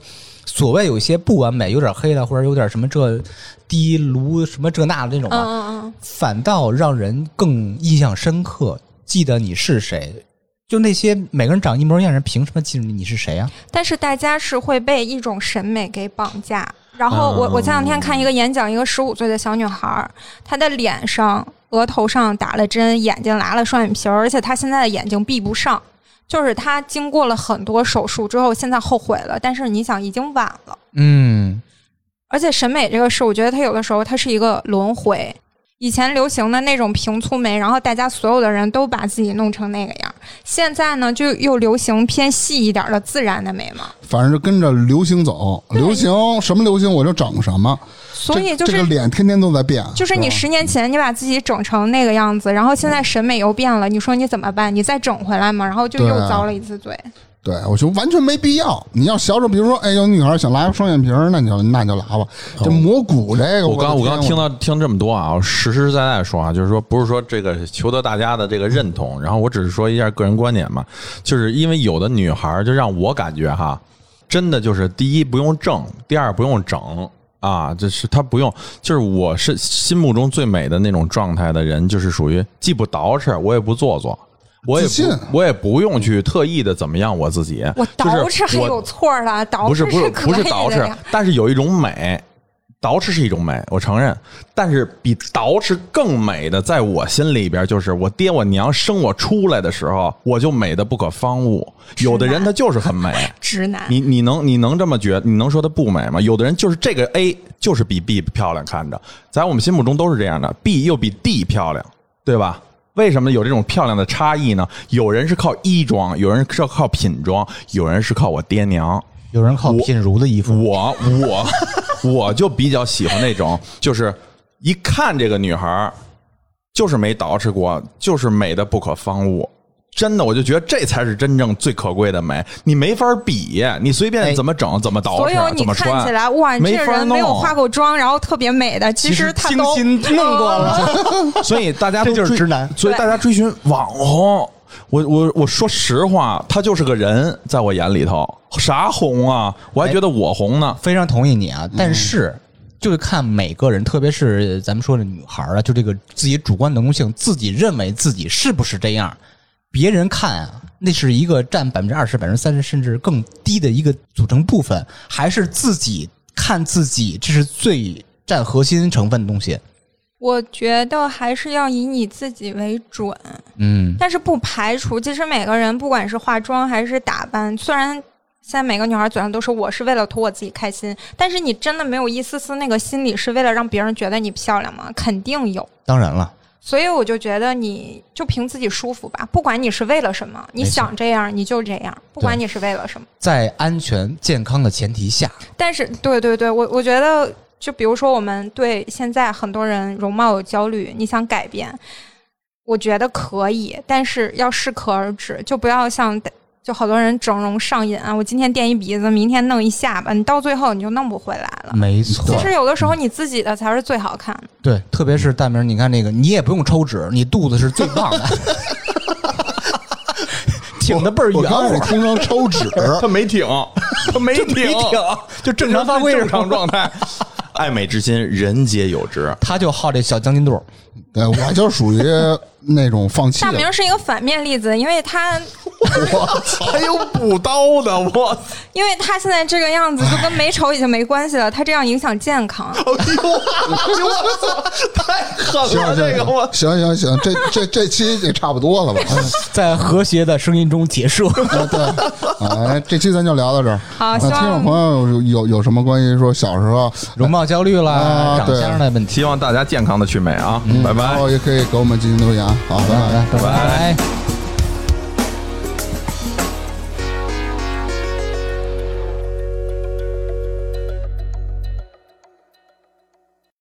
[SPEAKER 4] 所谓有一些不完美，有点黑了，或者有点什么这低炉什么这那的那种
[SPEAKER 5] 嗯
[SPEAKER 4] 啊，
[SPEAKER 5] 嗯嗯，
[SPEAKER 4] 反倒让人更印象深刻，记得你是谁。就那些每个人长一模一样的人，凭什么记住你是谁啊？
[SPEAKER 5] 但是大家是会被一种审美给绑架。然后我我前两天看一个演讲，一个十五岁的小女孩儿，她的脸上、额头上打了针，眼睛拉了双眼皮儿，而且她现在的眼睛闭不上，就是她经过了很多手术之后，现在后悔了。但是你想，已经晚了。
[SPEAKER 4] 嗯，
[SPEAKER 5] 而且审美这个事，我觉得它有的时候它是一个轮回。以前流行的那种平粗眉，然后大家所有的人都把自己弄成那个样儿。现在呢，就又流行偏细一点儿的自然的眉毛。
[SPEAKER 2] 反正就跟着流行走，流行什么流行我就整什么。
[SPEAKER 5] 所以就
[SPEAKER 2] 这这
[SPEAKER 5] 是
[SPEAKER 2] 个脸天天都在变，
[SPEAKER 5] 就是你
[SPEAKER 2] 吧
[SPEAKER 5] 十年前你把自己整成那个样子，然后
[SPEAKER 3] 嗯
[SPEAKER 5] 现在审美又变了，你说你怎么办？你再整回来嘛？然后就
[SPEAKER 2] 对
[SPEAKER 5] 又
[SPEAKER 2] 啊
[SPEAKER 5] 遭了一次罪。
[SPEAKER 2] 对，我觉得完全没必要。你要小丑，比如说，哎，有女孩想拉个双眼皮儿，那你就那你就拉吧。这蘑菇这个，
[SPEAKER 3] 哦我刚我
[SPEAKER 2] 我的
[SPEAKER 3] 刚
[SPEAKER 2] 天
[SPEAKER 3] 听到听这么多啊，我实实在在说啊，就是说不是说这个求得大家的这个认同，然后我只是说一下个人观点嘛，就是因为有的女孩儿就让我感觉哈，真的就是第一不用挣，第二不用整。啊，就是她不用，就是我是心目中最美的那种状态的人，就是属于既不捯饬，我也不做作，我也
[SPEAKER 2] 自信
[SPEAKER 3] 不我也不用去特意的怎么样我自己，
[SPEAKER 5] 我捯饬
[SPEAKER 3] 就是
[SPEAKER 5] 还
[SPEAKER 3] 我
[SPEAKER 5] 有错儿了，捯饬
[SPEAKER 3] 不是不是
[SPEAKER 5] 哦可
[SPEAKER 3] 不是
[SPEAKER 5] 以
[SPEAKER 3] 捯
[SPEAKER 5] 的
[SPEAKER 3] 饬
[SPEAKER 5] 呀。，
[SPEAKER 3] 但是有一种美，捯饬是一种美，我承认。但是比捯饬更美的，在我心里边就是我爹我娘生我出来的时候，我就美的不可方物。有的人他就是很美，
[SPEAKER 5] 直男，
[SPEAKER 3] 你你能你能这么觉？你能说她不美吗？有的人就是这个 A 就是比 B 漂亮，看着在我们心目中都是这样的，B 又比 D 漂亮，对吧？为什么有这种漂亮的差异呢？有人是靠衣装，有人是靠品装，有人是靠我爹娘。
[SPEAKER 4] 有人靠品如的衣服，
[SPEAKER 3] 我我我就比较喜欢那种，就是一看这个女孩儿就是没捯饬过，就是美的不可方物。真的，我就觉得这才是真正最可贵的美，你没法比，你随便怎么整、怎么捬
[SPEAKER 5] 哎所有
[SPEAKER 3] 饬、
[SPEAKER 5] 你
[SPEAKER 3] 怎么
[SPEAKER 5] 看起
[SPEAKER 3] 穿，
[SPEAKER 5] 来哇，你
[SPEAKER 3] 没
[SPEAKER 5] 这个
[SPEAKER 3] 法
[SPEAKER 5] 人没有
[SPEAKER 3] 弄啊
[SPEAKER 5] 化过妆，然后特别美的，其实他
[SPEAKER 4] 精
[SPEAKER 5] 都嗯
[SPEAKER 4] 心弄过 了。
[SPEAKER 3] 所以大家都
[SPEAKER 4] 这就是
[SPEAKER 3] 追
[SPEAKER 4] 直男
[SPEAKER 3] 所以大家追寻网红。我我我说实话，他就是个人，在我眼里头啥红啊？我
[SPEAKER 4] 哎
[SPEAKER 3] 还觉得我红呢。
[SPEAKER 4] 非常同意你啊，但是。就是看每个人，特别是咱们说的女孩儿啊，就这个自己主观能动性，自己认为自己是不是这样，别人看啊，那是一个占百分之二十、百分之三十甚至更低的一个组成部分，还是自己看自己，这是最占核心成分的东西。
[SPEAKER 5] 我觉得还是要以你自己为准，
[SPEAKER 4] 嗯，
[SPEAKER 5] 但是不排除，其实每个人不管是化妆还是打扮，虽然现在每个女孩嘴上都说我是为了图我自己开心，但是你真的没有一丝丝那个心理是为了让别人觉得你漂亮吗？肯定有。
[SPEAKER 4] 当然了，
[SPEAKER 5] 所以我就觉得，你就凭自己舒服吧，不管你是为了什么，你
[SPEAKER 4] 没错
[SPEAKER 5] 想这样你就这样，不管你是为了什么。
[SPEAKER 4] 在安全健康的前提下，
[SPEAKER 5] 但是，对对对，我我觉得，就比如说我们对现在很多人容貌有焦虑，你想改变，我觉得可以，但是要适可而止，就不要像就好多人整容上瘾啊，我今天垫一鼻子，明天弄一下巴，你到最后你就弄不回来了。
[SPEAKER 4] 没错
[SPEAKER 5] 其实有的时候你自己的才是最好看的。
[SPEAKER 4] 对，特别是大明儿，你看那个，你也不用抽脂，你肚子是最棒的，挺的倍儿
[SPEAKER 2] 我
[SPEAKER 4] 圆
[SPEAKER 2] 刚
[SPEAKER 4] 乎
[SPEAKER 2] 始。听成抽 脂，
[SPEAKER 3] 他没挺，他没挺，
[SPEAKER 4] 没挺
[SPEAKER 3] 就正
[SPEAKER 4] 常发挥
[SPEAKER 3] 正常状态。 爱美之心，人皆有之。
[SPEAKER 4] 他就好这小将军肚儿，
[SPEAKER 2] 对我就属于那种放弃
[SPEAKER 5] 大
[SPEAKER 2] 的
[SPEAKER 5] 明。是一个反面例子，因为他哎
[SPEAKER 3] 还有哎补刀的，我 操！
[SPEAKER 5] 因为他现在这个样子就跟美丑已经没关系了，他这样影响健康。
[SPEAKER 2] 行行行行行，这这这期也差不多了吧？嗯
[SPEAKER 4] 在和谐的声音中结束。
[SPEAKER 2] 哎，哎这期咱就聊到这儿。
[SPEAKER 5] 好
[SPEAKER 2] 呃
[SPEAKER 5] 希
[SPEAKER 2] 听
[SPEAKER 5] 望
[SPEAKER 2] 众朋友有有有什么关于说小时候，
[SPEAKER 4] 容貌焦虑啦，
[SPEAKER 2] 啊
[SPEAKER 4] 长相的问题。
[SPEAKER 3] 希望大家健康的去美啊！拜拜
[SPEAKER 2] 然。后也可以给我们进行留言。好，拜
[SPEAKER 4] 拜
[SPEAKER 2] 拜。
[SPEAKER 4] 拜拜拜。